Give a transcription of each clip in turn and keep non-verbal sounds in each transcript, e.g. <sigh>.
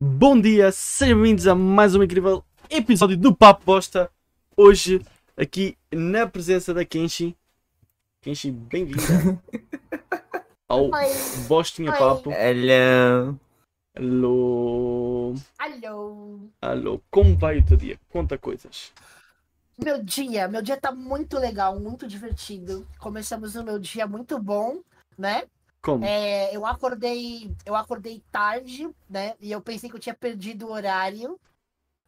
Bom dia, sejam bem-vindos a mais um incrível episódio do Papo Bosta. Hoje, aqui na presença da Kenshi. Kenshi, <laughs> bem-vinda ao Oi. Bostinha Oi. Papo. Olha, Alô, Alô. alô, como vai o teu dia? Conta coisas. Meu dia, meu dia tá muito legal, muito divertido. Começamos o meu dia muito bom, né? Como? É, eu acordei, eu acordei tarde, né? E eu pensei que eu tinha perdido o horário.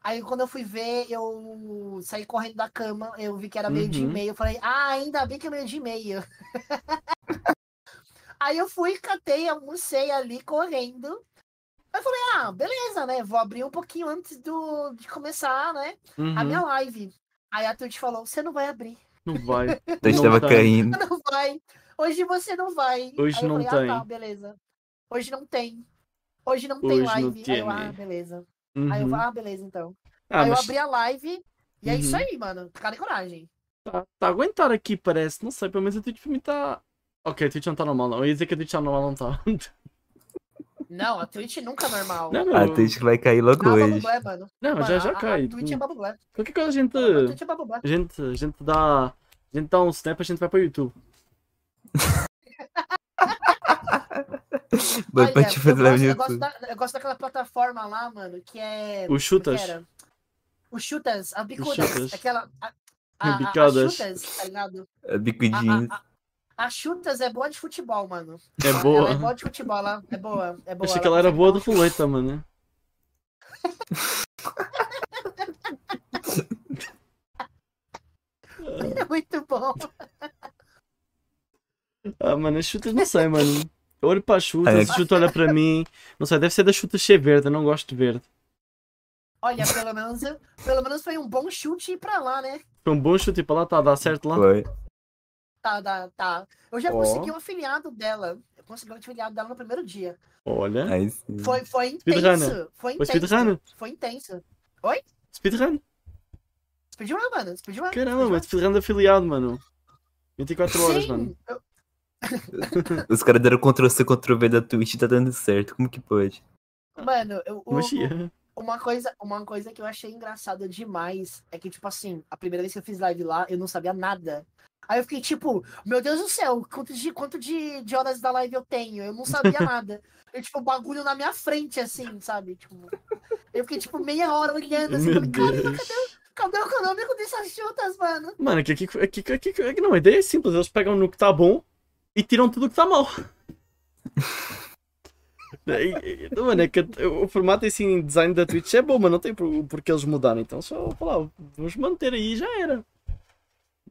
Aí quando eu fui ver, eu saí correndo da cama, eu vi que era meio dia e Uhum. meio, eu falei, ah, ainda bem que é meio dia e meio. <laughs> Aí eu fui, catei, almocei ali correndo. Aí eu falei, ah, beleza, né? Vou abrir um pouquinho antes do, de começar, né? a Uhum, minha live. Aí a Twitch falou: você não vai abrir, <laughs> Não vai. eu Não estava tá. caindo. não vai. Hoje você não vai. Hoje Aí eu não falei, Ah, tá, tem. beleza. Hoje não tem. Hoje não tem Hoje não live. Aí eu, tem. ah, beleza. Aí eu, Uhum. ah, beleza então. Ah, aí eu mas abri a live e é isso Uhum. aí, mano. Cara, coragem. tá, tá a aguentar aqui, parece. Não sei, pelo menos a Twitch pra mim tá. Ok, a Twitch não tá normal, não. Eu ia dizer que a Twitch tá normal, não tá. Não, a Twitch nunca é normal. Não, A não, Ah, Twitch vai cair logo Não, hoje. babublé, mano. não, Mano, já a- já cai. Hum. Tá. A, a Twitch é babublé. Qualquer coisa a gente. A Twitch é babublé. A gente, a gente dá. A gente dá um snap, a gente vai para o YouTube. Mas pra Olha, te eu fazer gosto- eu, live gosto da- eu gosto daquela plataforma lá, mano, que é. Os chutas. Como que era? Os chutas, a bicudas, chutas. aquela. A, Não, a, a, a bicadas. chutas, tá ligado? a bicudinho. A, a, a- a chutas é boa de futebol, mano. É Ela é boa. boa de futebol, lá. É boa, é boa. Achei que ela era <laughs> consegue boa dar do um roleta, mano. chute é Muito bom. Ah, mano, as chutas não sei, mano. Eu olho para as chutas, É. a chuta olha para mim. Não sei, deve ser das chutas ser verde, eu não gosto de verde. Olha, pelo menos, eu- pelo menos foi um bom chute ir pra lá, né? Foi um bom chute para lá, tá, dá certo lá. Foi. Tá, tá, tá. Eu já Ó. consegui um afiliado dela. Eu consegui um afiliado dela no primeiro dia. Olha. Aí sim. Foi, foi Hum. Speedrunner. intenso. Foi Foi intenso. speedrunner? Foi intenso. Speedrun. Speedrun, mano. Speedrun. Caramba, speedrun. mano, speedrun de afiliado, mano. 24 horas, Sim, mano. eu- Os caras deram Ctrl-C, Ctrl-V da Twitch e tá dando certo. Como que pode? Ah. mano, eu, o- Mas o- ia. Uma coisa, uma coisa que eu achei engraçada demais é que, tipo assim, a primeira vez que eu fiz live lá, eu não sabia nada. Aí eu fiquei tipo, meu Deus do céu, quanto de, quanto de, de horas da live eu tenho? Eu não <laughs> sabia nada. Eu, tipo, bagulho na minha frente, assim, sabe? Tipo, eu fiquei, tipo, meia hora olhando, assim, Meu falei, cara, Deus. cadê o econômico dessas chutas, mano? Mano, aqui, aqui, aqui, aqui, aqui, aqui não, a ideia é simples, eles pegam no que está bom e tiram tudo o que está mal. <laughs> E- e- Mano, é que o o formato assim, design da Twitch é bom, mas não tem por, por que eles mudarem, então só falar, vamos manter aí e já era.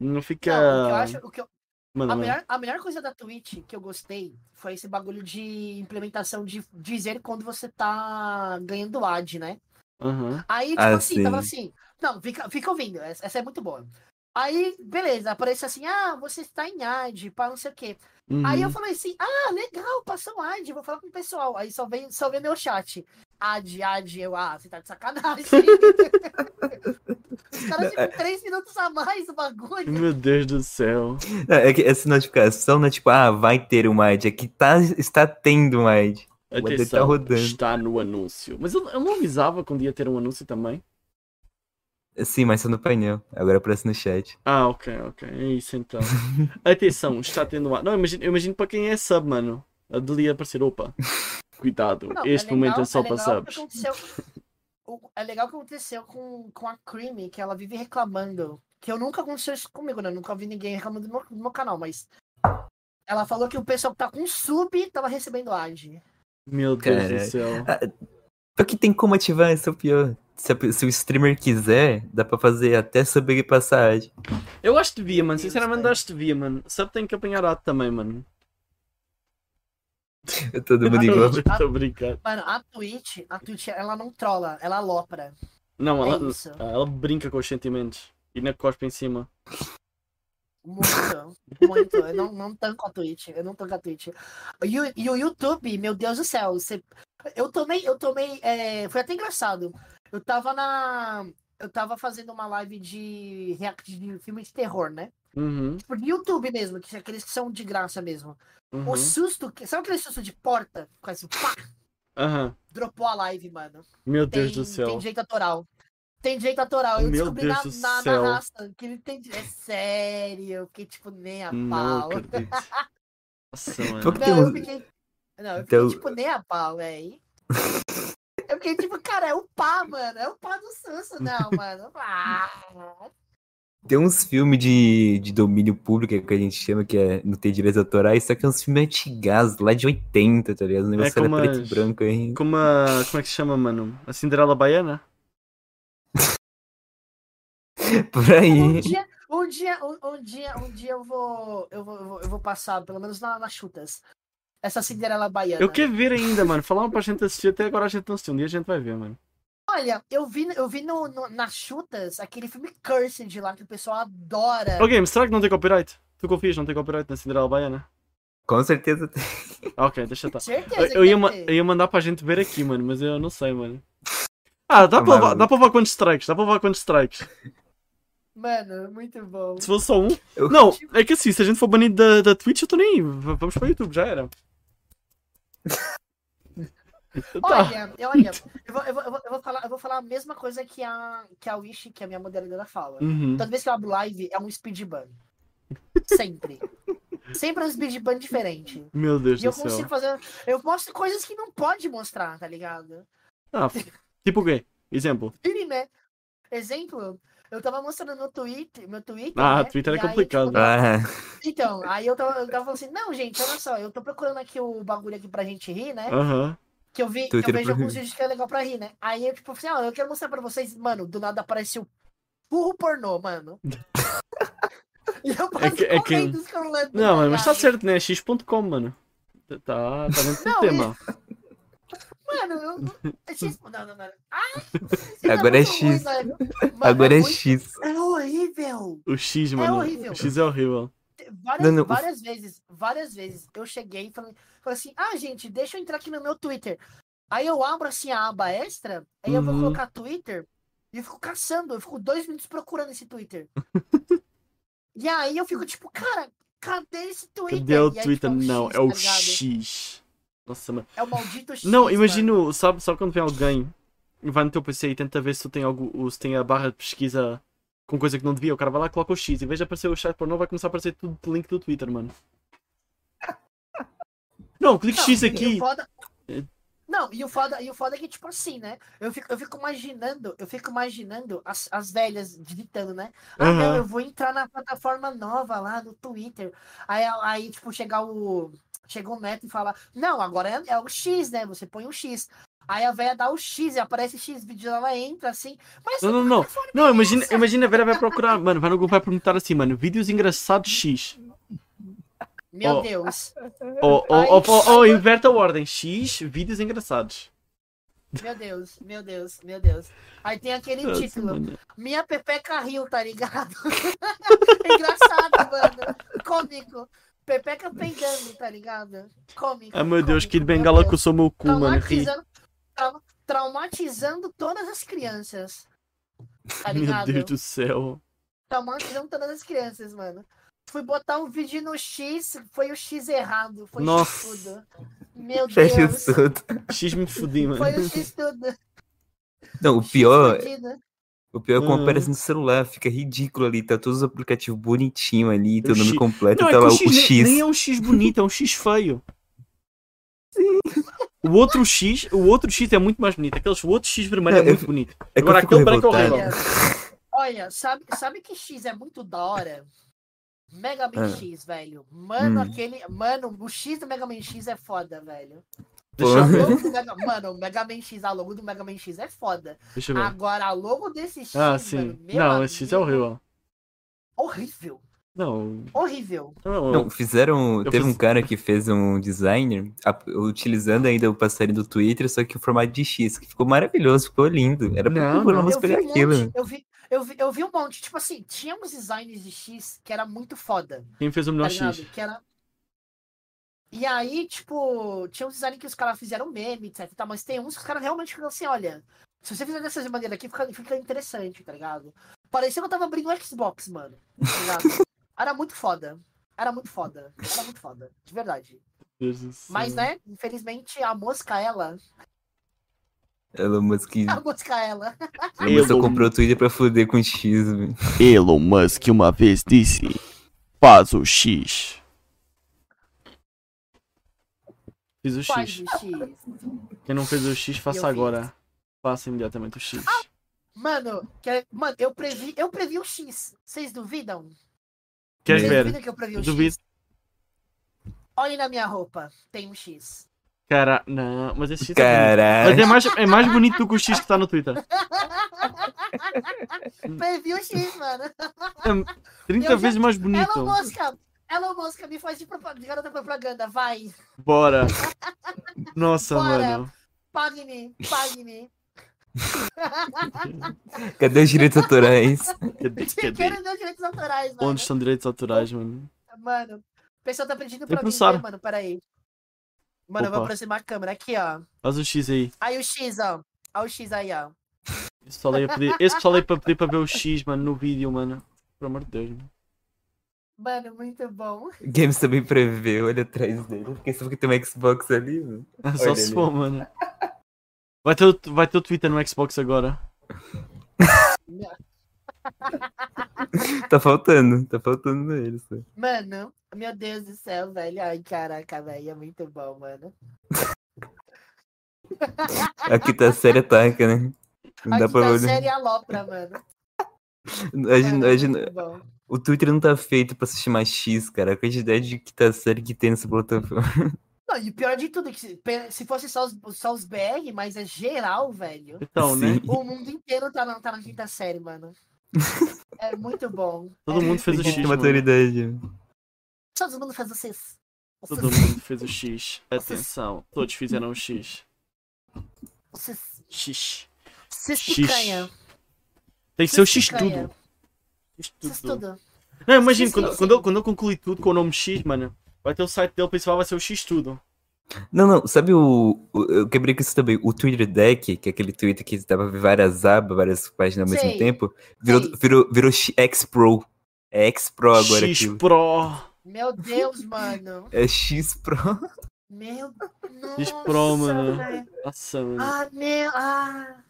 Não fica. Não, o que eu acho, o que eu- Mano, a, mano. melhor, a melhor coisa da Twitch que eu gostei foi esse bagulho de implementação de dizer quando você tá ganhando ad, né? Aham. Aí, tipo Ah, assim, tava sim. assim. Não, fica, fica ouvindo, essa essa é muito boa. Aí, beleza, apareceu assim, ah, você está em AD, pá, não sei o quê. Aí eu Uhum. falei assim, ah, legal, passou AD, vou falar com o pessoal. Aí só veio, só veio meu chat. AD, AD, eu, ah, você tá de sacanagem. <laughs> Os caras é ficam três minutos a mais o bagulho. Uhum. Meu Deus do céu. Não, é que essa notificação não é tipo, ah, vai ter um ad. É que tá, está tendo um ad. O AD tá Atenção, rodando. está no anúncio. Mas eu, eu não avisava quando ia ter um anúncio também. Sim, mas só no painel. Agora aparece no chat. Ah, ok, ok. É isso então. Atenção, está tendo ar. Não, imagino, eu imagino para quem é sub, mano. A Deli aparecer, opa. Cuidado, Não, este é legal- momento é só é para legal que subs. aconteceu- o- É legal o que aconteceu com, com a Creamy, que ela vive reclamando. Que eu nunca aconteceu isso comigo, né? Eu nunca vi ninguém reclamando do meu, do meu canal, mas. Ela falou que o pessoal que tá com sub tava recebendo ad. Meu Deus do Caralho. céu. Só que tem como ativar, esse é o pior. Se, a pe- se o streamer quiser, dá pra fazer até sobre ele passar ad. Eu acho que devia, mano. Deus, Sinceramente, cara. acho que devia, mano. Sub tem que apanhar ato também, mano. Todo Ah, mundo igual. Tô brincando. Mano, a Twitch, a Twitch, ela não trola, ela alopra. Não, É ela, isso. ela brinca com os sentimentos. E na cospe em cima. Muito, muito. Eu não, não tanco a Twitch. Eu não tanco a Twitch. E o, e o YouTube, meu Deus do céu. Você... Eu tomei, eu tomei. é, Foi até engraçado. Eu tava na. Eu tava fazendo uma live de react de filme de terror, né? Uhum, Tipo, de YouTube mesmo, que aqueles que são de graça mesmo. uhum. O susto. que- Sabe aquele susto de porta? Quase assim, pá! Aham. Dropou a live, mano. Meu Tem, Deus do céu. tem jeito atoral. Tem jeito atoral. Eu Meu descobri na, Deus do na, céu. na raça que ele tem. É sério, eu fiquei tipo nem a Não pau. <laughs> acredito. Nossa, mano. Pior que tem Não, eu uns- fiquei. Não, eu Então- fiquei tipo nem a pau, véi. Eu fiquei tipo, cara, é o pá, mano. É o pá do Sansa. Não, mano. Ah. Tem uns filmes de, de domínio público que a gente chama que é, não tem direitos autorais, só que é uns filmes antigas, lá de 80, tá ligado? O negócio É como era preto as- e branco aí. <laughs> Como, a- como é que se chama, mano? A Cinderela Baiana? É Por Um aí. dia, um dia, um, um dia, um dia eu vou. Eu vou, eu vou, eu vou passar, pelo menos na, nas chutas. Essa Cinderela baiana. Eu quero ver ainda, mano. Falaram pra gente assistir, até agora a gente não assistiu. Um dia a gente vai ver, mano. Olha, eu vi, eu vi no, no- nas chutas aquele filme Cursed lá que o pessoal adora. Ô, Game, será que não tem copyright? Tu confias, não tem copyright na Cinderela Baiana? Com certeza tem. Ah, ok, deixa <laughs> eu tá. Certeza. Eu, que eu ia, deve ma- ter. eu ia mandar pra gente ver aqui, mano, mas eu não sei, mano. Ah, dá pra, Ah, mas- levar- dá pra levar quantos strikes? Dá pra levar quantos strikes? Mano, muito bom. Se fosse só um? Eu- Não, é que assim, se a gente for banido da, da Twitch, eu tô nem aí. V- Vamos pra YouTube, já era. tá. Olha, <laughs> eu- olha, eu vou, eu, vou, eu, vou, eu vou falar, eu vou falar a mesma coisa que a, que a Wish, que a minha moderadora fala. Uhum. Toda vez que eu abro live, é um speed ban. <laughs> Sempre. Sempre é um speed ban diferente. Meu Deus E eu do céu. consigo fazer. Eu mostro coisas que não pode mostrar, tá ligado? Ah, f- tipo o quê? Exemplo. Ele, né? Exemplo, eu tava mostrando meu Twitter. Meu Twitter Ah, né? Twitter é E aí, complicado. tipo, Ah, Então, aí eu tava, eu tava falando assim, não, gente, olha só, eu tô procurando aqui o bagulho aqui pra gente rir, né? Aham. Que eu vi, que eu Twitter vejo alguns proíbe. vídeos que é legal pra rir, né? Aí eu, tipo, assim, ó, eu quero mostrar pra vocês, mano, do nada apareceu burro pornô, mano. <laughs> e eu É que- passei é que- correndo scrollando, Não, mano, tá mas tá ligado? certo, né? X.com, mano. Tá, tá dentro do Não, tema. Mano, <laughs> eu. eu- é X- Não, não, não. Ai, Agora é muito ruim, X. mano. Mano, agora é muito- X. É horrível. O X, É mano. horrível. o X é horrível. Várias, Não, não, o- várias vezes, várias vezes eu cheguei e falei, falei assim: ah, gente, deixa eu entrar aqui no meu Twitter. Aí eu abro assim a aba extra, aí eu vou Uhum. colocar Twitter e eu fico caçando, eu fico dois minutos procurando <laughs> esse Twitter. e aí eu fico tipo, cara, cadê esse Twitter? Cadê o E aí, Twitter? tipo, um Não, X, é o tá ligado? X. Nossa, mano. É o maldito X. Não, mano. imagino, sabe, sabe quando vem alguém e vai no teu PC e tenta ver se tu tem algo, ou se tem a barra de pesquisa com coisa que não devia, o cara vai lá e coloca o X, em vez de aparecer o chat pornô, vai começar a aparecer tudo de link do Twitter, <laughs> mano. Não, clique Não, X e aqui. o foda- É. Não, e o, foda, e o foda é que, tipo assim, né? Eu fico, eu fico imaginando, eu fico imaginando as, as velhas gritando, né? Ah, não, Aham. eu vou entrar na plataforma nova lá no Twitter. Aí, aí tipo, chegar o. Chega o neto e fala: Não, agora é, é o X, né? Você põe o X. Aí a velha dá o X e aparece X vídeo, ela entra assim. Mas Não, não, não. Não, imagina, imagina a Vera vai procurar, mano, vai no Google vai perguntar assim, mano, vídeos engraçados X. meu Ó. <laughs> Deus, Ou, ou, Ai, ou, ou, ou agora- inverta a ordem, X, vídeos engraçados. meu Deus, meu Deus, meu Deus. Aí tem aquele Nossa, título. mano. Minha Pepeca riu, tá ligado? <laughs> Engraçado, mano. Cômico. Pepeca peidando, tá ligado? Cômico. Ah, meu Deus, cômico, Kid meu Bengala Deus. coçou meu cu, mano, ri. Traumatizando, trau- traumatizando todas as crianças. Tá <laughs> Meu ligado? Deus do céu. Traumatizando todas as crianças, mano. Fui botar um vídeo no X, foi o X errado. Foi Nossa. o X tudo. <laughs> Meu Fecha Deus. isso tudo. X me fudi, mano. Foi o X tudo. Não, o pior, Fudido. o pior é como Uhum. aparece no celular, fica ridículo ali, tá todos os aplicativos bonitinhos ali, É o teu nome X. completo, Não, é tá que lá o o X, nem- X. nem é um X bonito, é um X feio. O outro X, o outro X é muito mais bonito. Aqueles, o outro X vermelho é Não, eu muito fico- bonito. É que Agora eu fico aquele branco é revoltado. horrível. Olha, olha, sabe, sabe que X é muito da hora? Mega Man Ah. X, velho. Mano, Hum. aquele. Mano, o X do Mega Man X é foda, <laughs> velho. Deixa eu A <laughs> ver, logo do Mega- Mano, o Mega Man X, a logo do Mega Man X é foda. deixa eu ver. Agora, a logo desse X. Ah, Mano, sim. meu Não, esse X é amigo, horrível. Horrível. Não, Horrível. não, Não, fizeram. Eu teve fiz- um cara que fez um designer ap- utilizando ainda o passarinho do Twitter, só que o formato de X, que ficou maravilhoso, ficou lindo. Era pra Não, não, vamos Eu vi, pegar um aquilo. monte, eu, vi, eu, vi, eu vi um monte. Tipo assim, tinha uns designs de X que era muito foda. Quem fez o tá melhor ligado? X? Que era. E aí, tipo, tinha uns design que os caras fizeram meme, etc. e tal, Mas tem uns que os caras realmente ficam assim, olha, se você fizer dessa maneira aqui, fica, fica interessante, tá ligado? Parecia que eu tava abrindo o Xbox, mano. Tá ligado? Era muito foda. Era muito foda. Era muito foda. De verdade. Deus do céu. Mas, né, infelizmente, a mosca ela. Elon Musk, A mosca ela. Elon Musk só Elon- comprou o Twitter pra foder com X, velho. Elon Musk uma vez disse: faz o X. Fiz o <laughs> Faz X. o X. Quem não fez o X, Eu faça fiz. Ah, agora. Faça imediatamente o X. Mano, que- é, mano, eu previ, eu previ o X. Vocês duvidam? Quer Sim. Vocês ver? duvidam que eu previ o Duvido. X? Olhem na minha roupa, tem um X. Cara, não, mas esse X tá bonito. Mas Caralho. é mais, é mais bonito do que o X que tá no Twitter. Hum. Previ o <laughs> X, mano. 30 Eu já- vezes mais bonito. Elon Musk, Elon Musk me faz de propaganda, garota propaganda, vai. <laughs> Bora. Nossa, Bora. mano. Pague-me, <laughs> pague-me. Cadê os direitos autorais? Cadê, cadê? Quero meus direitos autorais, mano. Onde estão direitos autorais, mano? Mano, o pessoal tá pedindo pra mim processaram. ver, mano, peraí. Mano, eu vou Opa. aproximar a câmera aqui, ó. Faz o X aí. Aí o X, ó. Olha o X aí, ó. Esse pessoal aí, a pedir, esse pessoal aí pra pedir pra ver o X, mano, no vídeo, mano. Pelo amor de Deus, mano. <laughs> Mano, muito bom. Games também prevê, olha atrás dele. Quem sabe que tem um Xbox ali, mano? Só Olha se ali. for, mano. Vai ter, o- vai ter o Twitter no Xbox agora. Tá faltando, tá faltando eles. Mano, meu Deus do céu, velho. Ai, caraca, velho. É muito bom, mano. Aqui tá a série ataca, né? Não dá Aqui pra tá a olhar. série Alopra, mano. Hoje- Mano, hoje- muito bom. o Twitter não tá feito pra se chamar X, cara. A quantidade de que tá a série que tem nessa plataforma. Não, e o pior de tudo, é que se, pe- se fosse só os, só os BR, mas é geral, velho. Então, né? Sim. O mundo inteiro tá na, tá na quinta série, mano. É muito bom. Todo É mundo fez <laughs> Tem o que X. ter Mano. maturidade. Todo mundo faz vocês. Todo mundo fez o <laughs> X. Atenção, todos fizeram o X. Vocês. X. Vocês X. picanha. Tem que ser o Vocês X picanha. tudo. X Vocês tudo. tudo. Não, imagina, Sim, quando, sim, Quando, sim. eu, quando eu concluir tudo com o nome X, mano, vai ter o site dele principal, vai ser o X tudo. Não, não, sabe o, o- Eu quebrei com isso também. O Twitter Deck, que é aquele Twitter que dá pra ver várias abas, várias páginas ao Sei, mesmo tempo, virou, sei. virou, virou X Pro. É X Pro agora X aquilo. Pro. Meu Deus, mano. É X <laughs> Pro. Meu. X Pro, Nossa, mano. né? velho. Nossa, mano. Ah, meu. Ah.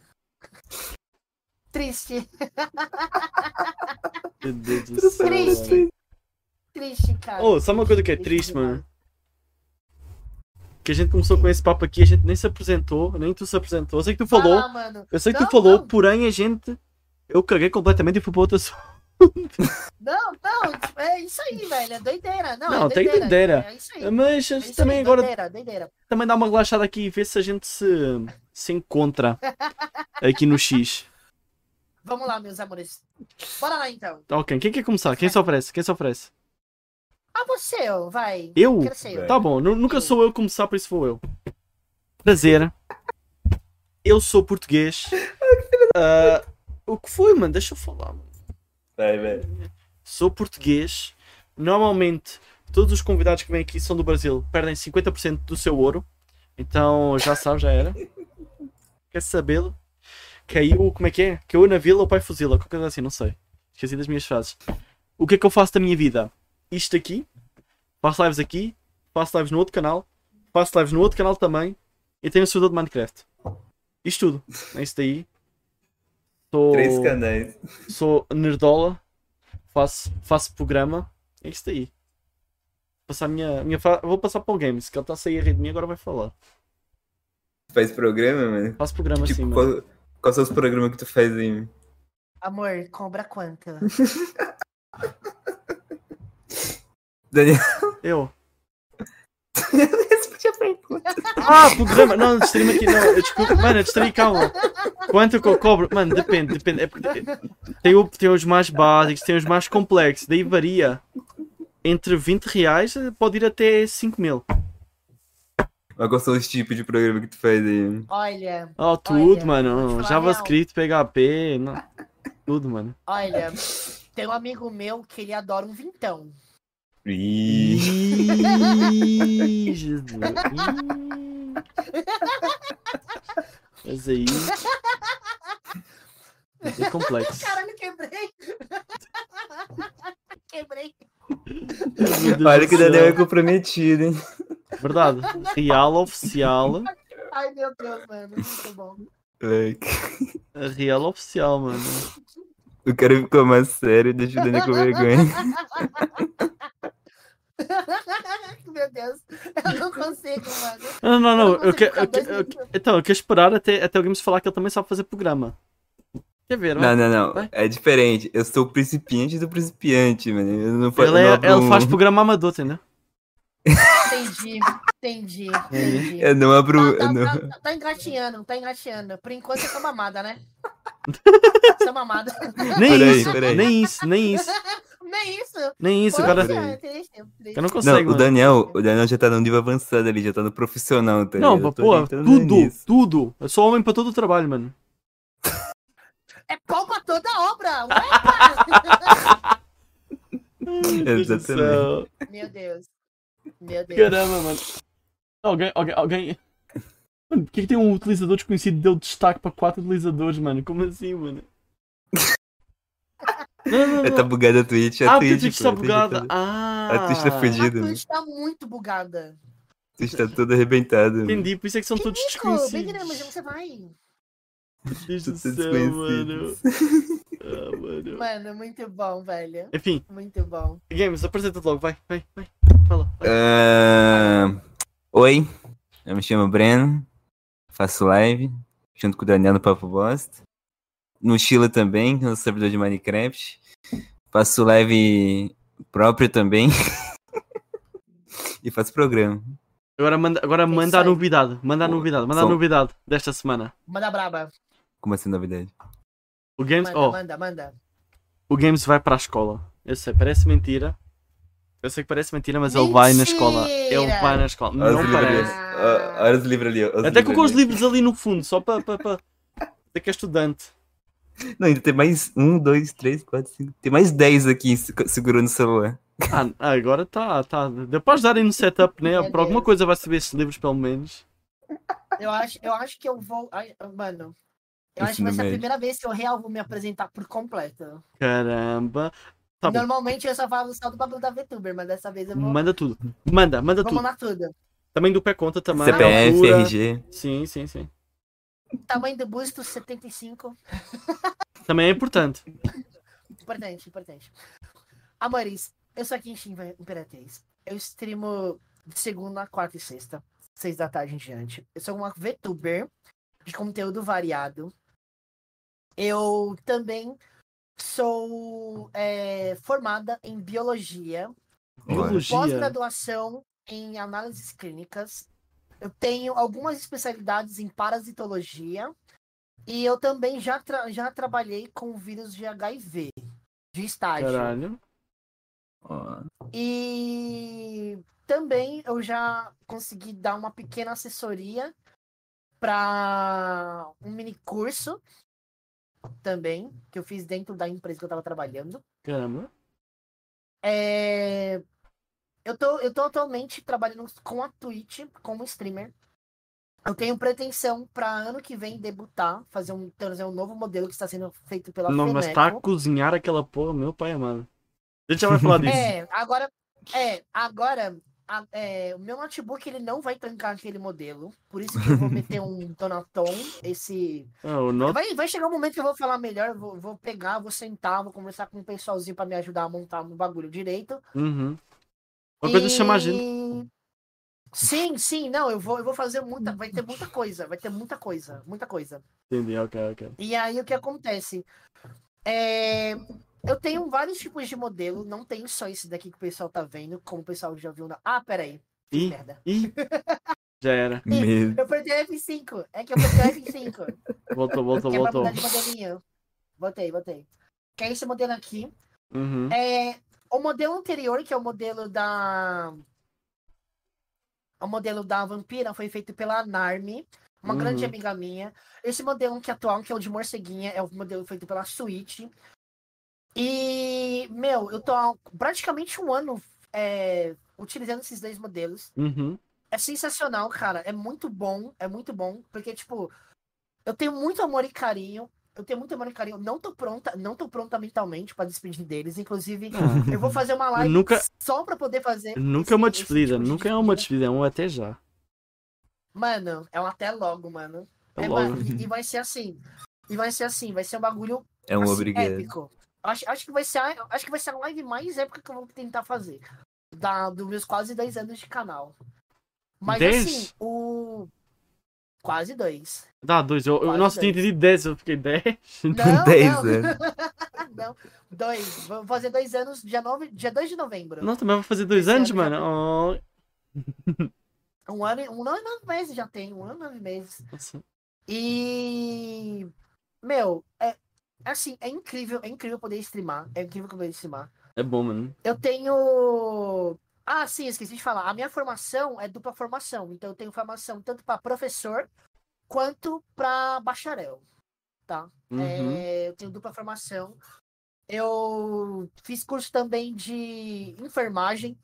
Triste, Meu Deus do céu. Triste. mano. triste, cara. Oh, sabe uma coisa que é triste, mano? Que a gente começou com esse papo aqui, a gente nem se apresentou, nem tu se apresentou. Eu sei que tu Vai falou, lá, mano. eu sei que Ah, Não, tu falou, não. porém a gente. Eu caguei completamente e fui para outra. Não, não, tipo, é isso aí, velho. É doideira. Não, Não, é tem doideira. doideira. É isso aí. Mas a É gente isso também aí, agora Doideira, doideira. também dá uma relaxada aqui e vê se a gente se, se encontra aqui no X. Vamos lá, meus amores. Bora lá, então. Tá ok. Quem quer começar? Quem se oferece? Quem se oferece? Ah, você, ó, vai. Eu? Quero ser eu. Tá bom, nu- nunca sou eu começar, por isso vou eu. Prazer. Eu sou português. Ah, o que foi, mano? Deixa eu falar. mano. Vai, vai. Sou português. Normalmente, todos os convidados que vêm aqui são do Brasil, perdem 50% do seu ouro. Então, já sabe, já era. Quer sabê-lo? Caiu, como é que é? Caiu na vila, o pai fuzila, qualquer coisa assim, não sei. Esqueci das minhas frases. O que é que eu faço da minha vida? Isto aqui. Faço lives aqui. Faço lives no outro canal. Faço lives no outro canal também. E tenho o servidor de Minecraft. Isto tudo. É isso daí. Tô canais. sou nerdola, faço, faço programa, é isso daí. Vou Passar a minha, minha fa- Vou passar para o Games, que ele está a sair a rir de mim e agora vai falar. Faz programa, mano? Faço programa assim, tipo, mano. qual, qual são os programas que tu faz aí? <laughs> mano? Amor, cobra quanto? Daniel, Eu. responde a pergunta. Ah, programa! Não, distraí-me aqui, não. Eu desculpa, mano, eu distraí, calma. Quanto que eu cobro? Mano, depende, depende. É porque tem, o- tem os mais básicos, tem os mais complexos, daí varia. Entre 20 reais eh, pode ir até 5 mil. Mas quais são os tipos de programa que tu faz aí? mano? Olha, Oh, tudo, Olha, vou mano. te falar a JavaScript, PHP, não. tudo, mano. olha. Tem um amigo meu que ele adora um vintão. Ih, Ih, Jesus. Ih. Mas aí. Mas É complexo. Caralho, quebrei! <laughs> quebrei. Meu Deus Olha do que o céu. Daniel é comprometido, hein? Verdade. Real oficial. Ai, meu Deus, mano. Muito bom. Ai, Real oficial, mano. O cara ficou mais sério, deixa o Daniel com <laughs> vergonha. Meu Deus, eu não consigo, mano. Não, não, não. Eu não Eu que, consigo eu, que- ficar dois eu, que- minutos. então, eu quero esperar até, até alguém me falar que ele também sabe fazer programa. Quer ver, Não, mano? não, não. Vai. É diferente. Eu sou o principiante do principiante, mano. Eu não fa- Ele, é- eu não abro ele faz um- programa amador, entendeu? Entendi, entendi, É. entendi. Eu não abro. um- Tá, eu não- tá, tá, tá, tá engatinhando, tá engatinhando. Por enquanto você tá mamada, <laughs> né? Você é mamada. Nem Peraí, isso, peraí. nem isso, nem isso, Nem isso. nem isso, Poxa, é cara. Peraí. tem- tem- tem- Eu não Não, consigo, o mano. Daniel, o Daniel já tá num nível avançado ali, já tá no profissional, tá Não, ligado? Eu tô pô, tentando tudo, nisso. tudo. Eu sou homem pra todo o trabalho, mano. É pau pra toda obra. <laughs> ué, cara. Exatamente. Meu Deus. Meu Deus. Caramba, mano. Alguém, alguém, alguém. Mano, por que, que tem um utilizador desconhecido que deu destaque pra quatro utilizadores, mano? Como assim, mano? <laughs> Não, não, É, tá não. bugada a Twitch, é a Ah, Twitch. Twitch está pô, bugada. Tá, Ah, a Twitch tá A fudida, né? Twitch tá muito bugada. A Twitch tá toda arrebentada. mano. Entendi, por isso é que são Que todos Nico, bem grande, mas desconhecidos. onde você vai? Meu Deus é um do Todos céu, mano. desconhecidos. <laughs> Ah, mano. Mano, muito bom, velho. Enfim, Muito bom. Games, apresenta-te logo, vai, vai, vai. Fala. vai. Ah, Oi, eu me chamo Breno, faço live junto com o Daniel no Papo Bosta. No Chile também, que é nosso servidor de Minecraft. Faço live própria também. <laughs> e faço programa. Agora manda, agora isso manda a aí. novidade, manda a Boa. novidade, manda a Só- novidade desta semana. Manda braba. Como assim, novidade? O Games, Manda, oh, manda, manda. o Games vai para a escola. Eu sei, parece mentira. Eu sei que parece mentira, mas ele vai na escola. Ele Mentira! vai na escola. Olha os Não livros ali. parece. ó. Olha os livros ali. ó, olha os Até com os livros ali. livros ali no fundo, só para. para, para... Dizer que é estudante. Não, ainda tem mais um, dois, três, quatro, cinco. Tem mais dez aqui se- segurando o celular. Ah, ah, agora tá, tá. Depois de darem no setup, né? Meu Por alguma Deus. coisa vai saber esses livros, pelo menos. Eu acho, eu acho que eu vou. ai, Mano. Eu acho que Ensino vai ser a médio. primeira vez que eu real vou me apresentar por completo. Caramba. Tá bom. Normalmente eu só falo só do bagulho da VTuber, mas dessa vez eu vou. Manda tudo. Manda, manda Vamos tudo. na tudo. Também do pé conta, também. CPF, altura. RG. Sim, sim, sim. Tamanho do busto 75. Também é importante. Importante, importante. Amores, eu sou a Kenshin Imper- Imperatriz. Eu streamo de segunda, quarta e sexta, seis da tarde em diante. Eu sou uma VTuber de conteúdo variado. Eu também sou é, formada em biologia, Olha. Biologia. pós-graduação em análises clínicas. Eu tenho algumas especialidades em parasitologia. E eu também já, tra- já trabalhei com vírus de HIV, de estágio. Caralho. Ó, E também eu já consegui dar uma pequena assessoria para um mini curso também, que eu fiz dentro da empresa que eu estava trabalhando. Caramba. É, Eu, tô, eu tô atualmente trabalhando com a Twitch como streamer. Eu tenho pretensão para ano que vem debutar, fazer um, trazer um novo modelo que está sendo feito pela Não, mas tá a Femeco. cozinhar aquela porra, meu pai amado. A gente já vai falar disso. É, agora. É, agora. a- é, o meu notebook ele não vai tancar aquele modelo. Por isso que eu vou meter um Donaton. Esse. Ah, o nosso- Vai, vai chegar um momento que eu vou falar melhor. eu Vou, vou pegar, vou sentar, vou conversar com um pessoalzinho pra me ajudar a montar um bagulho direito. Uhum. Uma coisa é chamar a gente. E- Sim, sim, não, eu vou, eu vou fazer muita. Vai ter muita coisa, vai ter muita coisa, muita coisa. Entendi, ok, ok. E aí o que acontece? É, Eu tenho vários tipos de modelo, não tenho só esse daqui que o pessoal tá vendo, como o pessoal já viu na. Ah, peraí. Que Ih, merda. ih. Já era. Meu Eu perdi o F5. É que eu perdi <laughs> o F5. Voltou, voltou, que é pra voltou. mudar de modelinho. Botei, botei. Que é esse modelo aqui. Uhum. É... O modelo anterior, que é o modelo da. O modelo da vampira foi feito pela Narmi, uma grande Uhum. amiga minha. Esse modelo que atual, que é o de morceguinha, é o modelo feito pela Switch. E, meu, eu tô há praticamente um ano é, utilizando esses dois modelos. Uhum. É sensacional, cara. É muito bom, é muito bom. Porque, tipo, eu tenho muito amor e carinho. eu tenho muito amor e carinho. Não tô pronta, não tô pronta mentalmente pra despedir deles. Inclusive, eu vou fazer uma Uhum. live Nunca- só pra poder fazer. Nunca esse- é uma esse despedida, tipo de nunca é uma despedida, é um até já. Mano, é um até logo, mano. É É, logo. mano, e, e vai ser assim. E vai ser assim, vai ser um bagulho É um assim, obrigado. épico. Acho, acho que vai ser a, acho que vai ser a live mais épica que eu vou tentar fazer. Da, dos meus quase 10 anos de canal. Mas Dez? assim, o. Quase dois. Dá Tá, dois, eu, eu, Quase nossa, tinha dez. entendido 10, eu fiquei 10. Não, <laughs> Dez não. anos. não, dois. Vou fazer dois anos, dia, nove, dia 2 de novembro. Nossa, mas vai fazer dois Esse anos, ano já mano. Oh, Um ano, e- um ano e nove meses já tem, um ano e nove meses. nossa. E. Meu, é assim, é incrível, é incrível poder streamar. É incrível poder streamar. É bom, mano. Eu tenho. Ah, sim, esqueci de falar. A minha formação é dupla formação. Então eu tenho formação tanto para professor quanto para bacharel. Tá? Uhum. É, eu tenho dupla formação. Eu fiz curso também de enfermagem.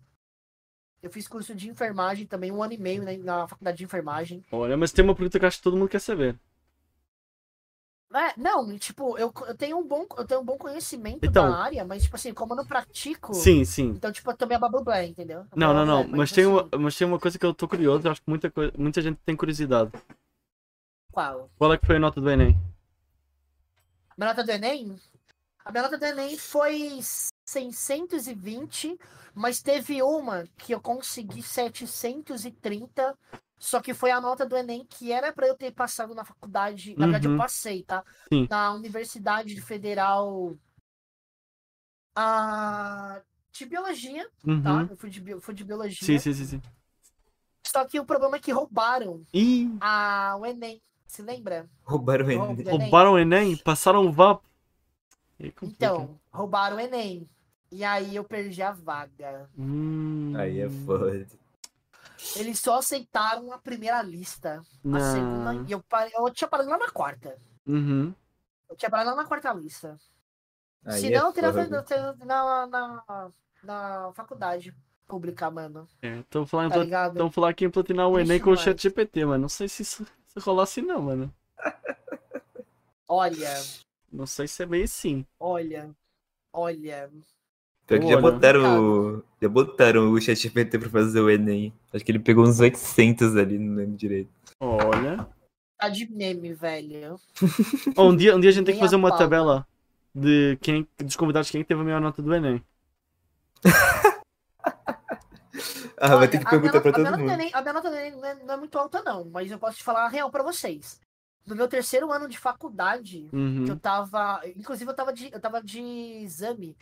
Eu fiz curso de enfermagem também, um ano e meio né, na faculdade de enfermagem. Olha, mas tem uma pergunta que acho que todo mundo quer saber. É, não, e, tipo, eu, eu tenho um bom, eu tenho um bom conhecimento Então- da área, mas, tipo assim, como eu não pratico, Sim, sim. então, tipo, eu tomei a babublé, entendeu? Eu "Ah, Não, tomei não, a não. babublé, Mas tem, uma, mas tem uma coisa que eu tô curioso, eu acho que muita, coi- muita gente tem curiosidade. Qual? Qual é que foi a nota do Enem? Minha nota do Enem? A minha nota do Enem foi 620, mas teve uma que eu consegui 730, só que foi a nota do Enem que era pra eu ter passado na faculdade. Na verdade, Uhum. eu passei, tá? Sim. Na Universidade Federal ah, de Biologia, tá? Uhum. Eu fui de, bio- fui de Biologia. Sim, sim, sim, sim. Só que o problema é que roubaram Ih, a, o Enem. Se lembra? Roubaram né? o Roubaram Enem. o Enem. roubaram o Enem? Passaram o VAP? Aí complica. Então, roubaram o Enem. E aí eu perdi a vaga. Hum. Aí é foda. Eles só aceitaram a primeira lista. A segunda. Não. E eu, parei, eu tinha parado lá na quarta. Uhum. Eu tinha parado lá na quarta lista. Aí Se é não, eu teria foda. feito- eu teria ido na, na, na faculdade pública, mano. É, tão falando, Tá ligado? tão falando então aqui em platinar o Triste Enem com o demais. chat GPT, mano. Não sei se isso se rolar assim não, mano. Olha, Não sei se é bem assim. olha, olha. Pior que já Olha. botaram, o, já botaram o ChatGPT pra fazer o Enem. Acho que ele pegou uns 800 ali, não lembro direito. Olha. Tá de meme, velho. Ó, um, dia, um dia a gente tem que Nem a fazer uma pau. tabela de quem, dos convidados quem é teve a melhor nota do Enem. Ah, vai ter que Olha, a tá minha perguntar pra nota- a minha todo nota do mundo. Enem- A minha nota do Enem não é, não é muito alta, não, mas eu posso te falar a real pra vocês. No meu terceiro ano de faculdade, Hum. que eu Uhum. tava. Inclusive, eu tava de, eu tava de exame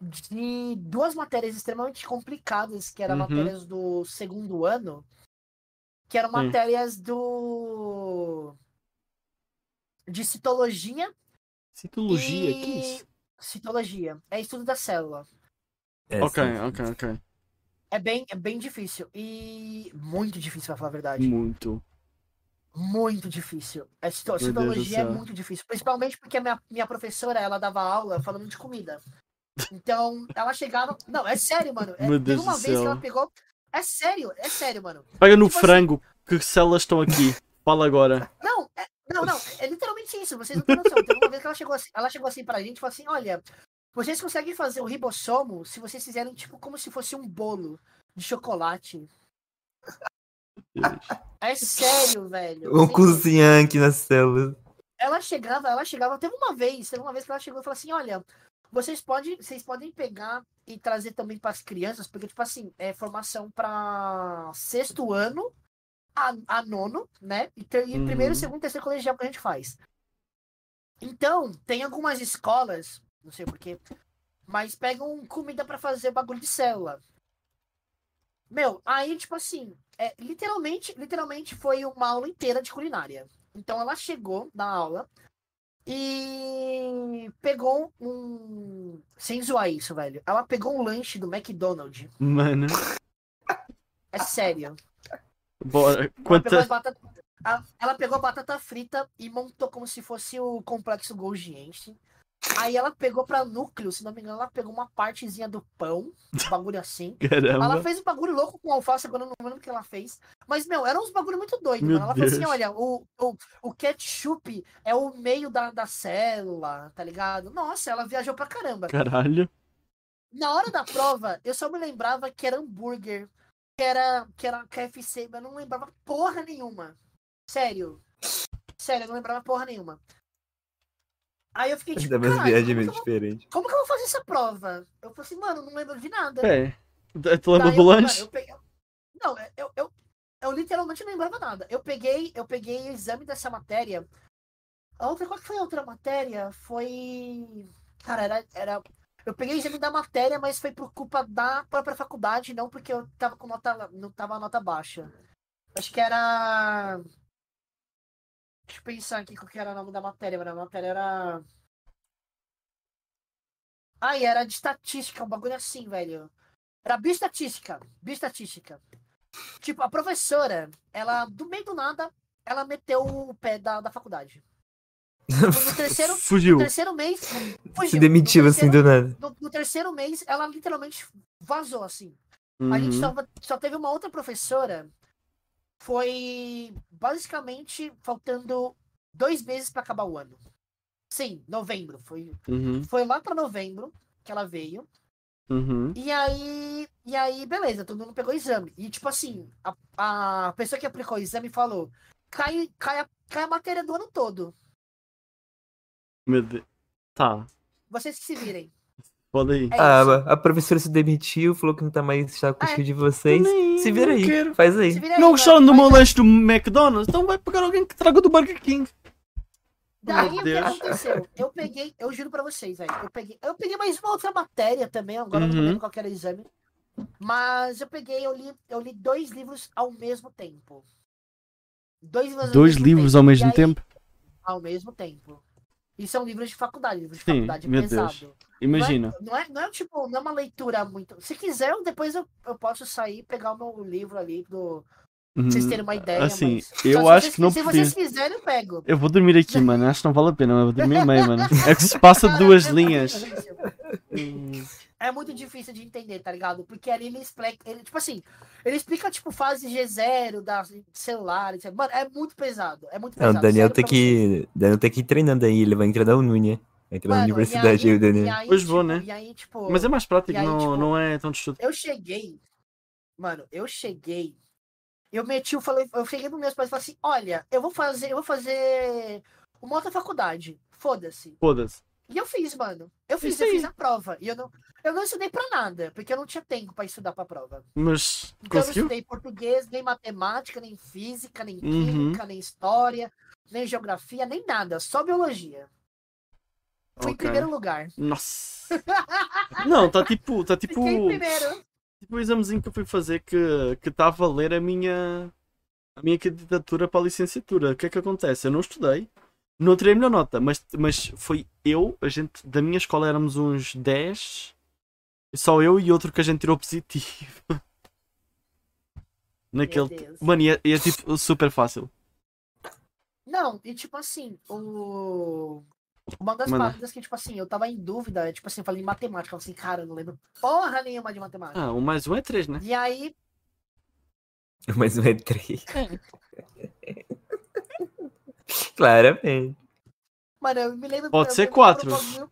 de duas matérias extremamente complicadas, que eram Uhum. matérias do segundo ano, que Hum. eram Sim. matérias do. de citologia Citologia, e. que isso? Citologia. É estudo da célula. É, Ok, sim. ok, ok. É bem, é bem difícil. E. Muito difícil, pra falar a verdade. Muito. Muito difícil. A cito- Deus do citologia é céu. muito difícil. Principalmente porque a minha, minha professora, ela dava aula falando de comida. Então, ela chegava. Não, é sério, mano. É, Meu teve Deus uma do vez que céu. ela pegou. É sério, é sério, mano. Pega no Tipo assim- frango, que células estão aqui. Fala agora. Não, é- não, não. É literalmente isso. Vocês não têm noção. Teve uma vez que ela chegou assim, ela chegou assim pra gente e falou assim: olha, vocês conseguem fazer o ribossomo se vocês fizerem, tipo, como se fosse um bolo de chocolate. É sério, velho. Vou Sem noção. cozinhar aqui na célula. ela chegava, ela chegava, teve uma vez, teve uma vez que ela chegou e falou assim, olha, vocês podem, vocês podem pegar e trazer também para as crianças, porque tipo assim, é formação para sexto ano a, a nono, né? E, ter, e Uhum. primeiro, segundo, terceiro colegial que a gente faz. Então, tem algumas escolas, não sei porquê, mas pegam comida para fazer bagulho de célula. Meu, aí tipo assim, é, literalmente, literalmente foi uma aula inteira de culinária. Então ela chegou na aula e pegou um. Sem zoar isso, velho. Ela pegou um lanche do McDonald's. Mano, É sério. bora. Ela pegou, Quanta... as batata- a- ela pegou a batata frita e montou como se fosse o complexo Golgiense. Aí ela pegou pra núcleo, se não me engano, ela pegou uma partezinha do pão, um bagulho assim. Ela Caramba. fez um bagulho louco com alface, agora eu não lembro o que ela fez. Mas, meu, eram uns bagulho muito doido, Meu mano. Ela falou assim: Deus. olha, o, o, o ketchup é o meio da, da célula, tá ligado? Nossa, ela viajou pra caramba. Caralho. Na hora da prova, eu só me lembrava que era hambúrguer, que era, que era KFC, mas eu não lembrava porra nenhuma. Sério. Sério, eu não lembrava porra nenhuma. Aí eu fiquei tipo, Da mesma "Caralho, é viagem como, que meio eu vou, diferente. como que eu vou fazer essa prova? Eu falei assim, mano, não lembro de nada. É. Tu- Tu Daí lembra do Tá, eu- mano, lanche? eu peguei- um, Não, é, eu, eu, eu, eu literalmente não lembrava nada. Eu peguei, eu peguei o exame dessa matéria. A outra, qual que foi a outra matéria? Foi. Cara, era. era... Eu peguei o exame da matéria, mas foi por culpa da própria faculdade, não porque eu tava com nota. Não tava nota baixa. Acho que era. Deixa eu pensar aqui qual que era o nome da matéria, mano. A matéria era. Ah, e era de estatística, um bagulho assim, velho. Era bioestatística. Bioestatística. Tipo, a professora, ela, do meio do nada, ela meteu o pé da, da faculdade. Tipo, <laughs> No terceiro, Fugiu. no terceiro mês. fugiu. Se demitiu No assim terceiro- do nada. No, no terceiro mês, ela literalmente vazou, assim. A gente Uhum. só, só teve uma outra professora. Foi basicamente faltando dois meses pra acabar o ano. Sim, novembro. Foi, Uhum. foi lá pra novembro que ela veio. Uhum. E aí, e aí, beleza, todo mundo pegou o exame. E tipo assim, a, a pessoa que aplicou o exame falou: cai, cai, a, cai a matéria do ano todo. Meu Deus. Tá. Vocês que se virem. Pode aí. É Ah, isso. a- a professora se demitiu, falou que não tá mais está com o É. de vocês. Nem- Se vira não aí, quero. faz Se aí. virem aí, Não mano. gostaram do Mas meu lanche do McDonald's? Então vai pegar alguém que traga do Burger King. Daí Meu o que Deus. aconteceu? Eu peguei, eu juro pra vocês, velho. Eu peguei, eu peguei mais uma outra matéria também, agora eu não Uhum. lembro qual que era o exame. Mas eu peguei, eu li, eu li dois livros ao mesmo tempo. Dois livros, ao Dois mesmo livros tempo. ao né? E mesmo aí- tempo? Ao mesmo tempo. E são livros de faculdade, livros de Sim, faculdade meu pesado. Deus. Imagina. Não é, não é, não é, tipo, não é uma leitura muito. Se quiser, eu- depois eu, eu posso sair e pegar o meu livro ali do. Pra vocês Uhum. terem uma ideia. assim, mas- eu Só se acho vocês- que não Se podia. vocês quiserem, eu pego. Eu vou dormir aqui, mano. Acho que não vale a pena. Eu vou dormir e meio, mano. É que se passa Cara, duas é muito linhas. difícil. Hum, É muito difícil de entender, tá ligado? Porque ali ele explica. Ele, tipo assim, ele explica, tipo, fase G0 da assim, celular, etc. Mano, é muito pesado. É muito Não, pesado. o Daniel sério tem pra que. Daniel tem que ir treinando aí, ele vai entrar na UNU, né? Vai entrar vocês. na Mano, universidade e aí, o e Daniel. aí, Pois vou, tipo, né? E aí, tipo. Mas é mais prático, E aí, não, tipo- não é tão de estudo. Eu cheguei, mano, eu cheguei. Eu meti, eu falei, eu cheguei pros meus pais e falei assim: olha, eu vou fazer, eu vou fazer uma outra faculdade. Foda-se. Foda-se. E eu fiz, mano. Eu fiz, Isso eu fiz aí. a prova. E eu não, eu não estudei pra nada, porque eu não tinha tempo pra estudar pra prova. Mas Então eu conseguiu? não estudei português, nem matemática, nem física, nem Uhum. química, nem história, nem geografia, nem nada, só biologia. Fui em Ok. primeiro lugar. Nossa. <laughs> Não, tá tipo. Tá tipo. Fiquei em primeiro. Tipo o examezinho que eu fui fazer que que estava a ler a minha. A minha candidatura para a licenciatura. O que é que acontece? Eu não estudei. Não tirei a melhor nota, mas, mas foi eu, a gente, da minha escola éramos uns 10, só eu e outro que a gente tirou positivo. <laughs> Naquele. Deus. Mano, e é, e é tipo super fácil. Não, e tipo assim, o. Uma das Manda. paradas que, tipo assim, eu tava em dúvida, tipo assim, eu falei em matemática, eu falei assim, cara, eu não lembro porra nenhuma de matemática. Ah, um mais um é três, né? E aí, <laughs> Mas não é três. Claramente. Mano, eu me lembro. Pode eu ser lembro quatro. por um pouquinho-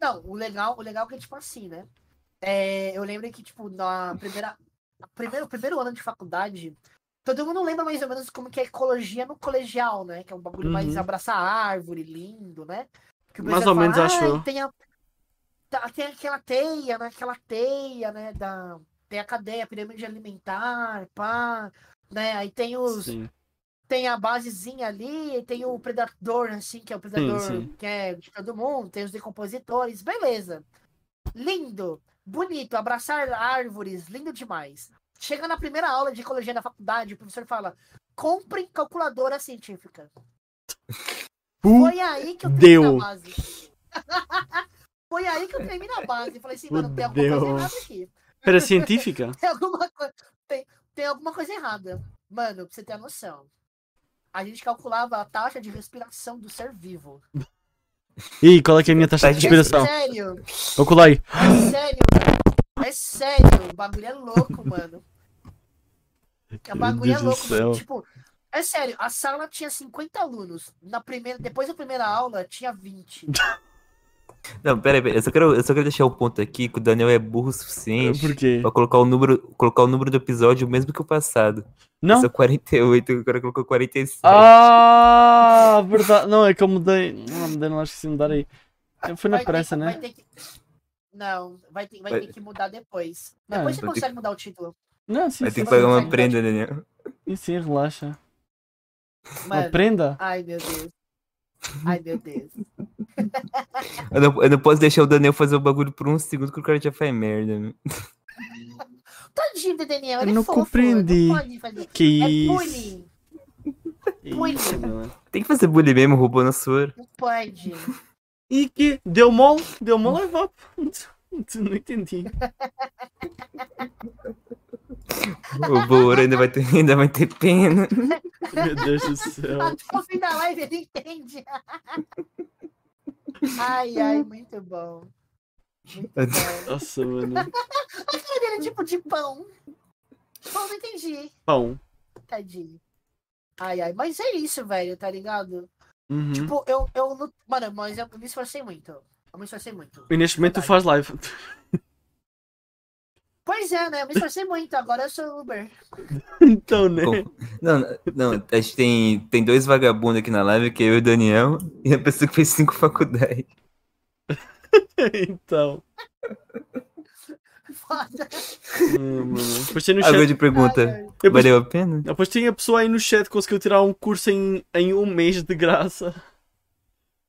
Não, o legal, o legal é que, tipo assim, né? É, eu lembro que, tipo, na primeira. a Primeiro, o primeiro ano de faculdade, todo mundo lembra mais ou menos como que é ecologia no colegial, né? Que é um bagulho mais Uhum. abraçar árvore, lindo, né? Que o Mais professor ou menos, fala, acho "Ai, eu." Tem, a- tá- tem aquela teia, né? Aquela teia, né? Da, tem a cadeia, a pirâmide alimentar, pá. Né? Aí tem os, Sim. tem a basezinha ali, e tem o predador, assim, que é o predador sim. que é de todo mundo, tem os decompositores, beleza. Lindo, bonito, abraçar árvores, lindo demais. Chega na primeira aula de ecologia na faculdade, o professor fala: comprem calculadora científica. Uh! Foi aí que eu Deu. tremi na base. <laughs> Foi aí que eu tremi na base. Falei assim, mano, tem alguma coisa Fudeu. errada aqui. Era científica? <laughs> Tem alguma, coi- tem, tem alguma coisa errada. Mano, pra você ter a noção. A gente calculava a taxa de respiração do ser vivo. Ih, qual é que é a minha taxa de Tá respiração? É sério, Vou colar aí. é sério. É sério, o bagulho é louco, mano. O bagulho é Deus do louco, céu. mano. Tipo, é sério, a sala tinha 50 alunos. Na primeira, depois da primeira aula, tinha 20. Não, pera aí, pera aí. Eu só quero, eu só quero deixar o ponto aqui que o Daniel é burro o suficiente Por quê? pra colocar o número, colocar o número do episódio o mesmo que o passado. Não? Esse é o 48, agora colocou 47. Ah, verdade. Não, é que eu mudei. Não, mudei, não acho que se mudar aí. Eu fui na Ah, Vai ter- pressa, vai né? ter que- Não, vai ter, vai Vai- ter que mudar depois. Não, Depois você vai ter consegue mudar o título. Não, sim, Vai ter sim. que pagar uma prenda, Daniel. Sim, sim, relaxa. Uma Mano, prenda? ai meu Deus. Ai meu Deus. Eu não, eu não posso deixar o Daniel fazer o bagulho por um segundo que o cara já faz merda. né? <laughs> Tadinho do Daniel, Eu ele não é fofo, compreendi. Não pode fazer. Que É isso? bullying, Que bullying. isso, mano. Tem que fazer bullying mesmo, roubou na sua. não pode. E que deu mol, deu mol live up. <laughs> Não entendi. O Bouro ainda vai ter, <laughs> ainda vai ter <laughs> pena. Meu Deus do céu. Até o fim da live ele entende. <laughs> Ai, ai, muito bom. Muito bom. Nossa, mano. A cara dele é tipo de pão. Pão, não entendi. Pão. Tadinho. Ai, ai, mas é isso, velho, tá ligado? Uhum. Tipo, eu, eu não. Mano, mas eu me esforcei muito. Eu me esforcei muito. E neste momento tu faz live. <laughs> Pois é, né? Eu me esforcei muito. Agora eu sou Uber. <laughs> Então, né? Com- Não, não, a gente tem, tem dois vagabundos aqui na live, que é eu e o Daniel, e a pessoa que fez cinco faculdades. Então. Foda. Ah, mano. Depois tem no Agora chat. de pergunta, Ai, ai. Depois, valeu a pena? depois tem a pessoa aí no chat que conseguiu tirar um curso em, em um mês de graça.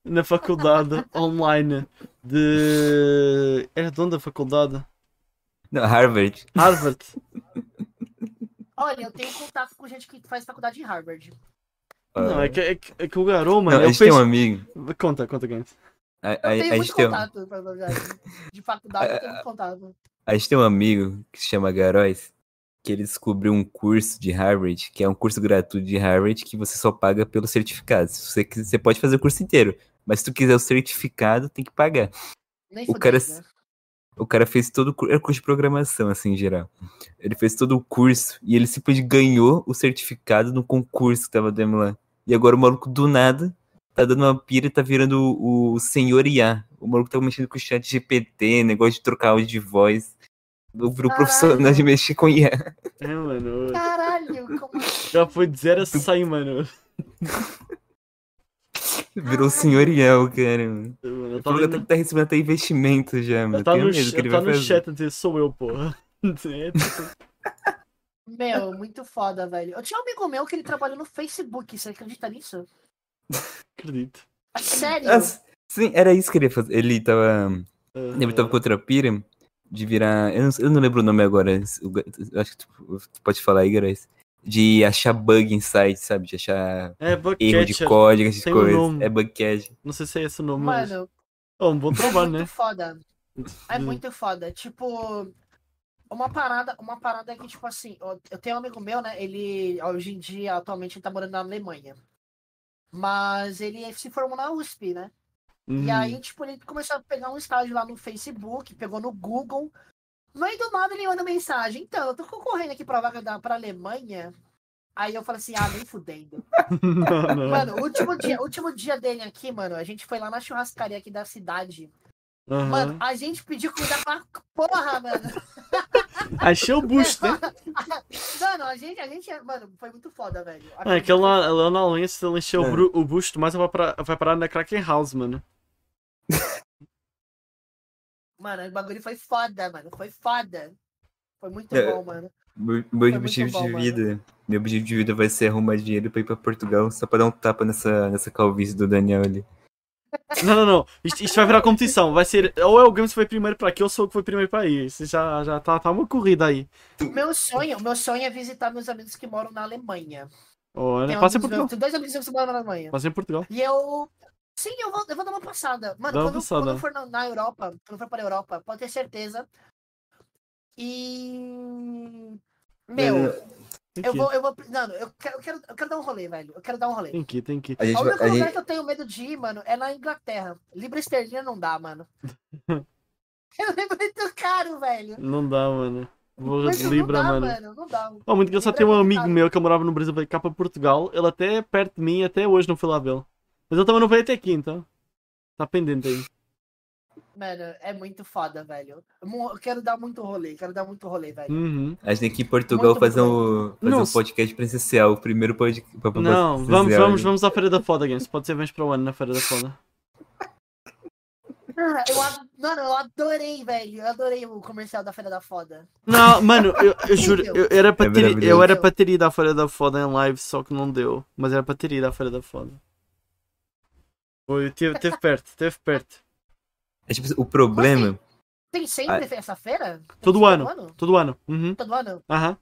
Na <laughs> faculdade online de. Era de onde a faculdade? Não, Harvard. Harvard. Olha, eu tenho contato com gente que faz faculdade em Harvard. Não, é Ah, que, é que, é que o garoto, mano. não, a ele gente tem fez... um amigo. Conta, conta, Games. A, a- Eu a tenho gente muito tem um, contato pra faculdade. De faculdade eu tenho muito contato. a gente tem um amigo que se chama Garóis, que ele descobriu um curso de Harvard, que é um curso gratuito de Harvard, que você só paga pelo certificado. Se você, quiser- você pode fazer o curso inteiro, mas se tu quiser o certificado, tem que pagar. Nem O fudendo, cara- né? O cara fez todo o curso. Era curso de programação, assim, em geral. Ele fez todo o curso e ele simplesmente ganhou o certificado no concurso que tava dando lá. E agora o maluco, do nada, tá dando uma pira e tá virando o, o senhor IA. O maluco tá mexendo com o chat GPT, negócio de trocar áudio de voz. Eu viro Caralho. profissional de mexer com IA. É, mano. Caralho, como assim? Já foi de 0 a 100, mano. Virou o senhor IA, o cara, mano. Mano, Ele tá falou ali até na- que um tá recebendo até investimento já, mano. Ela tá Tenho no, medo ch- que ele tá vai no fazer. chat a dizer sou eu, porra. <laughs> É, tipo, Meu, muito foda, velho. Eu tinha um amigo meu que ele trabalhou no Facebook. Você acredita nisso? acredito. É Sério? Ah, sim, era isso que ele ia fazer. Ele tava. Ah, Ele tava com outra pira de virar. Eu não, eu não lembro o nome agora. eu acho que tu, tu pode falar aí, Grace. De achar bug em site, sabe? De achar é erro de Buckcatcher. código, essas tem um coisas. nome. É bug catch. Não sei se é esse o nome, mas. Mano, É um bom é trabalho, muito né? Hum. foda. É muito foda. Tipo, uma parada, uma parada que, tipo assim, eu- eu tenho um amigo meu, né? Ele hoje em dia, atualmente, ele tá morando na Alemanha. Mas ele se formou na USP, né? Uhum. E aí, tipo, ele começou a pegar um estágio lá no Facebook, pegou no Google. No meio do nada ele manda mensagem. Então, eu tô concorrendo aqui pra vaga da pra Alemanha. Aí eu falo assim, ah, nem fudendo. <laughs> não, é. não. Mano, o último dia, o último dia dele aqui, mano, a gente foi lá na churrascaria aqui da cidade. Aham. Mano, a gente pediu comida pra porra, mano. Achei o boost, <laughs> né? Mano, a gente, a gente, mano, foi muito foda, velho. Ah, aquele lá, lá na Alemanha, se ele encher o, É. bru- o busto, mais vai, pra- vai parar na Kraken House, mano. Mano, o bagulho foi foda, mano. Foi foda. Foi muito É. bom, mano. Meu, meu É muito objetivo bom, de mano. vida. Meu objetivo de vida vai ser arrumar dinheiro pra ir pra Portugal só pra dar um tapa nessa, nessa calvície do Daniel ali. Não, não, não. Isto, isto vai virar competição. Vai ser. Ou é o Games que foi primeiro pra aqui, ou sou eu que foi primeiro pra aí. Isso já, já tá, tá uma corrida aí. Meu sonho, meu sonho é visitar meus amigos que moram na Alemanha. Olha, Tem né? passa em alguns Portugal. meus- tem dois amigos meus que moram na Alemanha. Passa em Portugal. E eu. Sim, eu vou, eu vou dar uma passada. Mano, Dá uma quando, eu- passada. quando eu for na, na Europa, quando eu for pra Europa, pode ter certeza. E. Meu, Tem Eu que ir, vou, eu vou. Mano, eu quero, eu, quero, eu quero dar um rolê, velho. Eu quero dar um rolê. tem que ir, tem que ir. A gente, O vai- único a lugar gente- que eu tenho medo de ir, mano, é na Inglaterra. Libra esterlina não <laughs> dá, mano. <laughs> eu lembro muito caro, velho. Não dá, mano. Vou Mas não Libra, dá, mano. Não dá. Oh, muito engraçado, tem um Libra é amigo complicado. meu que eu morava no Brasil, veio cá para Portugal. Ele até é perto de mim, até hoje não fui lá vê-lo. Mas ele também não veio até aqui, então. Está pendente aí. Mano, é muito foda, velho. Eu mo- Eu quero dar muito rolê, quero dar muito rolê, velho. Uhum. a gente tem que ir em Portugal Muito fazer bem. um, fazer Não, um se- podcast presencial. O primeiro podcast. Não, vamos, vamos, vamos à Feira da Foda, Games. Pode ser, vens para o ano na Feira da Foda. Ah, Eu, ad- mano, eu adorei, velho. Eu adorei o comercial da Feira da Foda. Não, mano, eu, eu juro, eu era, para É ter, maravilhoso. eu era para ter ido à Feira da Foda em live, só que não deu. Mas era para ter ido à Feira da Foda. Foi, teve, teve perto, teve perto. É tipo, o assim? problema. Tem sempre essa feira? Tem Ah, Todo isso ano. Todo ano. Uhum. Todo ano? Aham,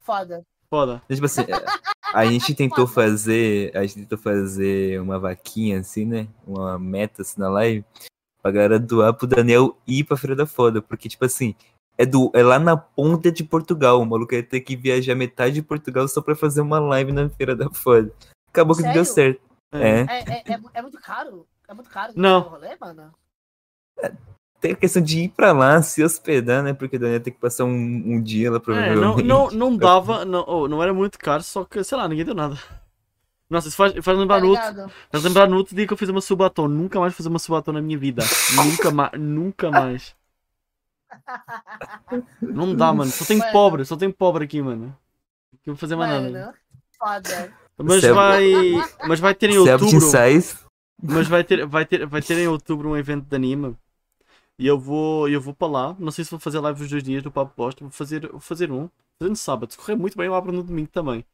Foda. foda. Tipo assim, a- a <laughs> gente tentou fazer. A gente tentou fazer uma vaquinha, assim, né? Uma meta assim na live. Pra galera doar pro Daniel ir pra Feira da Foda. Porque, tipo assim, é, do, é lá na ponta de Portugal. O maluco ia ter que viajar metade de Portugal só pra fazer uma live na Feira da Foda. Acabou que não deu Sério? certo. É. É, é, é, mu- é muito caro? É muito caro Não. o rolê, mano? Tem a questão de ir pra lá, se hospedar, né? Porque o Daniel tem que passar um, um dia lá, É, não, provavelmente. <laughs> não, não dava, não, oh, não era muito caro, só que, sei lá, ninguém deu nada. Nossa, isso faz, faz, lembrar Tá no outro, ligado? faz lembrar no outro dia que eu fiz uma subatom. Nunca mais vou fazer uma subatom na minha vida. Nunca mais, nunca mais. Não dá, mano. Só tem Mano. pobre, só tem pobre aqui, mano. Não vou fazer mais nada. Mano, foda. Mas Self- vai, mas vai ter em Self outubro. Insights. Mas vai ter, vai, ter, vai ter em outubro um evento de anime. E eu vou, eu vou para lá. Não sei se vou fazer live os dois dias do Papo Bosta. Vou fazer, vou fazer um. Fazendo sábado. Se correr muito bem, eu abro no domingo também.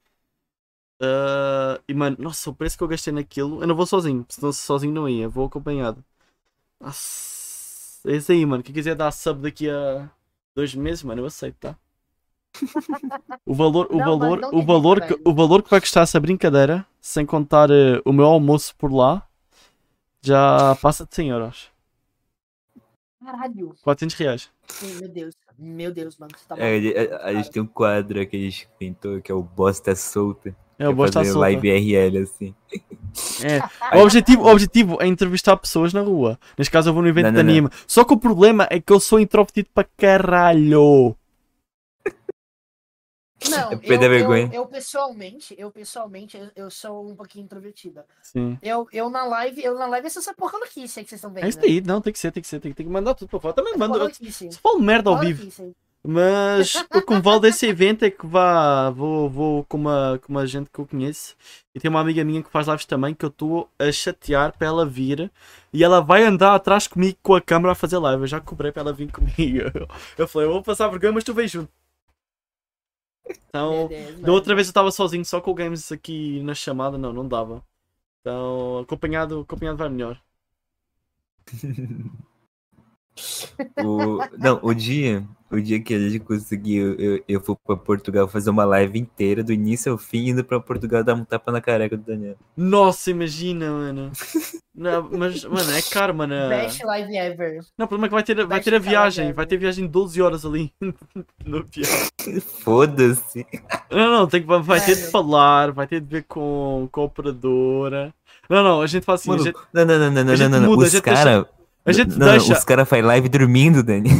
Ah, e mano, nossa, o preço que eu gastei naquilo. Eu não vou sozinho. Se não sozinho não ia. Vou acompanhado. Nossa, é isso aí, mano. Quem quiser dar sub daqui a dois meses, mano, eu aceito, tá? O valor, o Não, mano, valor, não o tem valor, jeito, que, o valor que vai custar essa brincadeira, sem contar eh, o meu almoço por lá, já passa de 100 euros. Caralho. 400 reais. Meu Deus. Meu Deus, mano. Você tá É, maluco, a- a, a cara. gente tem um quadro que a gente pintou, que é o Bosta Solta. É, o Quer bosta à fazer solta. live RL, assim. É. <laughs> O, objetivo, o objetivo é entrevistar pessoas na rua. Neste caso, eu vou no evento Não, de não, anime. Só que o problema é que eu sou introvertido para caralho. Não, É perder eu, vergonha. Eu, eu pessoalmente, eu pessoalmente, eu, eu sou um pouquinho introvertida. Sim. Eu, eu na live, eu na live essa essa porra louquice aí que vocês estão vendo. É isso aí, não, tem que ser, tem que ser, tem que, tem que mandar tudo para fora. Também mando. Porra Eu louquice. só falo merda ao Porra vivo. louquice. <laughs> Mas o que me vale desse evento é que vá, vou, vou com, uma, com uma gente que eu conheço e tem uma amiga minha que faz lives também que eu estou a chatear para ela vir e ela vai andar atrás comigo com a câmera a fazer live. Eu já cobrei para ela vir comigo. <laughs> Eu falei, eu vou passar vergonha, mas tu vem junto. Então, Meu Deus, da mano. outra vez eu estava sozinho, só com o Games aqui na chamada, não, não dava. Então, acompanhado, acompanhado vai melhor. O, não, o dia, o dia que a gente conseguiu, eu, eu fui pra Portugal fazer uma live inteira, do início ao fim, indo pra Portugal dar um tapa na careca do Daniel. Nossa, imagina, mano. <laughs> Não, mas, mano, é caro, mano. Best live ever. Não, o problema é que vai ter, vai Vai ter a ficar lá viagem. dentro. Vai ter viagem 12 horas ali. <laughs> no avião. Foda-se. não, não, tem que, vai ter de Sério? falar, vai ter de ver com, com a operadora. Não, não, a gente faz assim, a Mano, gente, Não, não, não, não, a não, gente não, não, muda, a Os gente caras. a gente não, deixa. Os caras fazem live dormindo, Daniel.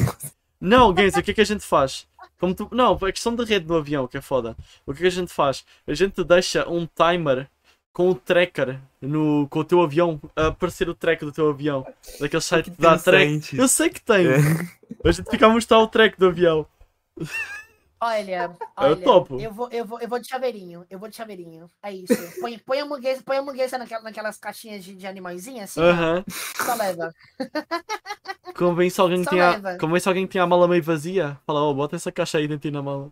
Não, Gens, o que é que a gente faz? Como tu... Não, a questão da rede no avião, que é foda. O que é que a gente faz? A gente deixa um timer com o tracker no... com o teu avião, a aparecer o track do teu avião. Daquele site que dá track. Interessante. Eu sei que tem. É. A gente fica a mostrar o track do avião. Olha, Eu olha. É topo. Eu vou, eu vou, eu vou de chaveirinho. Eu vou de chaveirinho. É isso. Põe, põe a mangueza, põe a mangueza naquela, naquelas caixinhas de, de animaizinha assim. ó. Aham. Só leva. Convence alguém, que Só tenha, leva. convence alguém que tenha a mala meio vazia. Fala, ó, bota essa caixa aí dentro na mala.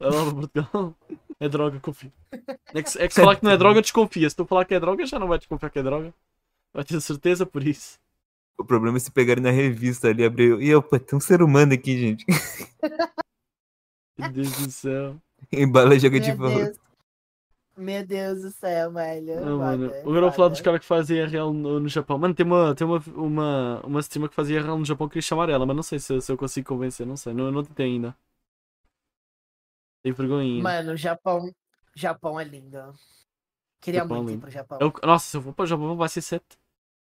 Vai lá para Portugal. <laughs> É droga, confio. É que, se- é que se falar que não é droga, desconfia. Se tu falar que é droga, já não vai desconfiar que é droga. Vai ter certeza por isso. <laughs> O problema é se pegarem na revista ali, abriu. E opa, tem um ser humano aqui, gente. <laughs> Meu Deus do <laughs> céu. Embala e joga de Meu volta. Deus. Meu Deus do céu, velho. Não, mano. Foda, Agora eu vou falar foda. dos caras que fazem IRL no, no Japão. Mano, tem uma, tem uma, uma, uma streamer que fazia IRL no Japão, queria chamar ela, mas não sei se, se eu consigo convencer, não sei. Não, não tentei ainda. Tem vergonhinha. Mano, Japão. Japão é lindo. Queria Japão é muito ir lindo. pro Japão. Eu- nossa, se eu for para o Japão vai ser 7.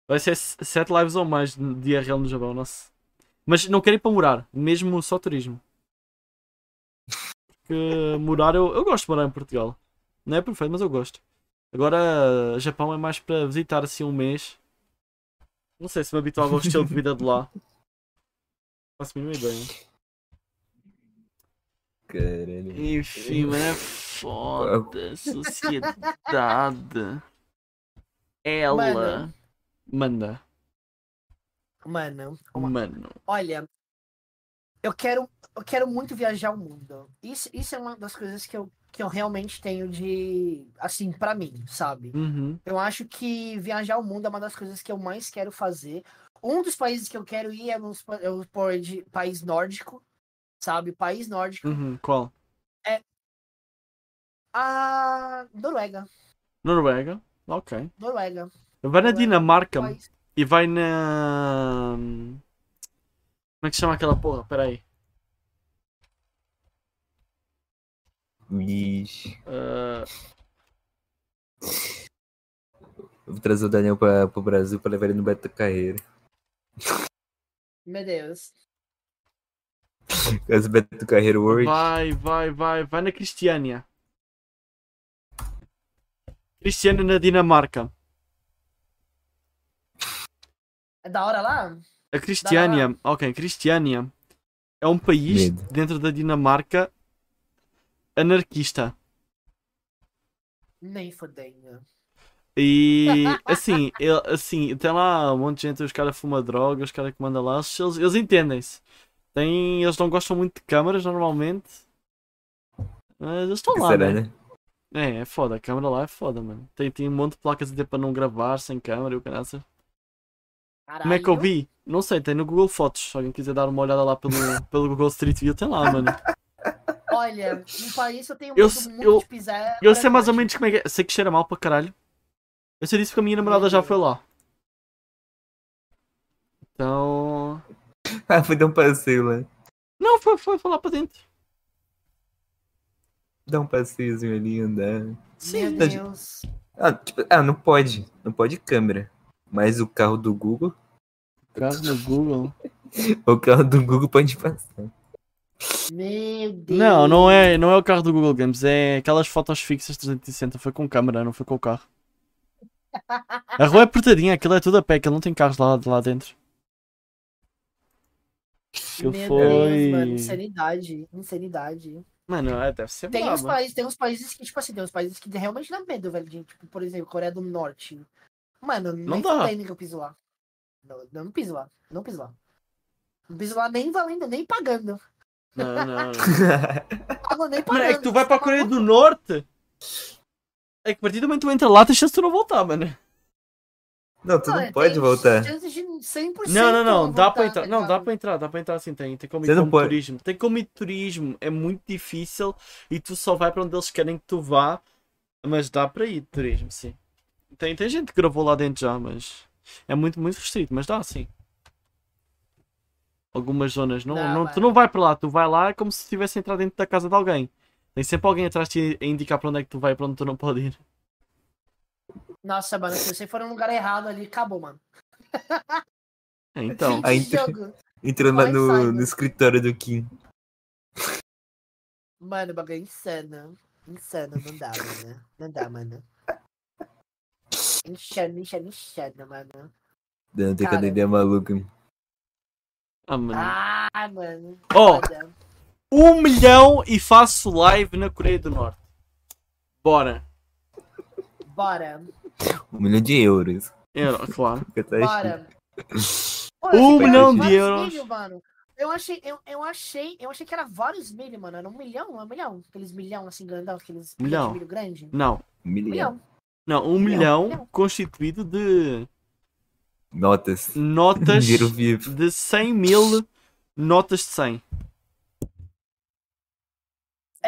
Vai ser 7 lives ou mais de IRL no Japão, nossa. Mas não quero ir para morar, mesmo só turismo. Porque morar, eu, eu gosto de morar em Portugal. Não é perfeito, mas eu gosto. Agora, Japão é mais para visitar assim um mês. Não sei se me habituava ao estilo de vida de lá. Faço a mínima ideia. Caralho. Enfim, mas é foda. Sociedade. Ela. Mano. Manda. Hum. Mano, uma- Mano. olha. Eu quero, eu quero muito viajar o mundo. Isso, isso é uma das coisas que eu, que eu realmente tenho de. Assim, pra mim, sabe? Uhum. Eu acho que viajar o mundo é uma das coisas que eu mais quero fazer. Um dos países que eu quero ir é nos pa- é o por de país nórdico, sabe? País nórdico. Uhum. Qual? A Noruega, Noruega. Ok. Noruega. Vai na Noruega, Dinamarca país- e vai na. Como é que chama aquela porra? Pera aí. Ixi. Ah, Eu vou trazer o Daniel pra, pro Brasil pra levar ele no Beto Carreira. Meu Deus. Caso Beto Carreiro World. vai, vai, vai. Vai na Cristiânia. Cristiânia na Dinamarca. É da hora lá? A Cristiânia, ok, Cristiânia é um país Medo. dentro da Dinamarca anarquista. Nem fodendo. E assim, ele, assim, tem lá um monte de gente, os caras fumam droga, os caras que mandam lá, eles, eles entendem-se. Tem, eles não gostam muito de câmaras normalmente, mas eles estão lá, Será, né? É, né? é foda, a câmara lá é foda, mano. Tem, tem um monte de placas até para não gravar sem câmara e o caralho. Caralho. Como é que eu vi? Não sei, tem no Google Fotos. Se alguém quiser dar uma olhada lá pelo, pelo Google Street View, tem lá, mano. Olha, um país que eu tenho Eu medo s- muito eu- de pisar. Eu é sei mais ou Norte. menos como é que é. Sei que cheira mal pra caralho. Eu sei disso porque a minha namorada já foi lá. Então. <laughs> Ah, foi dar um passeio lá. Não, foi, foi, foi lá pra dentro. Dá um passeiozinho ali, andar. Sim. Meu Deus. Ah, tipo, ah, não pode. Não pode câmera. Mas o carro do Google. <laughs> Caso no Google. O carro do Google pode passar. <laughs> Meu Deus. Não, não é, não é o carro do Google Games, é aquelas fotos fixas 360. Foi com câmera, não foi com o carro. A rua é apertadinha, aquilo é tudo a pé, aquilo não tem carros lá, lá dentro. Aquilo Meu foi. Deus, mano. Insanidade. Insanidade. mano, é, deve ser Tem uns, brabo. países, tem uns países que, tipo assim, tem uns países que realmente dá medo, velho. de, tipo, por exemplo, Coreia do Norte. Mano, nem dá. fudendo que eu piso lá. Não, eu não piso lá. Não piso lá. Não piso lá nem valendo, nem pagando. Não, <laughs> não, não. Pago nem Mano, pagando. é que tu vai pra tá Coreia maluco? do Norte. É que a partir do momento que tu entra lá, tem chance de tu não voltar, mano. Não, tu Olha, não pode tem voltar. chances de 100% Não, não, não. Dá voltar, pra entrar. tá Não, dá ligado? pra entrar, dá pra entrar assim, tem. Tem como ir Você não como pode. turismo. Tem como ir de turismo. É muito difícil e tu só vai pra onde eles querem que tu vá. Mas dá pra ir de turismo, sim. Tem, tem gente que gravou lá dentro já, mas. É muito, muito restrito, mas dá sim. Algumas zonas. Não, Dá, não, vai. tu não vai pra lá, tu vai lá é como se estivesse a entrar dentro da casa de alguém. Tem sempre alguém atrás de te a indicar pra onde é que tu vai e pra onde tu não pode ir. Nossa, mano, se você for num lugar errado ali, acabou, mano. É, então. <laughs> Fim de Aí tu- jogo. Entrando lá Vai, no, sai, no né? escritório do Kim. Mano, o bagulho é insano. Insano, não dá, mano. Não dá, mano. Insano, insano, insano, mano. Dando tem Cara. cada ideia maluca. Um Ah, mano. Ah, mano. Oh, foda. um milhão e faço live na Coreia do Norte. Bora. Bora, Um milhão de euros. Euro, É, claro. Fica até chique. bora. Um Pô, achei que era milhão de vários euros. milho, mano. Eu achei, eu, eu achei, eu achei que era vários milho, mano. Era um milhão, um milhão. Aqueles milhão assim, grandão, aqueles Milhão. de milho grande. Não. Um milhão. Milhão. Não, um Milhão. milhão constituído de Notas. notas Dinheiro vivo. de 100 mil notas de 100.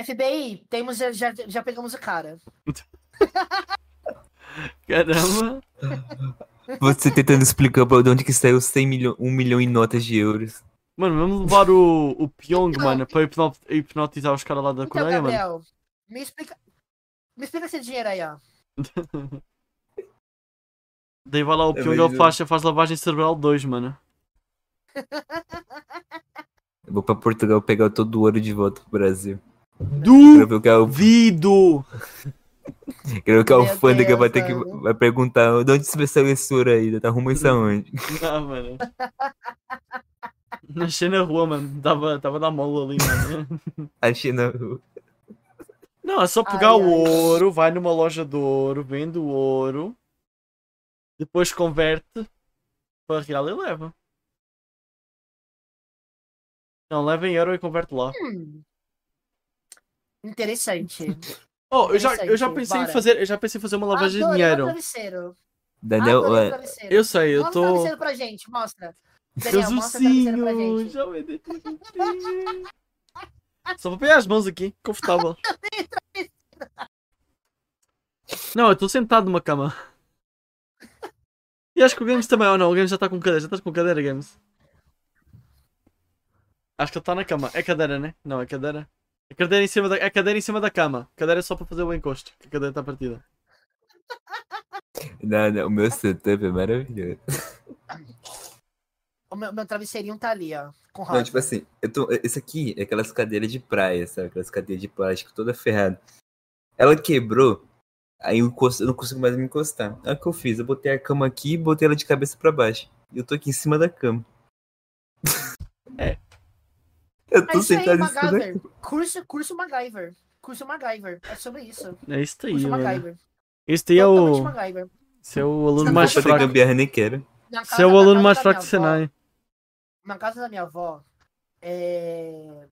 FBI, temos, já, já, já pegamos o cara. Caramba. Você tentando explicar pra de onde que saiu 100 milhão, 1 milhão em um notas de euros. Mano, vamos levar o, o Pyong, mano, para hipno- hipnotizar os caras lá da Então, Coreia, Tá mano. Gabriel, me explica. Me explica esse dinheiro aí, ó. Daí vai lá o É Pyong, mesmo. ele faz, faz lavagem cerebral 2, mano. Eu vou pra Portugal pegar todo o ouro de volta pro Brasil. Quero Duvido! ver o que é o, quero ver o que é o Meu fã que vai Deus, ter que mano. Uhum. vai perguntar de onde você saiu esse ouro aí? Tá arrumando isso aonde? <laughs> Não, mano. <laughs> Nasci na rua, mano. Tava, tava na mola ali, mano. Achei Tá na rua. Não, é só Ai, pegar o ai. ouro, vai numa loja de ouro, vende o ouro, depois converte para real e leva. Não, leva em euro e converte lá. Hum. Interessante. Oh, eu já, eu já Interessante, pensei em bora. fazer, eu já pensei em fazer uma <laughs> lavagem de Adorei o dinheiro. travesseiro. Daniel, Adorei o ó, travesseiro. Eu sei, eu Mostra o tô. travesseiro pra gente, mostra. Meus Daniel, mostra o travesseiro pra ursinhos! gente. Já me dei bonitinho. Só vou pegar as mãos aqui, <laughs> confortável. Não, eu tô sentado numa cama. E acho que o Games também, ou não? O Games já tá com cadeira, já estás com cadeira, Games? Acho que ele tá na cama. É cadeira, né? Não, é cadeira. É cadeira em cima da, é cadeira em cima da cama. Cadeira é só para fazer o encosto, que a cadeira está partida. não, não, o meu setup é maravilhoso. O meu, meu travesseirinho tá ali, ó. Com roda. Não, tipo assim, eu tô, esse aqui é aquelas cadeiras de praia, sabe? Aquelas cadeiras de plástico toda ferrada. Ela quebrou, aí eu, encosto- eu não consigo mais me encostar. Aí o que eu fiz? Eu botei a cama aqui e botei ela de cabeça pra baixo. E eu tô aqui em cima da <laughs> cama. É. Eu É tô isso aí, sentado em cima da MacGyver. Curso, curso MacGyver. Curso MacGyver. É sobre isso. É isso aí, Curso mano. MacGyver. Este é Totalmente o, MacGyver. esse é o aluno Não mais vou fazer fraco. gambiarra nem quero. Na Esse é o na aluno mais da fraco do minha avó- Senai. Na casa da minha avó, é,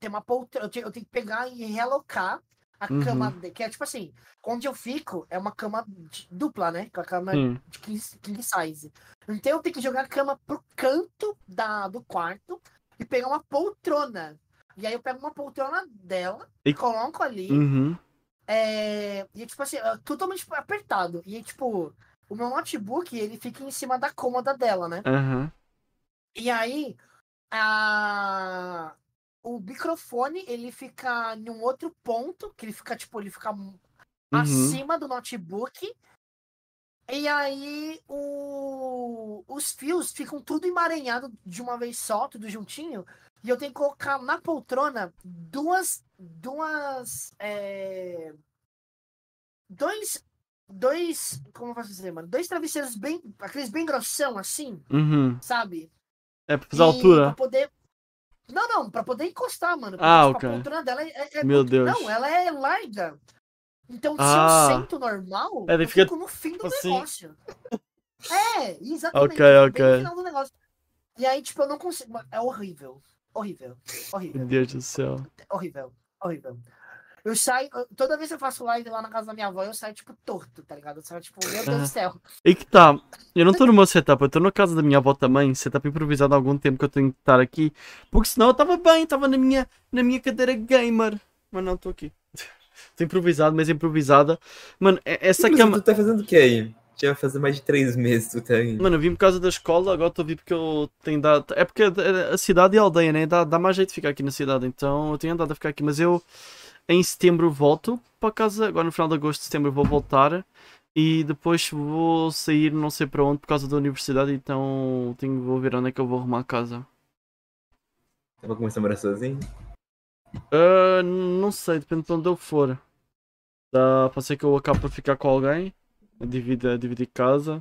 tem uma poltrona. Eu, te- eu tenho que pegar e realocar a Uhum. cama. de- Que é tipo assim, onde eu fico é uma cama d- dupla, né? Com a cama Sim. de king, king size. Então eu tenho que jogar a cama pro canto da, do quarto e pegar uma poltrona. E aí eu pego uma poltrona dela E- e coloco ali. Uhum. É, e tipo assim, é totalmente tipo, apertado. E tipo, o meu notebook ele fica em cima da cômoda dela, né? Aham. E aí, a... o microfone ele fica em um outro ponto, que ele fica tipo, ele fica Uhum, acima do notebook. E aí o... os fios ficam tudo emaranhado de uma vez só, tudo juntinho. E eu tenho que colocar na poltrona duas. Duas. é, Dois. Dois. Como eu posso dizer, mano? Dois travesseiros bem. Aqueles bem grossão, assim, Uhum. sabe? É pra E fazer a altura? Pra poder... Não, não, pra poder encostar, mano. Porque, Ah, tipo, ok. A poltrona dela é, é- é- Meu Deus. Não, ela é larga. Então, se Ah. eu sento normal, É, daí eu fica fico no fim do assim. negócio. É, exatamente. Ok, bem no ok. final do negócio. E aí, tipo, eu não consigo. mano, É horrível. Horrível. Meu Horrível. Deus do céu. horrível, Horrível. Horrível. Eu saio. eu- Toda vez que eu faço live lá na casa da minha avó, eu saio, tipo, torto, tá ligado? Eu saio, tipo, meu Deus Ah. do céu. E que tá, eu não estou no meu setup, eu estou na casa da minha avó também, setup improvisado há algum tempo que eu tenho que estar aqui, porque senão eu estava bem, estava na minha, na minha cadeira gamer. Mas não, estou aqui. <laughs> Estou improvisado, mas é improvisada. Mano, é- essa Mas cama. Tu tá fazendo o que aí? Já vai fazer mais de três meses tu tá aí. Mano, eu vim por causa da escola, agora estou a vir porque eu tenho dado. É porque a a cidade e a aldeia, né? Dá, dá mais jeito de ficar aqui na cidade, então eu tenho andado a ficar aqui. Mas eu, em setembro, volto para casa. Agora no final de agosto, setembro, vou voltar. E depois vou sair, não sei para onde, por causa da universidade. Então tenho, vou ver onde é que eu vou arrumar a casa. Eu vou começar a morar sozinho? Ah, não sei, depende de onde eu for. Dá, pode ser que eu acabe por ficar com alguém, divida, dividir casa.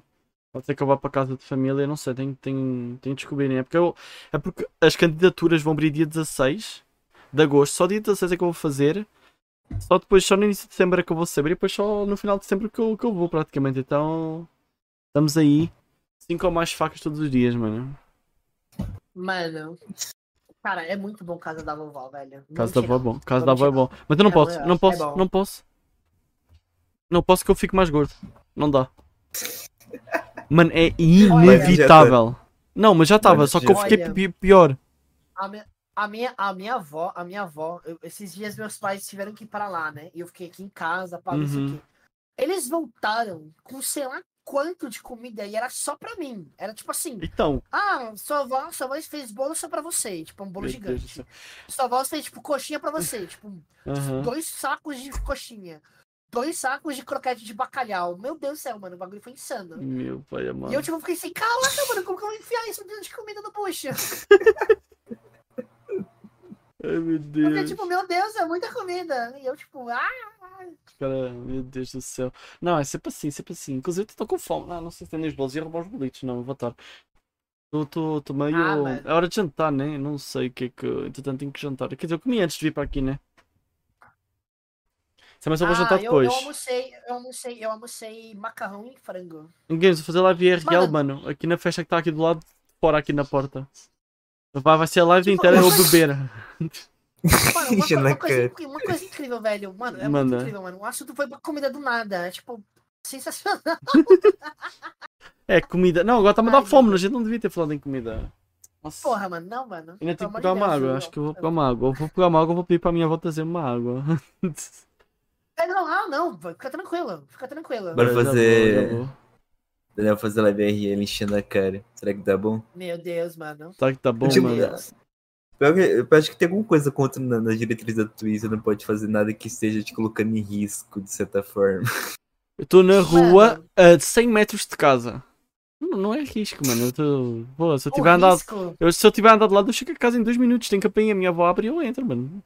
Pode ser que eu vá para casa de família, não sei, tenho, tenho, tenho de descobrir, né? É porque, eu- é porque as candidaturas vão abrir dia 16 de agosto, só dia 16 é que eu vou fazer. Só depois, só no início de dezembro é que eu vou saber, e depois só no final de dezembro que eu, que eu vou praticamente. Então, estamos aí, cinco ou mais facas todos os dias, mano. Mano. Cara, é muito bom casa da vovó, velho. Casa da avó Mentira. é bom, casa da Vamos avó é tirar. bom. Mas eu não É posso, bom, eu não acho que é posso, bom. não posso. Não posso que eu fico mais gordo. Não dá. Mano, é inevitável. Não, mas já estava, Olha, só que eu já- fiquei Olha. pi- pior. A minha, a minha, a minha avó, a minha avó, eu- esses dias meus pais tiveram que ir pra lá, né? E eu fiquei aqui em casa, para isso Uhum. aqui. Eles voltaram com sei lá quanto de comida e era só pra mim. Era tipo assim, Então, ah, sua avó, sua avó fez bolo só pra você, tipo um bolo Meu Deus do gigante. Sua avó fez tipo coxinha pra você, tipo aham. dois sacos de coxinha. Dois sacos de croquete de bacalhau. Meu Deus do céu, mano, o bagulho foi insano. meu pai amado. E eu, tipo, fiquei assim, caraca, mano, como que eu vou enfiar isso dentro de comida no bucho? Ai, meu Porque, Deus. tipo, meu Deus, é muita comida. E eu, tipo, ah, Cara, meu Deus do céu. Não, é sempre assim, sempre assim. Inclusive, estou com fome. Ah, não sei se tem os bolos. Ia roubar os bolitos, não, eu vou estar. Estou meio. Ah, mas- É hora de jantar, né? Não sei o que é que. Entretanto, tenho que jantar. Quer dizer, eu comi antes de vir para aqui, né? Também só vou ah, jantar eu, depois. eu almocei, eu almocei, eu almocei macarrão e frango. Ninguém vai fazer live IRL, Mano. mano. Aqui na festa que está aqui do lado, fora aqui na porta. Vai, vai ser a live Tipo, inteira eu mas- beber. Mano, <laughs> uma, co- Xana uma coisa, Cut. uma coisa incrível, velho. Mano, é Mano. muito incrível, mano. O assunto foi pra comida do nada. É, tipo, sensacional. <laughs> É, comida. Não, agora está-me a dar Ai, fome, né? a gente não devia ter falado em comida. Nossa. Porra, mano, não, mano. Ainda Pelo tenho que amor de pegar uma Deus, água. eu- Acho que eu vou pegar uma água. Eu vou pegar uma água, eu vou pedir para a minha avó trazer uma água. É, não, ah, não, fica tranquilo, fica tranquilo. Bora Já vou, fazer- já vou. Daniel fazer live RL enchendo a cara. Será que dá bom? Meu Deus, mano. Tá que tá bom, Tipo, mano. Pior que- Eu acho que tem alguma coisa contra na, na diretriz da Twitch, você não pode fazer nada que esteja te colocando em risco, de certa forma. <laughs> Eu estou na rua Mano. a 100 metros de casa. Não, não é risco, mano. Eu tô. Boa, se eu tiver andado. risco, Eu, se eu tiver andado de lado, eu chego a casa em dois minutos. Tenho que apanhar a minha avó abre e eu entro, mano.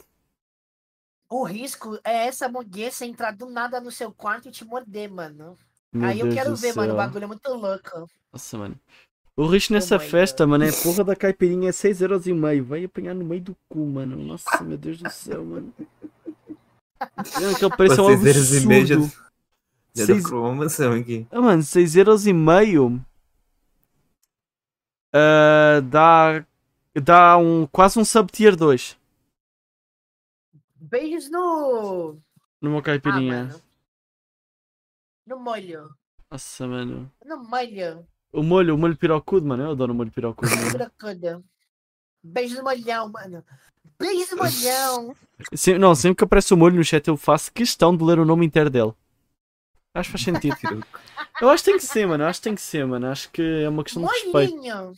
o risco é essa mongueça entrar do nada no seu quarto e te morder, mano. Meu Aí eu Deus quero do ver, mano, céu. o bagulho é muito louco. Nossa, mano. O risco nessa Oh my festa, mano, é a porra da caipirinha é 6,5€. Vai apanhar no meio do cu, mano. Nossa, meu Deus do céu, mano. É, Aquele preço é um Vocês eram e meio já- absurdo. Já Seis- dá promoção aqui. Ah, mano, 6 euros e meio ah, dá, dá um, quase um sub-tier 2 Beijos no. numa Ah, caipirinha. mano. No molho. Nossa, mano. No molho. O molho, o molho pirocudo, mano. Eu adoro o molho pirocudo, mano. Brocudo. Beijo no molhão, mano. Beijo no molhão. Sem- não, sempre que aparece o molho no chat eu faço questão de ler o nome inteiro dele. Acho que faz sentido. Eu acho que tem que ser, mano. eu Acho que tem que ser, mano. Acho que é uma questão de respeito. Molhinho.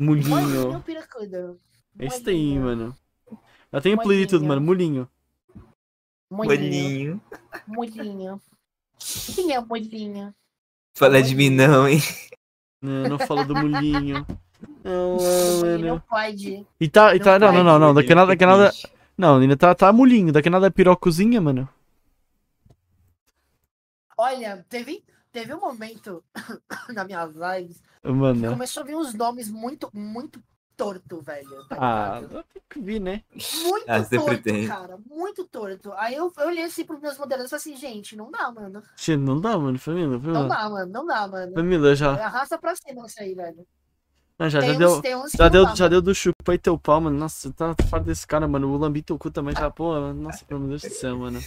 Molhinho. Molhinho piracudo. É isso daí, Molhinho. mano. Já tem apelido e tudo, Molhinho. mano. Molhinho. Molhinho. Maninho. Molhinho. Quem é o molhinho? Fala de mim não, hein? Não, não fala do molhinho. Não, Molhinho Ah, mano. <laughs> não pode. E tá, e Não tá, não, não, vai. não, não, daqui a nada, daqui a nada, Triste. não, ainda tá, tá molhinho, daqui a nada é pirocozinha, mano. Olha, teve, teve um momento <coughs> na minhas lives que Mano, começou a vir uns nomes muito, muito torto, velho. tá ah, ligado? tem que vir, né? Muito Ah, sempre torto, tem. cara. Muito torto. Aí eu, eu olhei assim pros meus modelos e falei assim, gente, não dá, mano. Gente, não dá, mano, família, Não família, dá, mano. Não dá, mano. família, já, Arrasta pra cima isso aí, velho. não, já, tem já uns, deu, tem uns <laughs> que já não deu, dá, já mano. deu do chupei teu pau, mano, nossa, tá farto desse cara, mano, o lambi teu cu também já, pô, mano, nossa, pelo amor de Deus do céu, mano.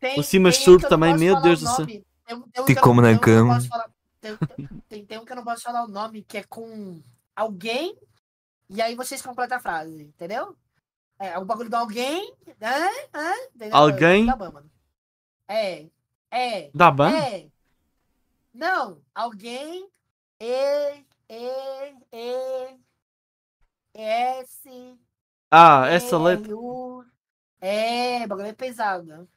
Tem, O Simas tem um Turbo que eu não também, posso meu falar Deus o do céu. nome. Tem um- tem um Te que eu- como na tem um que eu não cama. posso falar- tem- Tem tem um que eu não posso falar o nome, que é com alguém, e aí vocês completam a frase, entendeu? É, o bagulho do alguém, né? Hã? Entendeu? Alguém? Tá bom, mano. É, é, Dá ban? é. Não, alguém, e, e, e, S, Ah, essa letra, LU. É, o bagulho é pesado.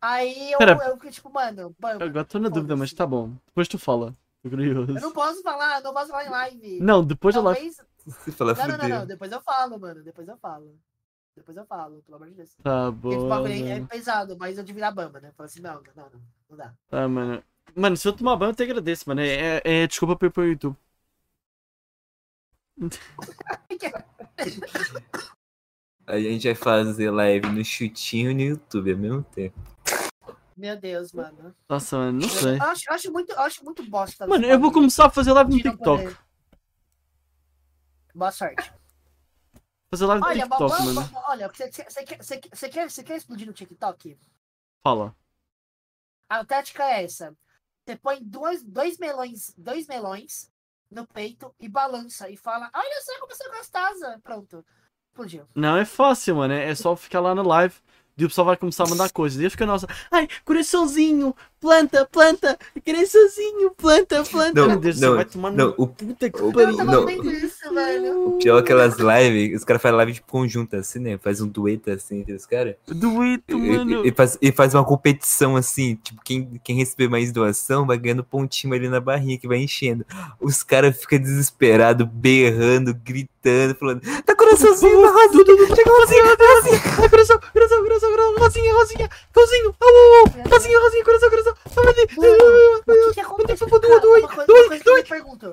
Aí eu, Pera. eu fiquei tipo, mano, mano, agora tô na dúvida, mas tá bom, depois tu fala, tô curioso. eu não posso falar, não posso falar em live. Não, depois eu lá, Talvez... Você fala Não, não, não, não, fudeu. depois eu falo, mano, depois eu falo. Depois eu falo, pelo amor de Deus. tá Porque esse bom, bagulho aí é mano. pesado, mas eu devia dar bamba, né? Falei assim, não, não, não, não dá. tá, mano. Mano, se eu tomar banho eu te agradeço, mano, é, é, é desculpa pra ir para o YouTube. A gente vai fazer live no chutinho e no YouTube ao mesmo tempo. Meu Deus, mano. Nossa, mano, não Eu sei. acho, eu acho muito, eu acho muito bosta. Mano, desse eu vou bagulho começar a fazer live no de não TikTok. poder. Boa sorte. Fazer live no Olha, TikTok, né? babamba, mano. olha, você você quer, você quer, você quer, você quer explodir no TikTok? Fala. A tática é essa. Você põe dois, dois melões, dois melões no peito e balança e fala: "Olha só como eu sou gostosa". Pronto. Explodiu. Não é fácil, mano. É é só ficar lá na live. E o pessoal vai começar a mandar coisas. E eu fico nossa, ai, coraçãozinho, planta, planta, coraçãozinho, planta, planta. Não, Meu Deus, do não, céu, vai tomar Não, no. o Puta que o- Eu pariu. tava Não. vendo isso, velho. pior é que elas live, os caras fazem live de conjunto, assim, né? Faz um dueto, assim, entre os caras. Doito, mano. E, e faz, e faz uma competição, assim, tipo, quem, quem receber mais doação vai ganhando pontinho ali na barrinha, que vai enchendo. Os caras ficam desesperados, berrando, gritando, falando, tá coraçãozinho, tá rosinha, tá coraçãozinho, tá rosinha. Ai, coração, coração, coração, coração, rosinha, rosinha, cozinho, au, au, au, rosinha, rosinha, coração, coração. Mano, o que que aconteceu? Doi, Cara, doi, uma coisa, doi, uma coisa que eu me pergunto.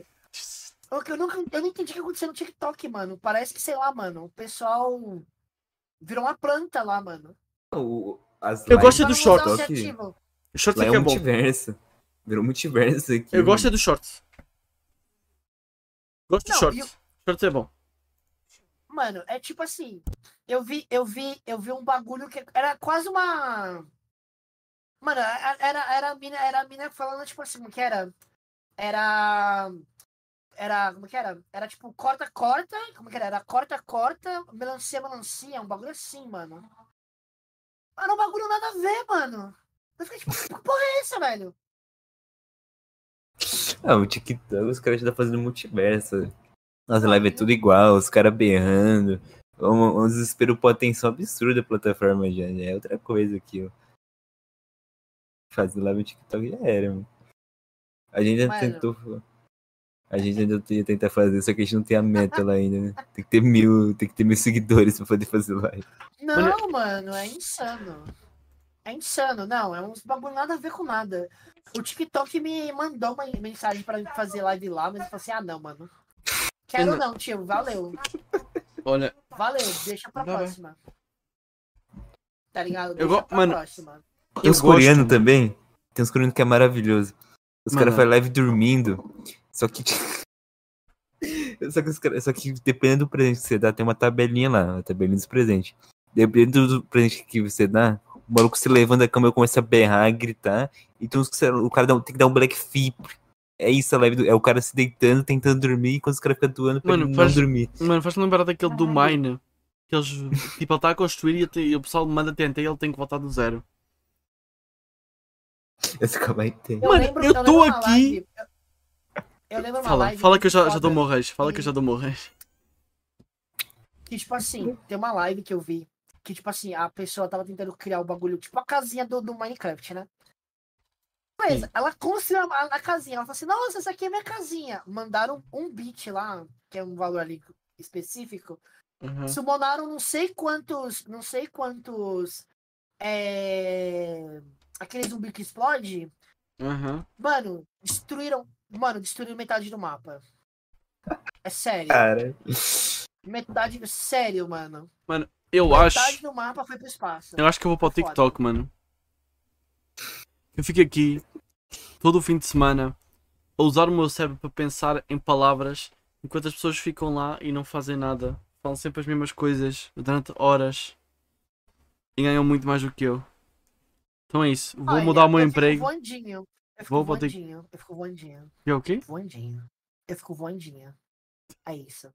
Eu, eu nunca, eu não entendi o que aconteceu no TikTok, mano. Parece que, sei lá, mano, o pessoal virou uma planta lá, mano. O- as Eu gosto lives do Pra não short. usar o Toque. adjetivo. O short Lá é aqui um é bom. multiverso. Virou multiverso aqui. Eu gosto é do short. Gosto do Não, short. e o- Short é bom. Mano, é tipo assim, eu vi, eu vi, eu vi um bagulho que era quase uma. Mano, a- a- era, era a mina, era a mina falando, tipo assim, como que era? Era. Era. Como que era? Era tipo corta, corta. Como que era? Era corta, corta, melancia, melancia. Um bagulho assim, mano. Era um bagulho nada a ver, mano. Eu fiquei tipo, que porra é essa, velho? Ah, o TikTok, os caras já tá fazendo multiverso. As lives é tudo igual, os caras berrando. Um, um desespero potencial absurdo a plataforma já. já É outra coisa aqui, ó. Fazer live no TikTok já era, mano. A gente ainda Mano. tentou. A gente ainda ia tentar fazer, só que a gente não tem a meta lá ainda, né? Tem que ter mil, tem que ter mil seguidores pra poder fazer live. Olha- Não, mano, é insano. É insano, não, é uns bagulho nada a ver com nada. O TikTok me mandou uma mensagem pra mim fazer live lá, mas eu falei assim, ah não, mano. Quero Eu não, tio, valeu. Olha, Valeu, deixa pra Não, vai. próxima. Tá ligado? Eu Deixa go- pra mano, próxima. Tem eu uns coreanos gosto. também. Tem uns coreanos que é maravilhoso. Os Mano. caras fazem live dormindo. Só que. <laughs> só, que os cara- só que dependendo do presente que você dá, tem uma tabelinha lá. A tabelinha dos presentes. Dependendo do presente que você dá, o maluco se levanta da cama e começa a berrar, a gritar. E tem uns que você- o cara dá um- tem que dar um black flip. É isso a live. do- é o cara se deitando, tentando dormir, enquanto os caras ficam doando pra Mano, ele faz- não dormir. <laughs> Mano, faz-me lembrar daquele do Mine. Que eles. Tipo, ele está a construir e te- e o pessoal manda TNT e ele tem que voltar do zero. Esse cara vai ter. Mano, eu tô lembro uma aqui- live- eu- Eu lembro uma Fala, live fala que eu muito já, já foda. dou morres. Fala que eu já dou morres. Que, tipo assim, tem uma live que eu vi. Que, tipo assim, a pessoa tava tentando criar o bagulho, tipo a casinha do, do Minecraft, né? Mas ela construiu a, a casinha. Ela falou assim, nossa, essa aqui é minha casinha. Mandaram um bit lá, que é um valor ali específico. Uhum. Sumonaram não sei quantos. Não sei quantos. É... Aquele zumbi que explode. Aham. Mano, destruíram. Mano, destruíram metade do mapa. É sério. Cara. Metade. Sério, mano. Eu Metade acho. do mapa foi pro espaço. Eu acho que eu vou para o Foda. TikTok, mano. Eu fico aqui todo o fim de semana a usar o meu cérebro para pensar em palavras enquanto as pessoas ficam lá e não fazem nada. Falam sempre as mesmas coisas durante horas e ganham muito mais do que eu. Então é isso. Vou Olha, mudar o meu eu fico emprego. voandinho. Eu fico Vou poder- voandinho. Eu fico voandinho. É o quê? <laughs> Voandinho. Eu fico voandinho. É isso.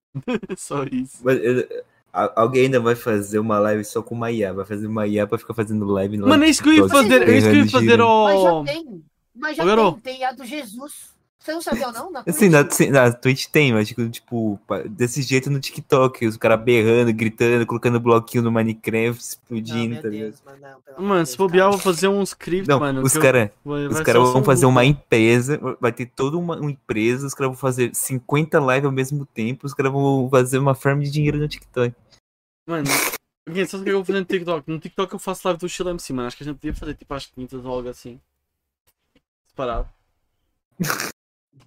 Só isso. Mas, eh, a- alguém ainda vai fazer uma live só com uma IA. Vai fazer uma IA pra ficar fazendo live no Mano, é isso que eu ia Mas fazer. É isso que eu ia errando fazer giro. Mas ao. já tem. Mas já Ô, garoto. tem. Tem a do Jesus. Você não sabia, não? Na Assim, Twitch? na, sim, na Twitch tem, mas tipo, tipo, pa- desse jeito no TikTok, os caras berrando, gritando, colocando bloquinho no Minecraft, Não, explodindo, meu tá ligado? Deus, mano. Não, pelo amor Mano, de se Deus, bobear, cara. vou fazer um script, Não, mano. os que eu- caras vai- os vai caras só vão ser fazer um- uma empresa, vai ter toda uma, uma empresa, os caras vão fazer 50 lives ao mesmo tempo, os caras vão fazer uma farm de dinheiro no TikTok. Mano, gente, sabe o que eu vou fazer no TikTok? No TikTok eu faço live do Chile MC, mano. Acho que a gente podia fazer tipo às quintas ou algo assim. Separado.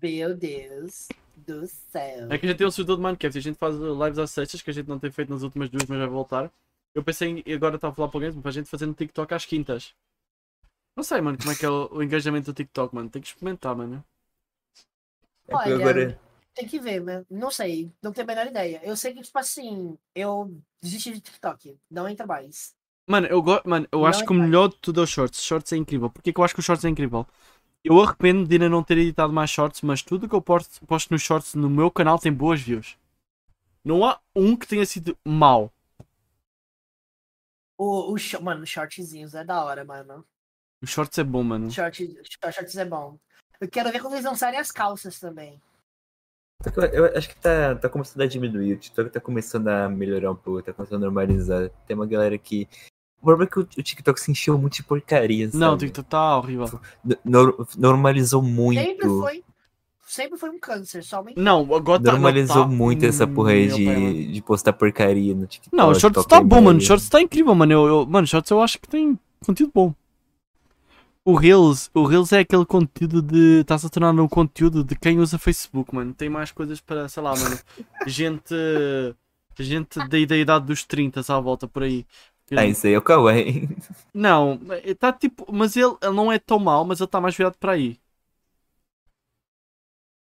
Meu Deus do céu. É que a gente tem um servidor de Minecraft. A gente faz lives às sextas, que a gente não tem feito nas últimas duas, mas vai voltar. Eu pensei, em- agora estava a falar para alguém, para a gente fazer no TikTok às quintas. Não sei, mano, como é que é o, o engajamento do TikTok, mano. Tem que experimentar, mano. É que Olha, agora, Tem que ver, né? Não sei. Não tenho a menor ideia. Eu sei que, tipo assim, eu desisti de TikTok. Não entra mais. Mano, eu, go... mano, eu Não acho é que o melhor de tudo é o shorts. Shorts é incrível. Porquê que eu acho que o shorts é incrível? Eu arrependo de ainda não ter editado mais shorts, mas tudo que eu posto, posto nos shorts no meu canal tem boas views. Não há um que tenha sido mau. O, o, sho- mano, shortzinhos é da hora, mano. O shorts é bom, mano. Short, short- shorts é bom. Eu quero ver quando eles lançarem as calças também. Só que Eu, eu acho que tá, tá começando a diminuir, o TikTok tá começando a melhorar um pouco, tá começando a normalizar. Tem uma galera que. O problema é que o, o TikTok se encheu muito de porcaria, Não, o sabe? TikTok tá horrível. No- nor- normalizou muito. Sempre foi. Sempre foi um câncer, só uma Não, agora tá. Normalizou não, tá- muito essa porra aí Meu pai, mano. de, de postar porcaria no TikTok. Não, o shorts tocar tá bom, mano. O ideia. shorts tá incrível, mano. Eu, eu- mano, shorts eu acho que tem conteúdo bom. O Reels, o Reels é aquele conteúdo de. Tá-se a tornar um conteúdo de quem usa Facebook, mano. Tem mais coisas para, sei lá, <laughs> mano. Gente. Gente da, da idade dos 30 à volta por aí. Ah, isso aí é o Kawaii. Não, tá tipo. Mas ele, ele não é tão mau, mas ele tá mais virado para aí. <laughs>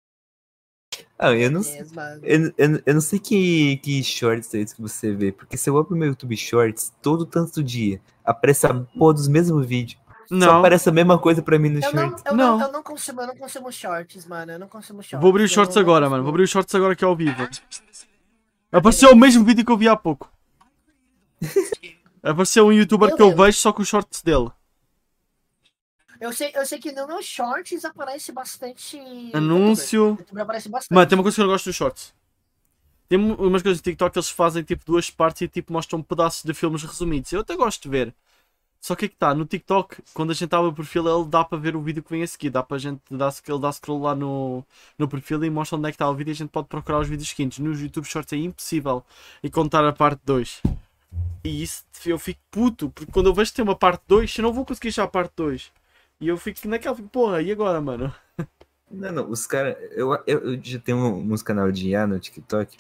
Ah, eu não, sei- mesma. eu, eu, eu não sei que, que shorts é isso que você vê, porque se eu abro meu YouTube Shorts todo tanto dia, aparece a porra dos mesmos vídeos. Só Não. aparece a mesma coisa pra mim no Eu não, shorts. eu, não. Não. eu não consumo, eu não consumo shorts, mano. Eu não consumo shorts. Vou abrir Então, Eu os shorts não agora, consumo. mano. Vou abrir os shorts agora que é ao vivo. Apareceu o mesmo vídeo que eu vi há pouco. Apareceu um youtuber Meu que eu Deus. vejo só com os shorts dele. Eu sei, eu sei que no meu shorts aparece bastante. Anúncio. YouTuber aparece bastante. Mano, tem uma coisa que eu não gosto dos shorts. Tem mu- umas coisas no TikTok que eles fazem tipo duas partes e tipo mostram pedaços de filmes resumidos. Eu até gosto de ver. Só que é que tá, no TikTok, quando a gente abre o perfil, ele dá para ver o vídeo que vem a seguir. Dá pra gente dar, ele dá scroll lá no, no perfil e mostra onde é que está o vídeo e a gente pode procurar os vídeos seguintes. No YouTube Shorts é impossível encontrar a parte 2. E isso eu fico puto, porque quando eu vejo que tem uma parte 2, eu não vou conseguir achar a parte 2. E eu fico naquela, fico, porra, e agora, mano? Não, não, os caras. Eu, eu, eu já tenho um- uns canal de IA no TikTok.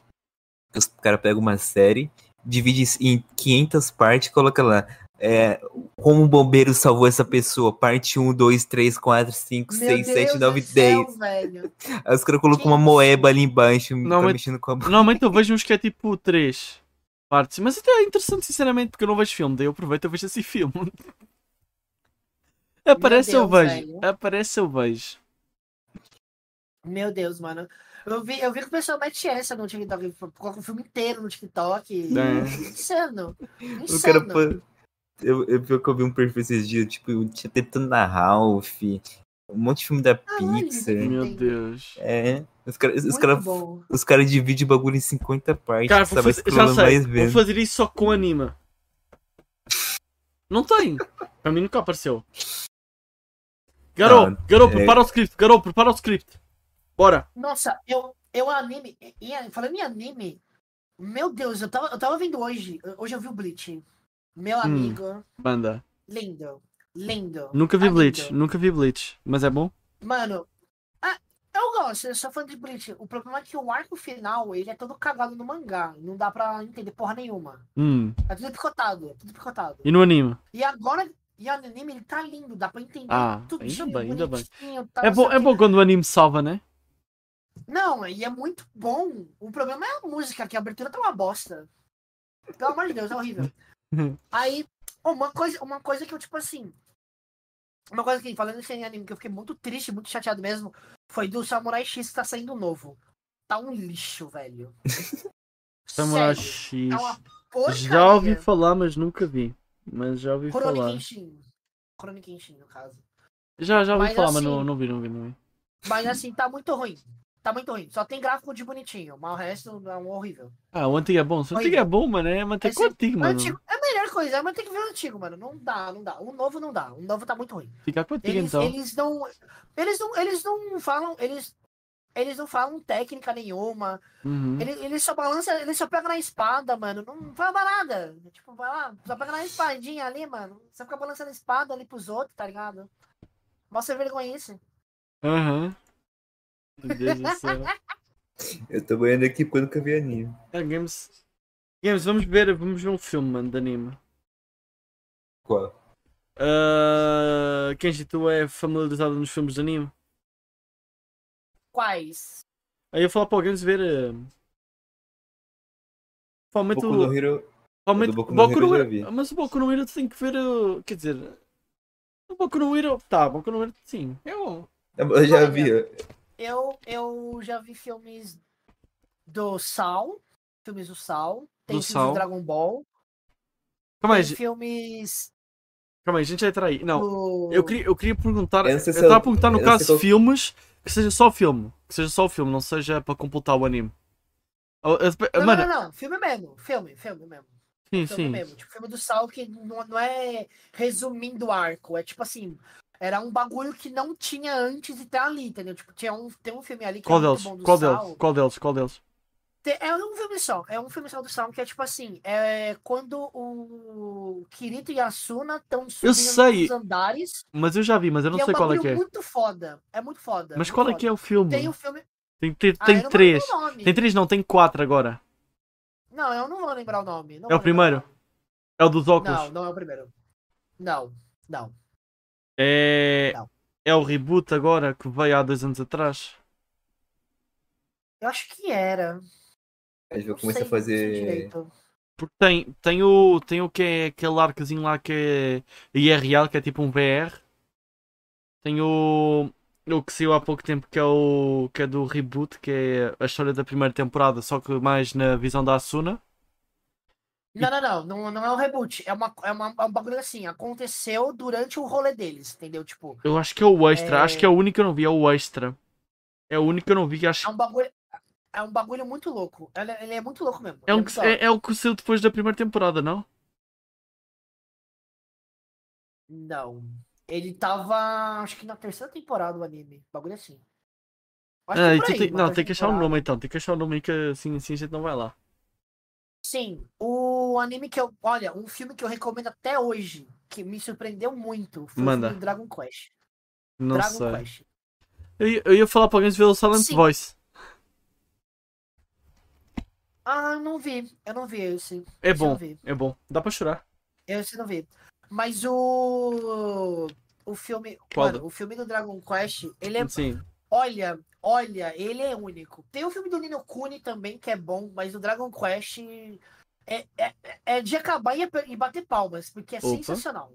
que Os caras pegam uma série, divide isso em 500 partes e coloca lá. é, como o bombeiro salvou essa pessoa? Parte 1, 2, 3, 4, 5, Meu 6, 7, Deus 9, do céu, 10. velho. Aí os caras colocam uma Que moeba ali embaixo, Não, tá mas- <laughs> mexendo com a boca. Normalmente eu vejo uns que é tipo 3 partes, mas até é interessante, sinceramente, porque eu não vejo filme, daí eu aproveito e vejo assim filme. Aparece eu Deus, vejo, velho. aparece eu vejo. Meu Deus, mano. Eu vi, eu vi que o pessoal mete essa no TikTok. Coloca o filme inteiro no TikTok. É. Insano. O cara Insano. pô- Eu, eu, pior que eu vi um perfil esses dias, tipo, eu tinha tentando na Ralph, um monte de filme da Caralho, Pixar. Meu Entendo. Deus. É. Os caras os Muito cara bom. Os caras dividem o bagulho em 50 partes. Cara, vou sabe? fazer, já Escrolando sei, mais vou vezes. fazer isso só com anima. Não tem. Pra mim nunca apareceu. Garou, Ah, garou, é. prepara o script, garou, prepara o script. Bora. Nossa, eu, eu anime. e- e- falando em anime, meu Deus, eu tava, eu tava vendo hoje. Hoje eu vi o Bleach. Hum. Meu amigo, Banda. lindo. Lindo. Nunca vi Tá Bleach, lindo. nunca vi Bleach, mas é bom? Mano, ah, eu gosto, eu sou fã de Bleach. O problema é que o arco final, ele é todo cagado no mangá. Não dá pra entender porra nenhuma. Hum. É tudo picotado, é tudo picotado. E no anime? E agora, e o anime, ele tá lindo, dá pra entender Ah, tudo. ainda bem, ainda bem. Tá, É não bom, sei é o quê. bom quando o anime salva, né? Não, e é muito bom. O problema é a música, que a abertura tá uma bosta. Pelo amor de Deus, <laughs> é horrível. Aí, uma coisa, uma coisa que eu, tipo assim. Uma coisa que, falando isso em anime, que eu fiquei muito triste, muito chateado mesmo, foi do Samurai X que tá saindo novo. Tá um lixo, velho. <laughs> Samurai Sério, X. Tá uma porcaria. Já ouvi falar, mas nunca vi. Mas já ouvi Kurone falar. Kenshin. Kurone Kenshin, no caso. Já, já ouvi Mas falar, mas assim- não, não vi, não vi, não vi. Mas assim, tá muito ruim. Tá muito ruim. Só tem gráfico de bonitinho, mas o resto é um horrível. Ah, o antigo é bom. Se o antigo é bom, mano, é manter Esse- com o antigo, O mano. antigo é a melhor coisa, mas tem que ver o antigo, mano. Não dá, não dá. O novo não dá. O novo tá muito ruim. Ficar com o antigo, Eles, então. eles não. Eles não. Eles não falam. Eles. Eles não falam técnica nenhuma. Uhum. Ele, ele só balança, ele só pega na espada, mano. Não fala nada. Tipo, vai lá, só pega na espadinha ali, mano. Só fica balançando a espada ali pros outros, tá ligado? Mostra vergonha isso. Aham. Meu Deus do <laughs> céu. Eu tô banhando aqui porque eu nunca vi anime. Ah, games. Games, vamos ver, vamos ver um filme, mano, de anime. Qual? Ah, Kenji, tu é familiarizado nos filmes de anime? Quais? Aí eu ia falar para o Games ver. ah, Provavelmente Boku o- no Hero. Realmente, Do Boku Boku no Hero, no Hero eu já vi. mas o Boku no Hero tem que ver. uh, Quer dizer, o Boku no Hero. Tá, Boku no Hero sim. É bom. Tá Eu já vi. ó. Eu, eu já vi filmes do Sal. Filmes do Sal. Tem Do filmes Saul. do Dragon Ball. Calma aí, Tem gente- filmes. calma aí, a gente vai entrar aí. Não, do- eu queria, eu queria perguntar. Eu Eu não sei se estava a eu- perguntar no eu não sei caso qual- filmes, que seja só filme. Que seja só filme, não seja para completar o anime. Eu- eu- Não, Mano, não, não, não, filme mesmo, filme, filme mesmo. sim, filme sim. mesmo. Tipo, filme do Sal que não, não é resumindo o arco, é tipo assim, era um bagulho que não tinha antes e tá ali, entendeu? Tipo, tinha um, tem um filme ali que Qual é muito deles? bom do Qual Sal. deles? Qual deles? Qual deles? Te- É um filme só, é um filme só do Sal que é tipo assim, é quando o Kirito e a Asuna estão sei. os andares. Mas eu já vi, mas eu não e é um sei qual é bagulho que é. muito foda, é muito foda. Mas muito qual é foda. que é o filme? Tem o filme. Tem, tem, Ah, eu tem não vou três. lembrar o nome. Tem três não, tem quatro agora. Não, eu não vou lembrar o nome. não É o vou lembrar primeiro? É o dos óculos. Não, não é o primeiro. Não, não. É. Não. É o reboot agora que veio há dois anos atrás. Eu acho que era. Aí eu não comecei a sei, não sei fazer. direito. Porque tem, tem o. Tem o que é aquele arcozinho lá que é IRL, que é tipo um VR. Tem o. O que saiu há pouco tempo que é o. que é do reboot, que é a história da primeira temporada, só que mais na visão da Asuna. Não, não, não, não. Não é um reboot. É, uma, é, uma, é um bagulho assim. Aconteceu durante o rolê deles, entendeu? Tipo, Eu acho que é o extra, É. acho que é o único que eu não vi, é o extra. É o único que eu não vi, acho é um bagulho. É um bagulho muito louco. Ele, ele é muito louco mesmo. É, um ele que, muito da hora. é, é o que saiu depois da primeira temporada, não? Não. Ele tava. Acho que na terceira temporada do anime. Bagulho assim. Acho que Ah, é e por tu aí, tem- uma não, terceira tem que achar o temporada. nome então. Tem que achar o nome que assim, assim a gente não vai lá. Sim, o anime que eu. Olha, um filme que eu recomendo até hoje, que me surpreendeu muito, foi Manda. o filme Dragon Quest. Não Dragon sei. Quest. Eu, ia- eu ia falar para alguém ver o Silent Sim. Voice. Ah, eu não vi. Eu não vi esse. É esse eu não bom, vi. é bom. Dá para chorar. Esse eu não vi. Mas o. O filme. Qual Mano, o filme do Dragon Quest, ele é. Sim. Olha, olha, ele é único. Tem o filme do Nino Kuni também, que é bom, mas o Dragon Quest é, é, é de acabar e, ap- e bater palmas, porque é Opa. sensacional.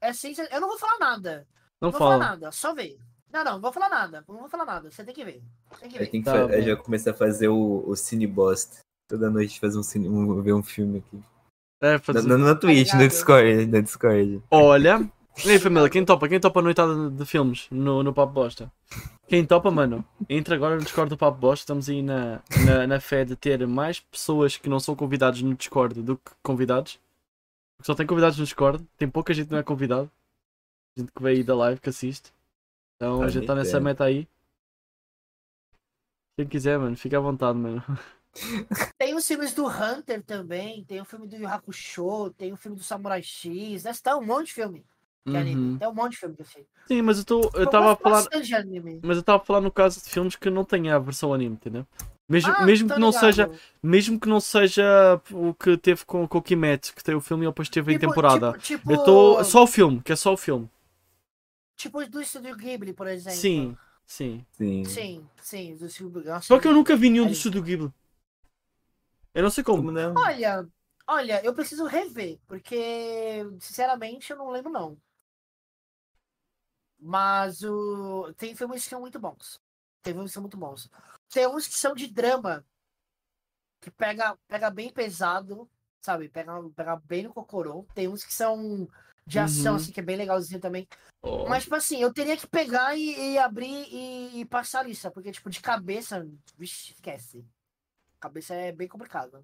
É sensacional. Eu não vou falar nada. Não Não vou falar fala. nada, só vê. Não, não, não vou falar nada. Não vou falar nada. Você tem que ver. Tem que Aí ver. tem que Tá fa- aí bom. já comecei a fazer o, o Cine Bosta. Toda noite fazer um cine, um- ver um filme aqui. É, pra Na, dizer- na, na Twitch, no ligado? Discord, no Discord. Olha. Ei, família, quem topa? Quem topa a noitada de filmes no, no Papo Bosta? Quem topa, mano? Entra agora no Discord do Papo Bosta. Estamos aí na, na, na fé de ter mais pessoas que não são convidados no Discord do que convidados. Porque só tem convidados no Discord. Tem pouca gente que não é convidado. Gente que veio aí da live, que assiste. Então Tá a gente tá nessa brincando. meta aí. Quem quiser, mano, fica à vontade, mano. Tem os filmes do Hunter também, tem o filme do Yu Hakusho, tem o filme do Samurai X, né? Tá um monte de filme. de anime. Uhum. Tem um monte de filme que eu sei. Sim, mas eu tô. Eu gosto tava a falar. bastante de anime. Mas eu estava a falar no caso de filmes que não tenha a versão anime, entendeu? Mesmo, Ah, mesmo tô que não ligado. seja Mesmo que não seja o que teve com, com o Kimetsu, que tem o filme e depois teve em Tipo- temporada. Tipo, tipo, Eu tô. Só o filme, que é só o filme. tipo os do Estúdio Ghibli, por exemplo. Sim, sim. Sim. Sim, sim, do Estúdio Ghibli. Só que eu nunca vi nenhum do Aí. Studio Ghibli. Eu não sei Como como. não? Olha, olha, eu preciso rever, porque, sinceramente, eu não lembro, não. Mas o... tem filmes que são muito bons. Tem filmes que são muito bons. Tem uns que são de drama, que pega, pega bem pesado, sabe? Pega, pega bem no cocorô. Tem uns que são de ação, Uhum. assim, que é bem legalzinho também. Oh, Mas, tipo assim, eu teria que pegar e, e abrir e, e passar a lista, porque, tipo, de cabeça, vixe, esquece. Cabeça é bem complicado.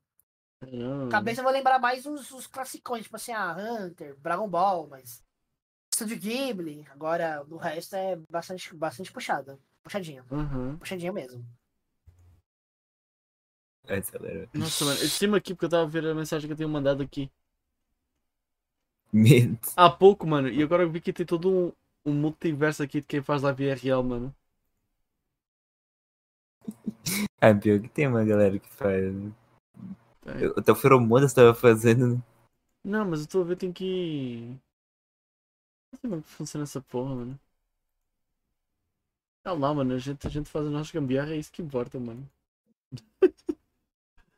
caramba. Cabeça eu vou lembrar mais os, os classicões, tipo assim, ah, Hunter, Dragon Ball, mas. Studio Ghibli, agora o resto é bastante, bastante puxada. Puxadinha, Uhum. puxadinha mesmo. Aí acelera. Nossa, mano, eu cima aqui porque eu estava a ver a mensagem que eu tenho mandado aqui Medo. há pouco, mano, e agora eu vi que tem todo um, um multiverso aqui de quem faz live IRL, mano. Ah, pior que tem uma galera que faz. né? Tem. Eu- Até o Feromonas tava fazendo, né? Não, mas eu estou a ver, tem que. Não sei como é que funciona essa porra, mano. Tá lá, mano, a gente, a gente faz a nossa gambiarra, é isso que importa, mano.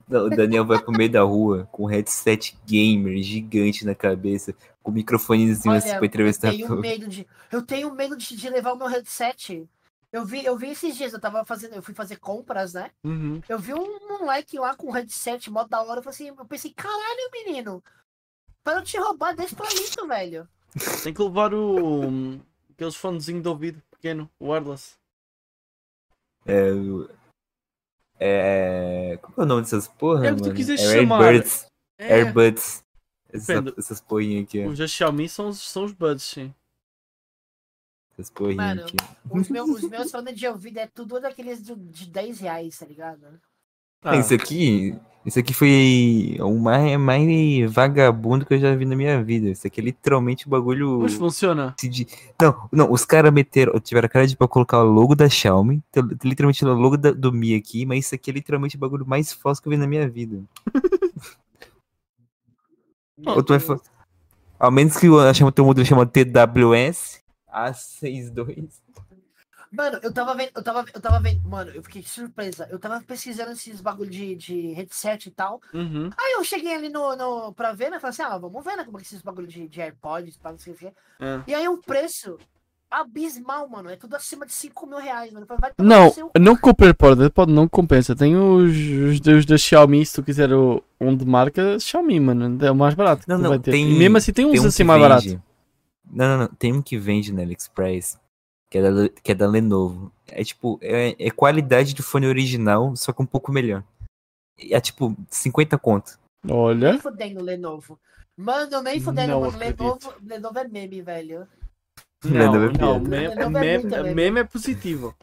Não, O Daniel vai pro meio da rua com um headset gamer gigante na cabeça, com um microfonezinho assim tipo, pra entrevistar. eu tenho povo. medo de. Eu tenho medo de, de levar o meu headset. Eu vi, eu vi esses dias, eu tava fazendo, eu fui fazer compras, né? Uhum. Eu vi um moleque lá com um headset mó da hora, eu falei assim, eu pensei, caralho, menino, Para eu te roubar, deixa pra isso, velho. Tem que levar o. aqueles fonezinhos de ouvido pequeno, o wireless. É. o- É. Como é o nome dessas porra? É o que tu mano? quiser é chamar. Airbuds. É, Airbuds. Essas, Depende. essas porrinhas aqui, ó. os da Xiaomi são, os- são os buds, sim. Essas porrinhas Mano. aqui. Tá. Os meus, os meus fones de ouvido é tudo daqueles do- de 10 reais, tá ligado? Ah, Isso aqui. Isso aqui foi o mais, mais vagabundo que eu já vi na minha vida. Isso aqui é literalmente o bagulho. Ah. mas funciona. Se de- Não, não, os caras meteram, tiveram a cara de pra colocar o logo da Xiaomi, tem li- literalmente o logo da- do Mi aqui, mas isso aqui é literalmente o bagulho mais falso que eu vi na minha vida. Outro é fa- Ao menos que o- a Xiaomi tem um modelo chamado TWS A62. Mano, eu tava vendo, eu tava, eu tava vendo, mano, eu fiquei surpresa. Eu tava pesquisando esses bagulho de, de headset e tal. Uhum. Aí eu cheguei ali no, no, pra ver, né? Falei assim, ah, vamos ver, né? Como é que esses bagulho de, de AirPods, pra não sei o quê. É. E aí o preço, abismal, mano. É tudo acima de 5 mil reais, mano. Eu falei, vai tomar Não, no seu- não compre AirPods, pode não compensa. Tem os, os, da- os da Xiaomi, se tu quiser o, um de marca, Xiaomi, mano. É o mais barato. que Não, tu não, vai ter. tem- e mesmo assim tem uns Tem um assim que mais barato. vende- Não, não, não, tem um que vende na AliExpress, que é da, Le- que é da Lenovo. É tipo, é, é qualidade do fone original, só que um pouco melhor. É tipo 50 conto. Olha. Nem fudendo Lenovo. Mano, nem fudendo, Não mano. acredito. Lenovo, Lenovo é meme, velho. Não, Nada a ver. não, Nada a meme, ver, nada a meme, ver. meme é positivo.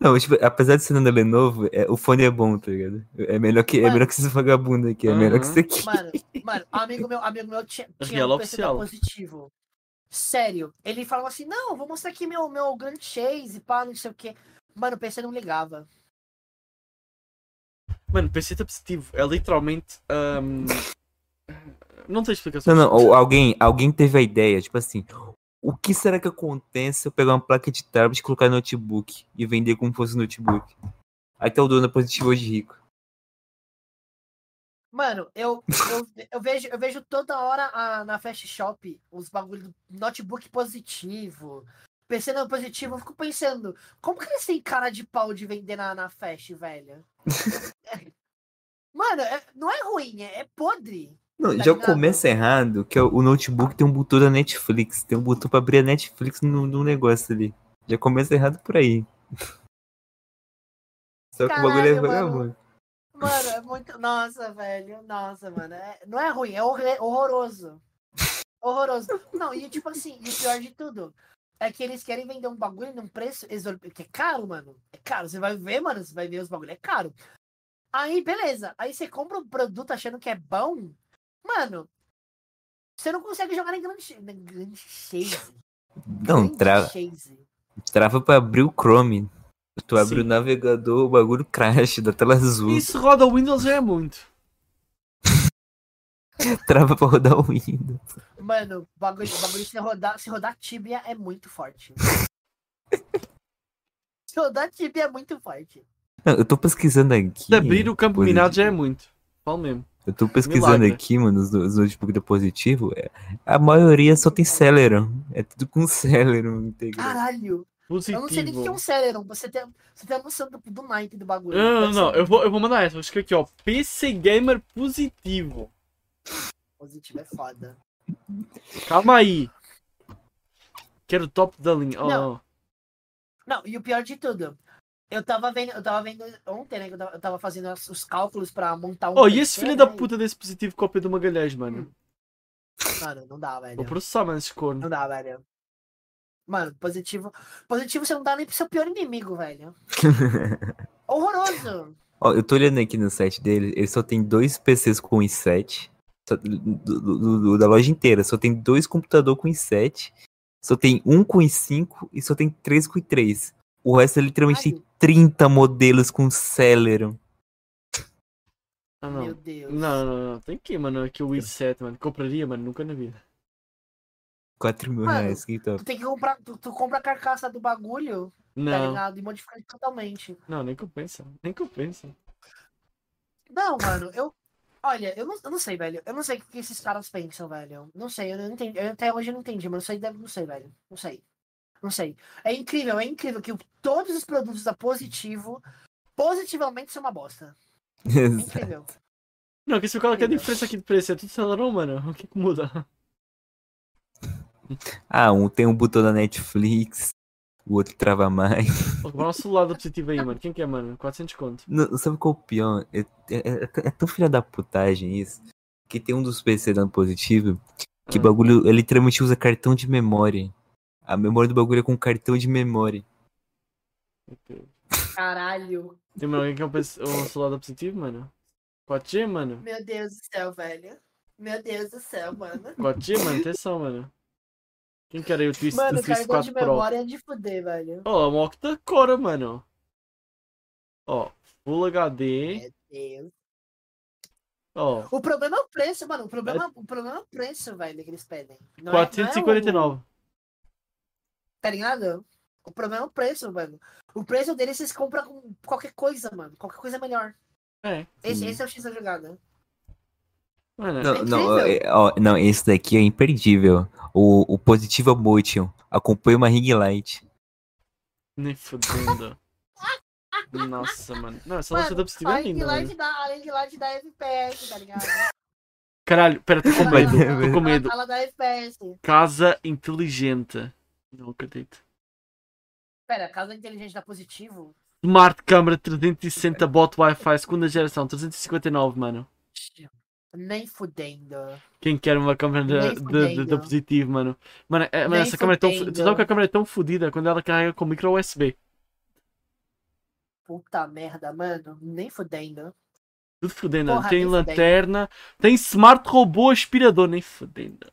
Não, tipo, apesar de ser da Lenovo, é- o fone é bom, tá ligado? É melhor que, é Mano. melhor que esses vagabundos aqui, é melhor que Uhum. Aham. isso aqui. Mano, mano, amigo meu, amigo meu tinha, tinha Real um PC oficial. positivo. Sério. Ele falava assim, não, vou mostrar aqui meu, meu grande chase, pá, não sei o quê. Mano, o PC não ligava. Mano, PC é positivo. É literalmente. ahm, Não tem explicação. Não, não, tipo ou alguém, alguém teve a ideia, tipo assim, o que será que acontece se eu pegar uma placa de tablet, colocar no notebook e vender como fosse um notebook? Até o dono é positivo hoje rico. Mano, eu, eu, eu vejo, eu vejo toda hora a- na Fast Shop os bagulhos do notebook positivo. PC não é positivo, eu fico pensando, como que eles têm cara de pau de vender na, na Fast, velho? <laughs> É. Mano, é- não é ruim, é, é podre. Não, Tá já ligado? começa errado, que é o notebook tem um botão da Netflix, tem um botão pra abrir a Netflix no, no negócio ali. Já começa errado por aí. <laughs> Só que o bagulho Caralho, é mano. vagabundo. Mano, é muito. Nossa, velho. Nossa, mano. é- Não é ruim, é horre- horroroso. Horroroso. Não, e tipo assim, e o pior de tudo é que eles querem vender um bagulho num preço exorbitante. Que é caro, mano. É caro. Você vai ver, mano. Você vai ver os bagulhos. É caro. Aí, beleza. Aí você compra um produto achando que é bom. Mano, você não consegue jogar nem grande, na grande chase. Não, grande trava. chase. Trava pra abrir o Chrome. Tu abre Sim. o navegador, o bagulho crash da tela azul. <laughs> Isso roda Windows já é muito. Trava pra rodar o Windows. Mano, bagulho, bagulho se rodar, se rodar tibia é <laughs> muito forte. se rodar tibia é muito forte. Não, eu tô pesquisando aqui. De abrir o campo positivo. minado já é muito. Falo mesmo. Eu tô pesquisando milagre. aqui, mano, os, os notebooks da Positivo. é, A maioria só tem Celeron. É tudo com <laughs> Celeron integrado. Caralho, Positivo. eu não sei nem o Tipo, que é um Celeron. Você tem, você tem a noção do, do naipe do bagulho. Não, não, Deve não. ser Eu vou, eu vou mandar essa. Vou escrever aqui, ó. PC Gamer positivo. Positivo é foda. Calma aí. Quero o top da linha. Ó, Não. ó. Não, e o pior de tudo. Eu tava vendo, eu tava vendo ontem, né? que Eu tava, eu tava fazendo as- os cálculos pra montar um. Ó, Oh, e esse PC, filho da né, e- puta desse positivo copia do Magalhães, mano. Mano, não dá, velho. Vou processar, mano, esse corno. Não dá, velho. Mano, positivo. Positivo você não dá nem pro seu pior inimigo, velho. <laughs> Horroroso. Ó, eu tô olhando aqui no site dele, ele só tem dois PCs com i7. só- do- do- do- do- da loja inteira, só tem dois computadores com i7. Só tem um com i5 e só tem três com i3. O resto é literalmente tem Caralho. 30 modelos com Celeron. Ah, Meu não. Deus. Não, não, não. Tem que ir, mano. Aqui o i7, mano. Compraria, mano. Nunca na vida. Tá 4 mil Mano, reais, que top. Tu tem que comprar, tu, tu compra a carcaça do bagulho, tá Não. ligado? E modifica ele totalmente. Não, nem compensa. Nem compensa. Não, mano, eu. Olha, eu não, eu não sei, velho. Eu não sei o que esses caras pensam, velho. Não sei, eu não entendi. Eu até hoje não entendi, mano. Isso aí deve. Não sei, velho. Não sei. Não sei. É incrível, é incrível que o- todos os produtos da Positivo positivamente são uma bosta. É incrível. Não, que se qual que é a diferença aqui de preço? É tudo celular, mano. O que que muda? <laughs> <laughs> Ah, um tem um botão da Netflix, o outro trava mais. <laughs> Vou comprar um celular positivo aí, mano. Quem que é, mano? 400 conto. Não, sabe qual é o pior? É, é- é- é tão filha da putagem isso, que tem um dos PC dando positivo, que Hum. bagulho, ele literalmente usa cartão de memória. A memória do bagulho é com cartão de memória. Caralho. Tem, mano, alguém que é um, PC um celular positivo, mano? 4G, mano? Meu Deus do céu, velho. Meu Deus do céu, mano. 4G, mano? Atenção, mano. Quem que era aí o Twist, Mano, o Twist cartão de 4 Pro? memória é de fuder, velho. Ó, é uma octa-core, mano. Ó, Full HD. Meu Deus. Ó, O problema é o preço, mano. O problema, o problema é o preço, velho, que eles pedem. Não é- não é o- 449. tá ligado? O problema é o preço, mano. O preço dele vocês compram com qualquer coisa, mano. Qualquer coisa é melhor. É. Esse, Sim. esse é o X da jogada. Mano, Não, não, ó, incrível. é- ó, não, esse daqui é imperdível. O, o Positive Emotion. Acompanha uma ring light. nem fudendo. Nossa, mano. Não, essa lança Mano, tá possível além de ainda, lá mano. de dar, além de lá de dar FPS, tá ligado? Caralho, pera, <laughs> tô <laughs> com Ela- medo. ela- Tô com ela- medo. Ela dá FPS. Casa inteligente. Não acredito. Pera, casa inteligente dá positivo? Smart Câmara 360 Bot Wi-Fi, segunda geração, 359, mano. Nem fudendo. Quem quer uma câmera da, Nem da, da- fudendo. da positivo, mano? Mano, é- mano Nem essa câmera é tão. fu- Tu fudendo. sabe que a câmera é tão fodida quando ela carrega com micro USB. Puta merda, mano. Nem fudendo. Tudo fudendo. Porra, tem nem fudendo. lanterna, tem smart robô aspirador, nem fudendo.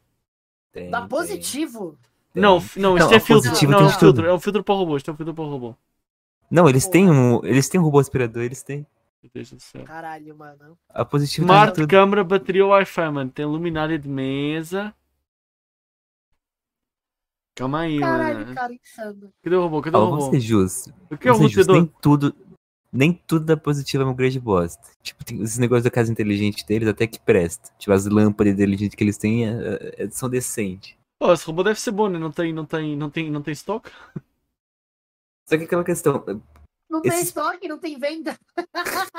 Tem, Dá tem, positivo? tem. Não, f- não, isto Não, é a filtro. positivo Não, tem é um de filtro. tudo. É um filtro para robô, isto é um filtro para robô. Não, eles têm um. Eles têm um robô aspirador, eles têm. Meu Deus do céu. Caralho, mano. A Positive Tipo, tem Smart tudo. câmera, bateria Wi-Fi, mano. Tem luminária de mesa. Calma aí, Caralho, mano. cara, insano. Cadê o robô? Cadê o Ó, vamos é robô? ser justos. O que é o Vamos ser justos, roteador? Nem tudo. Nem tudo da positiva é uma grande bosta. Tipo, tem esses negócios da casa inteligente deles até que presta. Tipo, as lâmpadas inteligentes que eles têm é- é- são decentes. Pô, esse robô deve ser bom, né? Não tem, não tem, não tem, não tem estoque? Só que aquela questão. Não tem Esse- estoque, não tem venda.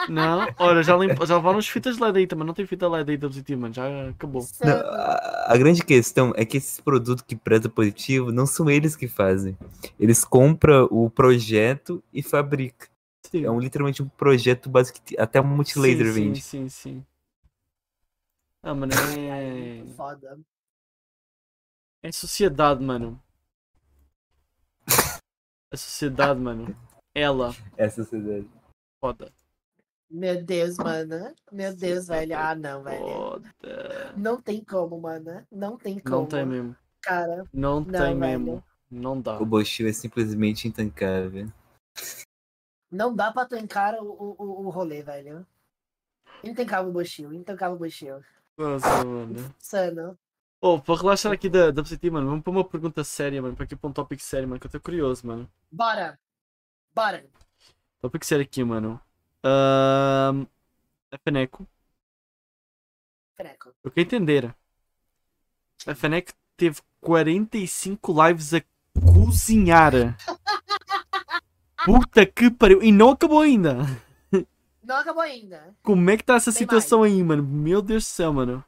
Não. Olha, já, limpa, já levaram as fitas LED aí também. Não tem fita LED aí da positivo, mano. Já acabou. não, Insano. a, a grande questão é que esses produtos que presta positivo não são eles que fazem. Eles compram o projeto e fabricam. Sim. É um, literalmente um projeto básico que até a multilaser sim, vende. Sim, sim, sim. Ah, mano, é... Foda. É sociedade, mano. A sociedade, mano. Ela. Essa sociedade. Foda. Meu Deus, mano. Meu Deus, velho. Ah, não, velho. Foda. Não tem como, mano. Não tem como. Não tem mesmo. Cara, Não, tem velho. mesmo. Não dá. O Boshio é simplesmente intancável. não dá pra tancar o, o, o- o rolê, velho. Intancável o Bushio, intancável o Bushio. Nossa, mano. Sano. Ô, para oh, relaxar aqui da, da positiva, mano, vamos para uma pergunta séria, mano. Para aqui para um tópico sério, mano, que eu tô curioso, mano. Bora. Bora. Tópico sério aqui, mano. Ahn, a Feneco. Freco. Eu quero entender. A Feneco teve 45 lives a cozinhar. <laughs> Puta que pariu. E não acabou ainda. Não acabou ainda. Como é que tá essa Tem situação aí, mano? Meu Deus do céu, mano.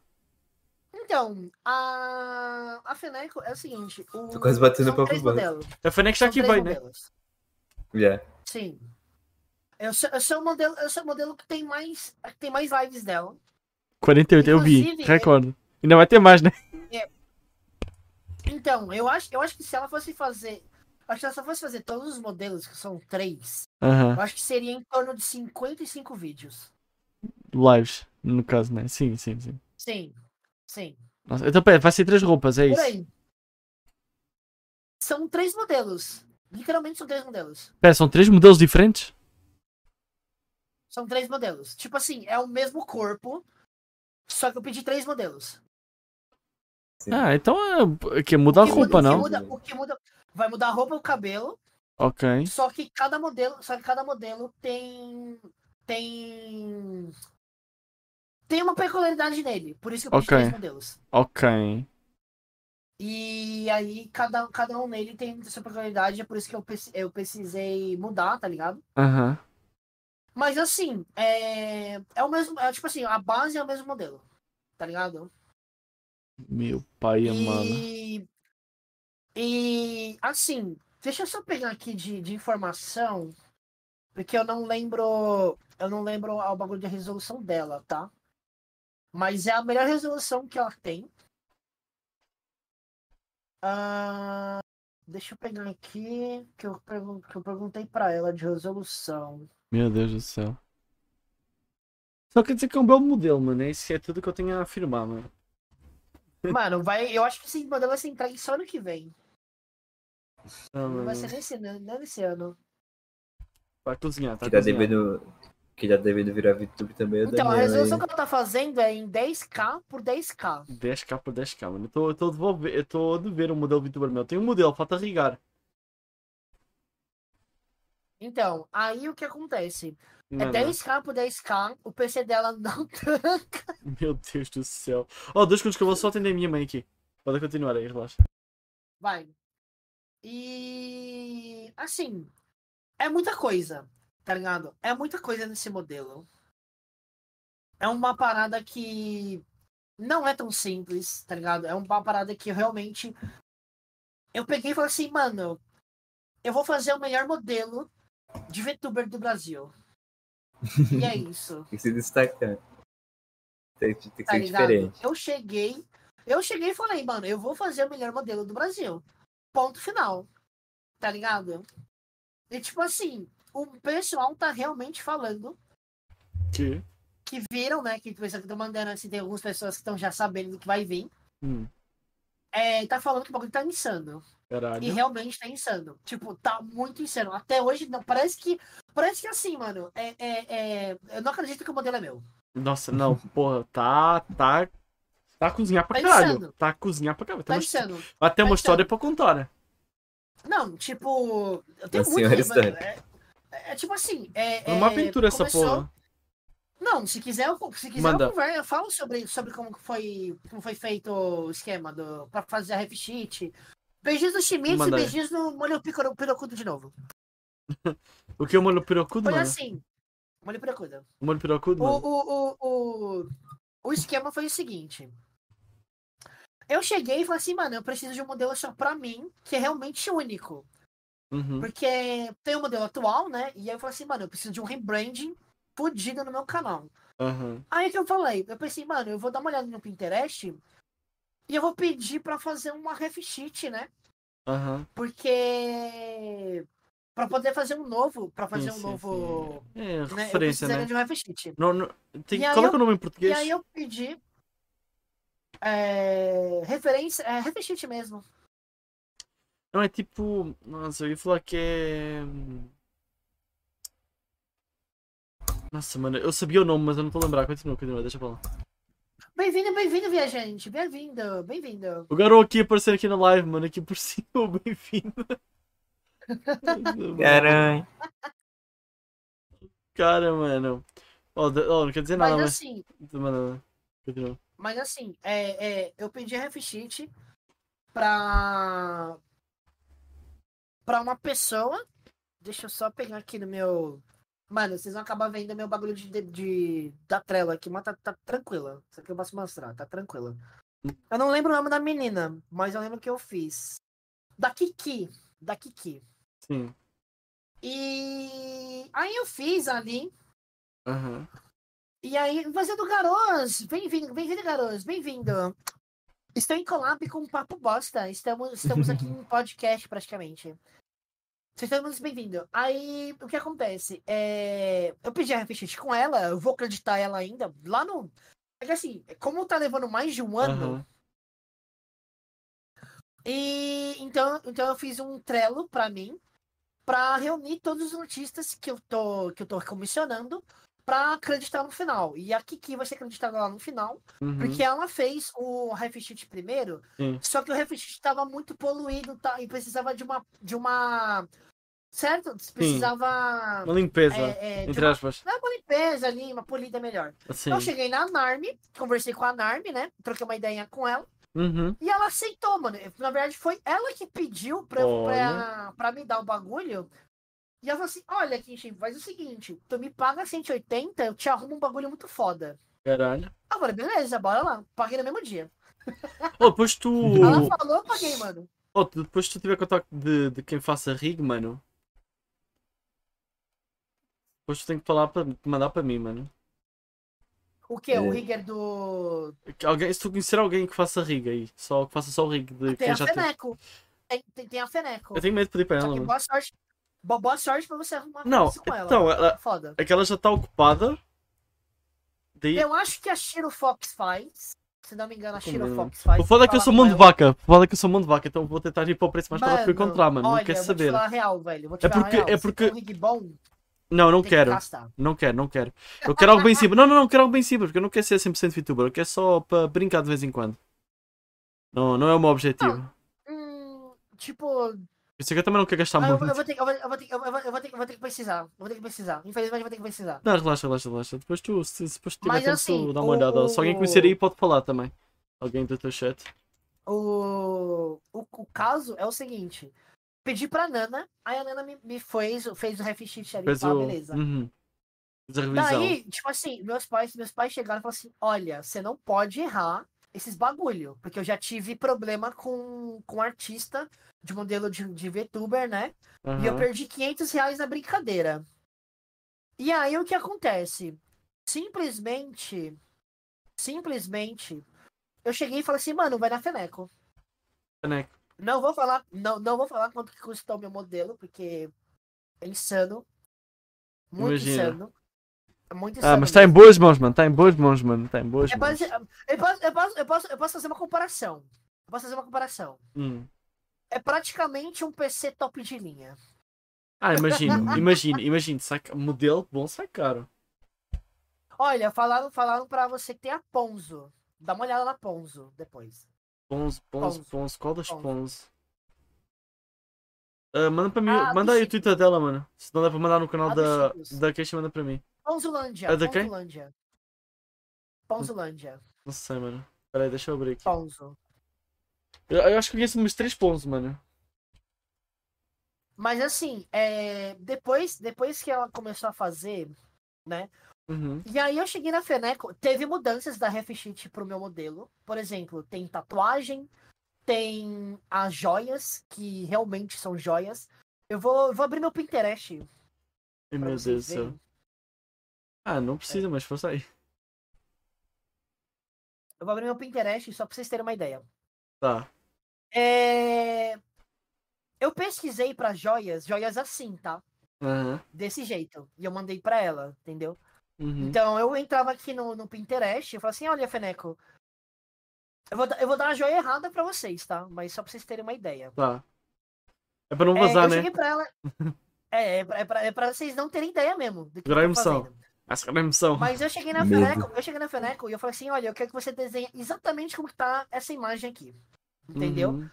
Então, a, a Feneco é o seguinte. O... Tô quase batendo são papo três bom. modelos. A Feneco É já São aqui três vai, né? modelos. Yeah. Sim. Eu sou, eu sou o modelo, eu sou o modelo que tem mais, que tem mais lives dela. 48, eu vi. Inclusive, eu- Recorde. Ainda vai ter mais, né? Então, eu acho, eu acho que se ela fosse fazer. Acho que se ela fosse fazer todos os modelos, que são três, <laughs> Aham. eu acho que seria em torno de 55 vídeos. Lives, no caso, né? Sim, sim, sim. Sim, sim. Nossa, então, pera, vai ser três roupas, é Por isso? aí. São três modelos. Literalmente são três modelos. Pera, são três modelos diferentes? São três modelos. Tipo assim, é o mesmo corpo, só que eu pedi três modelos. Sim. Ah, então é que muda a O que muda- roupa, o que não? muda- o que muda- vai mudar a roupa e o cabelo. Ok. Só que cada modelo, só que cada modelo tem tem tem uma peculiaridade nele, por isso que eu pedi Ok. três modelos. Ok. E aí cada, cada um nele tem sua peculiaridade, é por isso que eu, preci- eu precisei mudar, tá ligado? Aham. Mas assim, é, é o mesmo. É, tipo assim, a base é o mesmo modelo. Tá ligado? Meu pai, mano. E. E. Assim, deixa eu só pegar aqui de, de informação. Porque eu não lembro. Eu não lembro o bagulho de resolução dela, tá? Mas é a melhor resolução que ela tem. Ah, deixa eu pegar aqui. Que eu, pergun- que eu perguntei pra ela de resolução. Meu Deus do céu. Só quer dizer que é um belo modelo, mano. É isso que é tudo que eu tenho a afirmar, mano. Mano, vai, eu acho que esse modelo vai ser entregue só ano que vem. Ah, Não mano. vai ser nesse, ano- não é nesse ano. Vai cozinhar, tá Que tá cozinhando. devendo. Que já devendo virar VTube também. é o Então, a Daniel, resolução hein? que ela tá fazendo é em 10k por 10k. 10k por 10k, mano. Eu tô, eu tô, devolver, eu tô a dever um modelo VTuber meu. Tem um modelo, falta ligar. Então, aí o que acontece? É Mano, 10k por 10k, o PC dela não <laughs> tá tanca. <laughs> Meu Deus do céu. Oh, dois segundos que eu vou só atender a minha mãe aqui. Pode continuar aí, relaxa. Vai. E. Assim. É muita coisa, tá ligado? É muita coisa nesse modelo. É uma parada que. Não é tão simples, tá ligado? É uma parada que realmente. Eu peguei e falei assim, mano. Eu vou fazer o melhor modelo de VTuber do Brasil. e é isso Tem que se destacar. Tem, que- tem que tá ser ligado? diferente. Eu cheguei, eu cheguei e falei, mano, eu vou fazer o melhor modelo do Brasil. Ponto final. Tá ligado? E tipo assim, o pessoal tá realmente falando Que? que viram, né? Que o pessoal que estão mandando, assim, tem algumas pessoas que estão já sabendo do que vai vir. Hum, É, tá falando que o bagulho tá insano. E caralho. realmente tá insano. Tipo, tá muito insano. Até hoje, não, parece que. Parece que assim, mano, é, é, é, eu não acredito que o modelo é meu. Nossa, não, porra, tá, tá. Tá a cozinhar pra Tá caralho. insano. Tá a cozinhar pra caralho. Tem Tá uma, insano. até uma tá história pra contar. né? Não, tipo. Eu tenho Uma muito. senhora livro, histórica. é, é, é tipo assim. É, É uma é, aventura essa começou- porra. Não, se quiser, eu, se quiser Manda. eu, converso, eu falo sobre, sobre como, que foi, como foi feito o esquema do, pra fazer a ref sheet. Beijinhos no Chimitsu e Manda aí. beijinhos no molho pico- pirocudo de novo. O que é o molho pirocudo, Foi mano? assim. Molho pirocudo. O molho pirocudo, O, mano. o, o, o, o esquema foi o seguinte. Eu cheguei e falei assim, mano, eu preciso de um modelo só pra mim, que é realmente único. Uhum. Porque tem o modelo atual, né? E aí eu falei assim, mano, eu preciso de um rebranding fodido no meu canal. aham. Aí que eu falei, eu pensei, mano, eu vou dar uma olhada no Pinterest e eu vou pedir pra fazer uma ref sheet, né? Aham. Porque. Pra poder fazer um novo. Pra fazer Sim, um sim, novo. É, Né? Eu referência, precisaria né? de um ref sheet. Não, não, tem, E aí qual é eu- que é o nome em E português? aí eu pedi. é, referência. É, ref sheet mesmo. Não, é tipo. Nossa, eu ia falar que é. hum, Nossa, mano, eu sabia o nome, mas eu não tô a lembrar. Continua, continua, deixa pra lá. Bem-vindo, bem-vindo, viajante. Bem-vindo, bem-vindo. O garoto aqui aparecendo aqui na live, mano, aqui por <laughs> cima, bem-vindo. Caralho. Cara, mano. Oh, de- oh, não quer dizer nada, Mas mas. assim. Mano, continua. Mas assim, é, é, eu pedi a ref sheet pra. pra uma pessoa. Deixa eu só pegar aqui no meu. Mano, vocês vão acabar vendo meu bagulho de, de, de- da trela aqui, mas tá, tá tranquila. Isso aqui eu posso mostrar, tá tranquila. Eu não lembro o nome da menina, mas eu lembro que eu fiz. Da Kiki. Da Kiki. Sim. E aí eu fiz ali. Aham. E aí, fazendo garoz, bem-vindo, bem-vindo, garoz, bem-vindo. Estou em collab com o Papo Bosta. Estamos, estamos aqui em podcast, praticamente. Sejam todos bem-vindos. Aí, o que acontece? É, Eu pedi a refletir com ela, eu vou acreditar ela ainda. Lá no. É que assim, como tá levando mais de um ano, aham. e então, então eu fiz um Trello pra mim, pra reunir todos os artistas que eu tô que eu tô comissionando pra acreditar no final. E a Kiki vai ser acreditada lá no final, Uhum. porque ela fez o refit primeiro, Sim. só que o refit tava muito poluído, tá, e precisava de uma de uma certo? Precisava Uma limpeza, é, é, de entre uma, aspas. não é uma limpeza ali, uma polida melhor. Assim. Então eu cheguei na Narmi, conversei com a Narmi, né? Troquei uma ideia com ela. Uhum. E ela aceitou, mano. Na verdade, foi ela que pediu pra, eu- pra, pra me dar o bagulho. E ela falou assim: olha, Kinshin, faz o seguinte, tu me paga 180, eu te arrumo um bagulho muito foda. Caralho. Ah, mano, beleza, bora lá. Paguei no mesmo dia. Oh, depois tu. Ela falou, eu paguei, mano. Oh, tu- depois tu tiver contato de, de quem faça rig, mano. Depois tu tem que falar para mandar para mim, mano. O quê? O Rigger do. Que Alguém, se tu conhecer alguém que faça rig aí, só que faça só o rig de Tem quem a já teve. Feneco. Tem, tem, tem a Feneco. Eu tenho medo de pedir para Só ela, que mano. boa sorte. bo- Boa sorte pra você arrumar Não, isso com ela. então, ela- Foda. É que ela já está ocupada. Daí. Eu acho que a Shiro Fox faz. Se não me engano, a Shiro Comendo. Fox faz. O foda é que eu Fala sou com mão de ela. vaca. O foda é que eu sou mão de vaca, então eu vou tentar ir para o preço mais barato que eu encontrar, mano. olha, não quero eu Vou saber. né? te falar a real, velho. Vou te É falar a porque- real. é Se porque- tem um rig bom, Não, não tem quero. Que gastar. Não quero, não quero. Eu quero algo bem em cima. Não, não, não, eu quero algo bem em cima, porque eu não quero ser 100% VTuber. Eu quero só para brincar de vez em quando. Não, não é o meu objetivo. Hum, tipo, Por isso é que eu também não quero gastar ah, muito. eu, vou- eu vou ter, que- eu, vou, eu, vou ter, que- eu, vou, eu vou ter, que- eu vou ter que precisar. Eu Vou ter que precisar. Infelizmente, eu vou ter que precisar. Não, relaxa, relaxa, relaxa. Depois tu, se, se depois tu tiver Mas tempo, assim, tu dá uma o- olhada. Se alguém conhecer aí, pode falar também. Alguém do teu chat. O, o, o caso é o seguinte. Pedi pra Nana, aí a Nana me, me fez, fez o refit ali, Fez pá, o. beleza. Uhum. Fez a revisão. Daí, tipo assim, meus pais, meus pais chegaram e falaram assim: olha, você não pode errar esses bagulho, porque eu já tive problema com, com artista de modelo de, de VTuber, né? E eu Aham. perdi 500 reais na brincadeira. E aí o que acontece? Simplesmente, simplesmente, eu cheguei e falei assim, mano, vai na Feneco. Feneco. Não vou falar, não, não vou falar quanto que custou o meu modelo, porque é insano. Muito Imagina. insano. É muito insano. Ah, mas está em mesmo. boas mãos, mano. Está em boas mãos, mano. Está em boas É mãos. base- eu, posso, eu, posso, eu, posso, eu posso fazer uma comparação. Eu posso fazer uma comparação. Hum. É praticamente um PC top de linha. Ah, imagino, imagino, imagino. Saca... Modelo bom sai caro. Olha, falaram, falaram pra você que tem a Ponzo. Dá uma olhada na Ponzo depois. Pons, pons, Pons. pons. Qual das Pons. pons? Ah, manda pra mim, Ah, manda aí o bichinhos. Twitter dela, mano. Se não der pra mandar no canal Ah, da, bichinhos. da Queixa, manda pra mim. Ponzolândia. É Hum. da quem? Ponzolândia. Ponzolândia. Não sei, mano. Pera aí, deixa eu abrir aqui. Ponzo. Eu, eu acho que conheço uns três pons, mano. Mas assim, é, depois, depois que ela começou a fazer, Uhum. E aí eu cheguei na Feneco, teve mudanças da Refit pro meu modelo. Por exemplo, tem tatuagem, tem as joias, que realmente são joias. Eu vou, eu vou abrir meu Pinterest. Ai, pra É. meu Deus do vocês céu. verem. Ah, não precisa, mas força aí. Eu vou abrir meu Pinterest só pra vocês terem uma ideia. Tá. É... Eu pesquisei pra joias, joias assim, tá? Aham. Desse jeito. E eu mandei pra ela, entendeu? Uhum. Então eu entrava aqui no, no Pinterest e falava assim, olha, Feneco, eu vou, dar- eu vou dar a joia errada pra vocês, tá? Mas só pra vocês terem uma ideia. Tá. É pra não É, vazar, eu né? cheguei <laughs> pra ela. É, é pra, é, pra, é pra vocês não terem ideia mesmo. Do que eu Virar tô emoção. fazendo. Essa é a emoção. Mas eu cheguei na Medo. Feneco, eu cheguei na Feneco e eu falei assim, olha, eu quero que você desenhe exatamente como que tá essa imagem aqui. Entendeu? Uhum.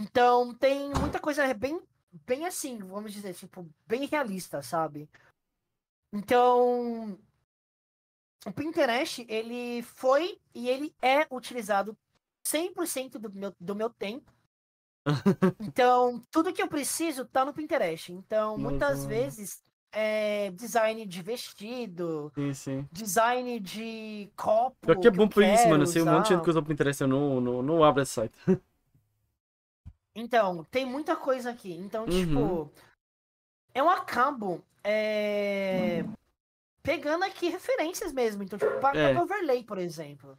Então tem muita coisa bem, bem assim, vamos dizer, tipo, bem realista, sabe? Então o Pinterest, ele foi e ele é utilizado 100% do meu, do meu <laughs> tempo. Então, tudo que eu preciso tá no Pinterest. Então, Mas, muitas ah, vezes, é design de vestido, Sim, sim. design de copo. Pior que é bom eu por isso, mano. Eu quero sei um monte de usar. coisa que me interessa. Eu não, não, não abro esse site. <laughs> Então, tem muita coisa aqui. Então, Uhum. tipo, eu acabo é, pegando aqui referências mesmo. Então, tipo, para É. overlay, por exemplo.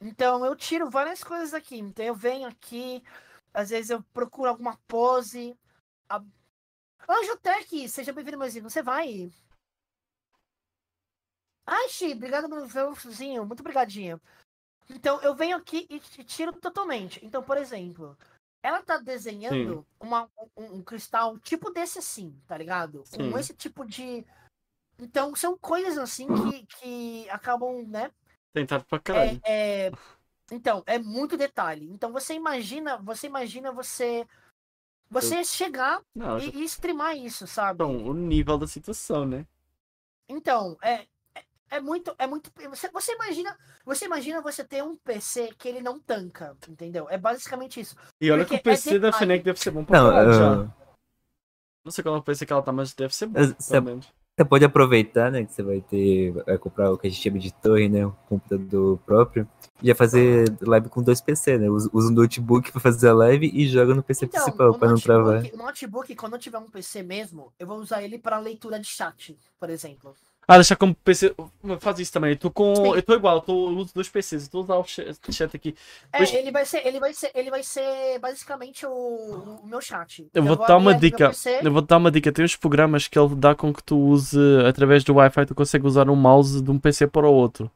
Então, eu tiro várias coisas aqui. Então, eu venho aqui, às vezes eu procuro alguma pose. A... Anjo Tech, seja bem-vindo, meu amigo. Você vai? Ai, Xi, obrigado pelo violãozinho. Muito obrigadinha. Então, eu venho aqui e t- tiro totalmente. Então, por exemplo, ela tá desenhando uma, um, um cristal tipo desse assim, tá ligado? Sim. Com esse tipo de. Então, são coisas assim que, que acabam, né? Tentado pra caralho. É, é- Então, é muito detalhe. Então, você imagina, você imagina você. Você chegar Não, já- e, e streamar isso, sabe? Então, o nível da situação, né? Então, é, é, é muito, é muito. Você, você imagina, você imagina você ter um PC que ele não tanca, entendeu? É basicamente isso. E olha que o Porque é PC da detalhe. Tá ah, Fenec deve ser bom pra Não, caralho eu- já. Não sei qual é o PC que ela tá, mas deve ser bom, Mas ah, você- pelo menos. Você pode aproveitar, né? Que você vai ter. Vai comprar o que a gente chama de torre, né? Um computador próprio. E já fazer live com dois PC, né? Usa usa um notebook pra fazer a live e joga no PC principal o pra não travar. Então, um notebook- o notebook, quando eu tiver um PC mesmo, eu vou usar ele pra leitura de chat, por exemplo. Ah, deixar como PC. Faz isso também. Eu tô com. Sim. Eu tô igual, eu, tô, eu uso dois PCs. Eu tô usando o ch- chat aqui. É, Pois- ele vai ser, ele vai ser, ele vai ser basicamente o, o meu chat. Eu vou dar uma abrir aqui dica. meu PC, Eu vou te dar uma dica. Tem uns programas que ele dá com que tu use eh, através do Wi-Fi, tu consegue usar um mouse de um PC para o outro.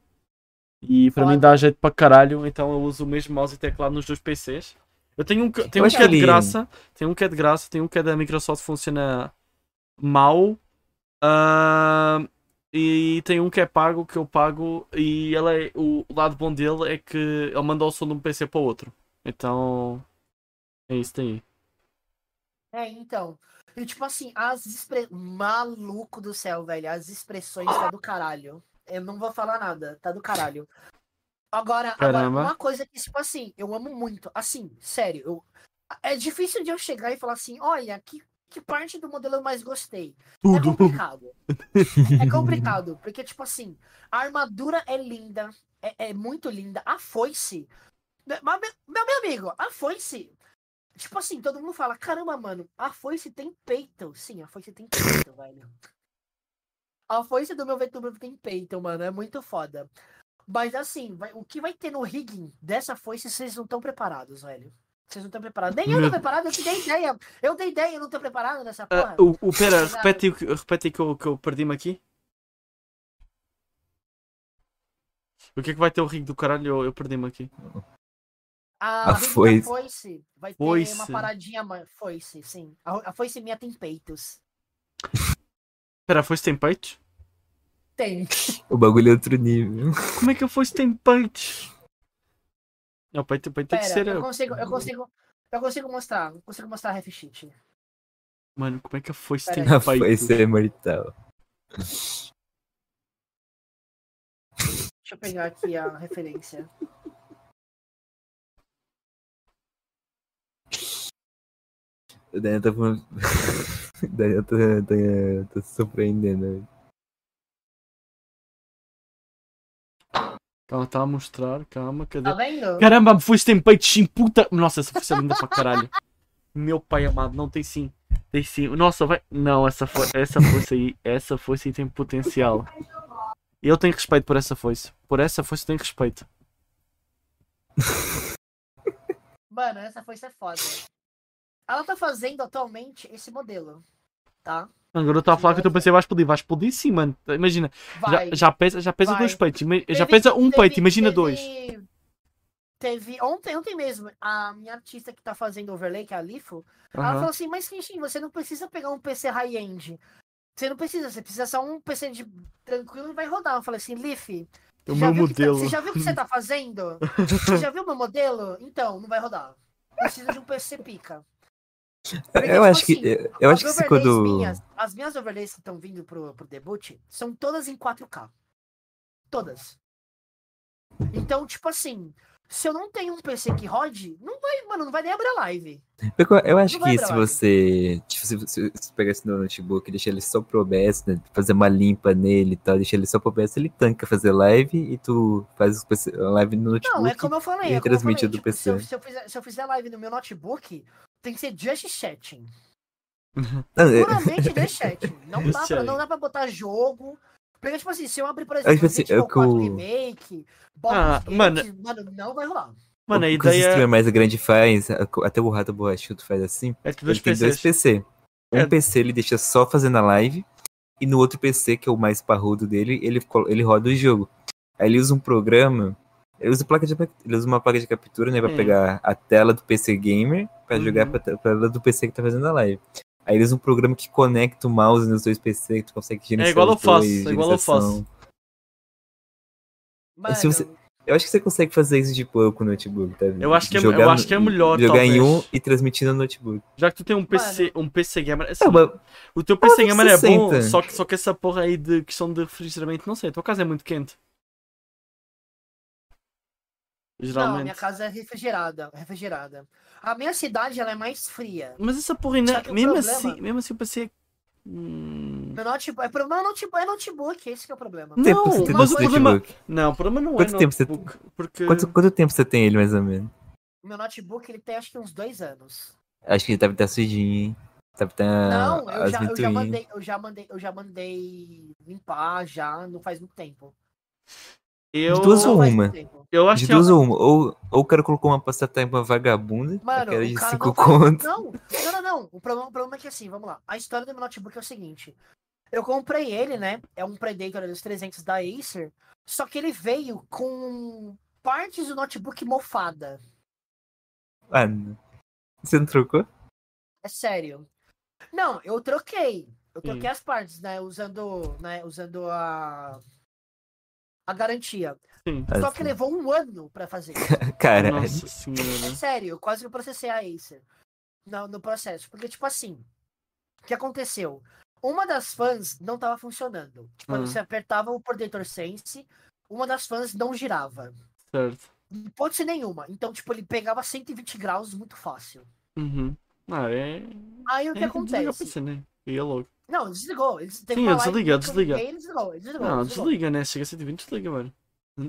E para mim Olha. dá jeito para caralho, então eu uso o mesmo mouse e teclado nos dois PCs. Eu tenho um, que- tenho Eu um acho que é de que ele- graça, tem um que é de graça, tem um que é da Microsoft funciona mal. Ah, e tem um que é pago, que eu pago, e ele é- o lado bom dele é que ele manda o som de um PC para o outro. Então é isso daí. É, então. E tipo assim, as expressões. Maluco do céu, velho. As expressões tá do caralho. Eu não vou falar nada, tá do caralho. Agora, agora, Caramba. uma coisa que, tipo assim, eu amo muito. Assim, sério, eu... é difícil de eu chegar e falar assim, olha, que, que parte do modelo eu mais gostei. É complicado. é complicado, porque, tipo assim, a armadura é linda, é, é muito linda. A foice. Né, Mas, Meu, meu, meu amigo, a foice. Tipo assim, todo mundo fala: caramba, mano, a foice tem peito. Sim, a foice tem peito, <laughs> velho. A foice do meu VTuber tem peito, mano. É muito foda. Mas assim, vai- o que vai ter no rigging dessa foice, vocês não estão preparados, velho. Vocês não estão preparados. Nem eu Meu- tô preparado, eu te dei ideia. Eu dei ideia, eu não tô preparado nessa porra. Ah, o, o, pera, Exato. repete, o que- repete que eu, que eu perdi-me aqui. O que é que vai ter o ringue do caralho? Eu, eu perdi-me aqui. A, A Rede da foice. foice vai ter uma Foice. paradinha, ma- foice, sim. A, a foice minha tem peitos. Pera, foi tem peitos? Tem. O bagulho é outro nível. Como é que a foice tem peitos? Não, o peito, o peito tem que Pera, ser. eu consigo, eu consigo, eu consigo mostrar, eu consigo mostrar a ref sheet. Mano, como é que a foice tem Pera <laughs> A peitos? foice é mortal. Deixa eu pegar aqui a <laughs> referência. O Daniel tá <laughs> falando. O Daniel tá, tá, tá se surpreendendo. velho. Calma, tá a mostrar, calma, cadê? Tá vendo? Caramba, a foice tem peitos sim, puta! Nossa, essa foice é linda pra caralho. Meu pai amado, não tem sim. Tem sim. Nossa, vai. Não, essa, fo... essa foice aí, essa foice aí tem potencial. E eu tenho respeito por essa foice. Por essa foice tenho respeito. Mano, essa foice é foda. Ela tá fazendo atualmente esse modelo, tá? Mano, agora eu tava a falar que eu pensei, vai explodir, vai explodir sim, mano. Imagina, Vai. já, já pesa, já pesa vai. dois peitos, ima- já Teve- pesa um teve- peito, imagina teve- dois. Teve ontem, ontem mesmo, a minha artista que tá fazendo overlay, que é a Lifo, Ela Aham. falou assim, mas Kenshin, você não precisa pegar um PC high-end. Você não precisa, você precisa só um PC de tranquilo e vai rodar. Eu falei assim, Leaf, É você o já meu viu o que tá- modelo. você já viu o que você tá fazendo? Você já viu o meu modelo? Então, não vai rodar. Precisa de um PC pica. Porque, Eu tipo acho que. assim, Eu, eu acho que as se overlays quando. minhas- as minhas overlays que estão vindo pro, pro debut são todas em 4K. Todas. Então, tipo assim, se eu não tenho um PC que rode, não vai, mano, não vai nem abrir a live. Porque eu- eu acho Não vai que pra se live. você, tipo, se você se pegar esse no notebook e deixar ele só pro OBS, né, fazer uma limpa nele e tal, deixar ele só pro OBS, ele tanca fazer live e tu faz os PC a live no notebook. Não, é como eu falei. e é como eu transmite falei, do tipo, se, eu, PC. se eu fizer, se eu fizer live no meu notebook, tem que ser just chatting. Não, é- Puramente <laughs> just chatting. Não dá, Just pra, não chatting. dá pra botar jogo. Porque, tipo assim, se eu abrir, por tipo exemplo, assim, Resident é Evil 4 que o- é Remake, Ah, Baldur's Gate, mano. mano, não vai rolar. Mano, a o que os ideia streamer mais grande faz, a- até o Rato Borrachudo faz assim, é que ele dois tem dois PCs. PC. Um É. PC ele deixa só fazendo a live, e no outro PC, que é o mais parrudo dele, ele, colo- ele roda o jogo. Aí ele usa um programa, ele usa, placa de, ele usa uma placa de captura, né, pra Hum. pegar a tela do PC Gamer, pra Uhum. jogar pra, te- pra tela do PC que tá fazendo a live. Aí ele usa um programa que conecta o mouse nos dois PC, que tu consegue gerenciar É igual eu os dois, faço, é igual eu gerenciação. faço. Mano, é se você- Eu acho que você consegue fazer isso de pouco no notebook, tá? Eu acho que é- Jogar eu no- acho que é melhor, Jogar em um talvez. e transmitir no notebook. Já que tu tem um PC, um PC gamer, assim, Ah, mas- o teu PC mas gamer é bom, 60. só que, só que essa porra aí de questão de refrigeramento, não sei, a tua casa é muito quente. Geralmente. Não, minha casa é refrigerada, refrigerada. A minha cidade, ela é mais fria. Mas essa porra ainda. Só que o Mesmo um problema- assim, mesmo assim, eu pensei. Hum... Meu notebook, é problema é notebook, é notebook, esse que é o problema. Não, Tempo você tem mas no o problema- notebook? Não, o problema não Quanto é tempo você- notebook, porque Quanto, quanto tempo você tem ele, mais ou menos? Meu notebook, ele tem acho que uns dois anos. Acho que ele deve estar sujinho, hein? Deve Ah, estar não, eu as já, eu já ventoinhas. mandei, eu já mandei, eu já mandei limpar já, não faz muito tempo. eu, duas Não faz uma. muito tempo. eu acho De que é- duas um. ou uma. Ou, ou o cara colocou uma passatempo vagabunda, Mano, aquela de o cara cinco não- contos. Não, não, não, não. O problema, o problema é que assim, vamos lá. A história do meu notebook é o seguinte. Eu comprei ele, né? É um Predator dos 300 da Acer. Só que ele veio com partes do notebook mofada. Mano, Ah, você não trocou? É sério. Não, eu troquei. Eu Sim. Hum. troquei as partes, né? Usando, né? Usando a a garantia. Sim. Só que levou um ano pra fazer. Caralho. assim. <laughs> Nossa senhora. Sério, eu quase que processei a Acer no, no processo. Porque, tipo assim, o que aconteceu? Uma das fãs não tava funcionando. Tipo, Hum. quando você apertava o Predator Sense, uma das fãs não girava. Certo. Não pode ser nenhuma. Então, tipo, ele pegava 120 graus muito fácil. Uhum. Ah, é. Aí o que é desliga a acontece? PC, né? E é logo. Não, desligou. Ele teve Sim, uma eu live desliga, eu que liguei, desliga. Ele desligou, ele desligou. Não, ele desligou. desliga, né? Chega a 120, desliga, mano. É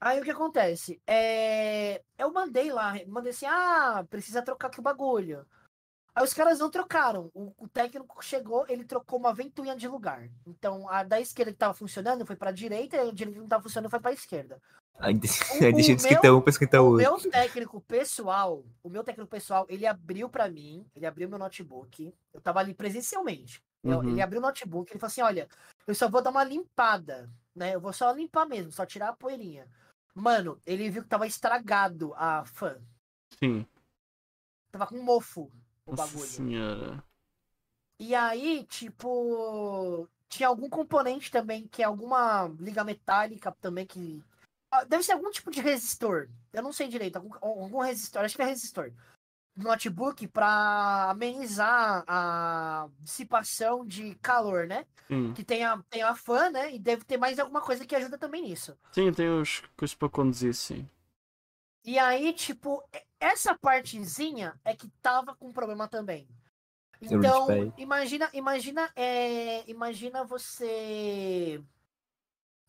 Aí o que acontece? É... Eu mandei lá, mandei assim, ah, precisa trocar aqui o bagulho. Aí os caras não trocaram. O, o técnico chegou, ele trocou uma ventoinha de lugar. Então, a da esquerda que tava funcionando foi pra direita, e a direita que não tava funcionando foi pra esquerda. Aí deixa, O- É aí deixa o de esquentar um pra esquentar o O outro. meu técnico pessoal, o meu técnico pessoal, ele abriu pra mim, ele abriu meu notebook. Eu tava ali presencialmente. Eu- Uhum. Então, Ele abriu o é notebook, ele falou assim: olha, eu só vou dar uma limpada, né? Eu vou só limpar mesmo, só tirar a poeirinha. Mano, ele viu que tava estragado a fã. Sim. Tava com mofo o Nossa bagulho. senhora. E aí, tipo, tinha algum componente também, que é alguma liga metálica também que. Ah, Deve ser algum tipo de resistor. Eu não sei direito. Algum, algum resistor, acho que é resistor. No notebook pra amenizar a dissipação de calor, né? Sim. Que tem a, tem a fã, né? E deve ter mais alguma coisa que ajuda também nisso. Sim, tem os coisas para conduzir, sim. E aí, tipo, e- essa partezinha é que tava com problema também. Seu Então, Richpay. imagina, imagina, é, imagina você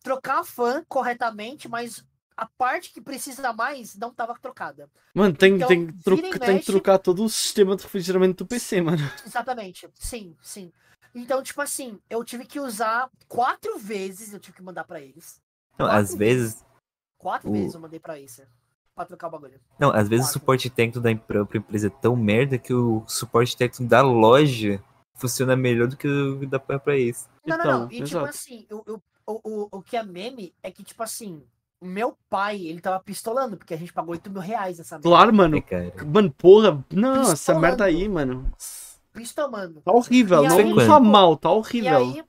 trocar a fã corretamente, mas a parte que precisa mais não tava trocada. Mano, tem, Então, tem, que tro- vira e tem que mexe. trocar todo o sistema de refrigeramento do PC, mano. Exatamente. Sim, sim. Então, tipo assim, eu tive que usar quatro vezes, eu tive que mandar pra eles. Não, às vezes. Quatro O- vezes eu mandei pra isso. Pra trocar o bagulho. Não, às vezes o suporte técnico da em- própria empresa é tão merda que o suporte técnico da loja funciona melhor do que o da própria ex. Não, não, Então, não. E tipo exato. assim, o, o, o, o- o que é meme é que, tipo assim, o meu pai, ele tava pistolando, porque a gente pagou 8 mil reais nessa merda. Claro, mano. É, cara. Mano, porra. Não, essa Pistolando. merda aí, mano. Pistolando. Tá horrível. E não aí, tá tipo, mal, tá E horrível. aí,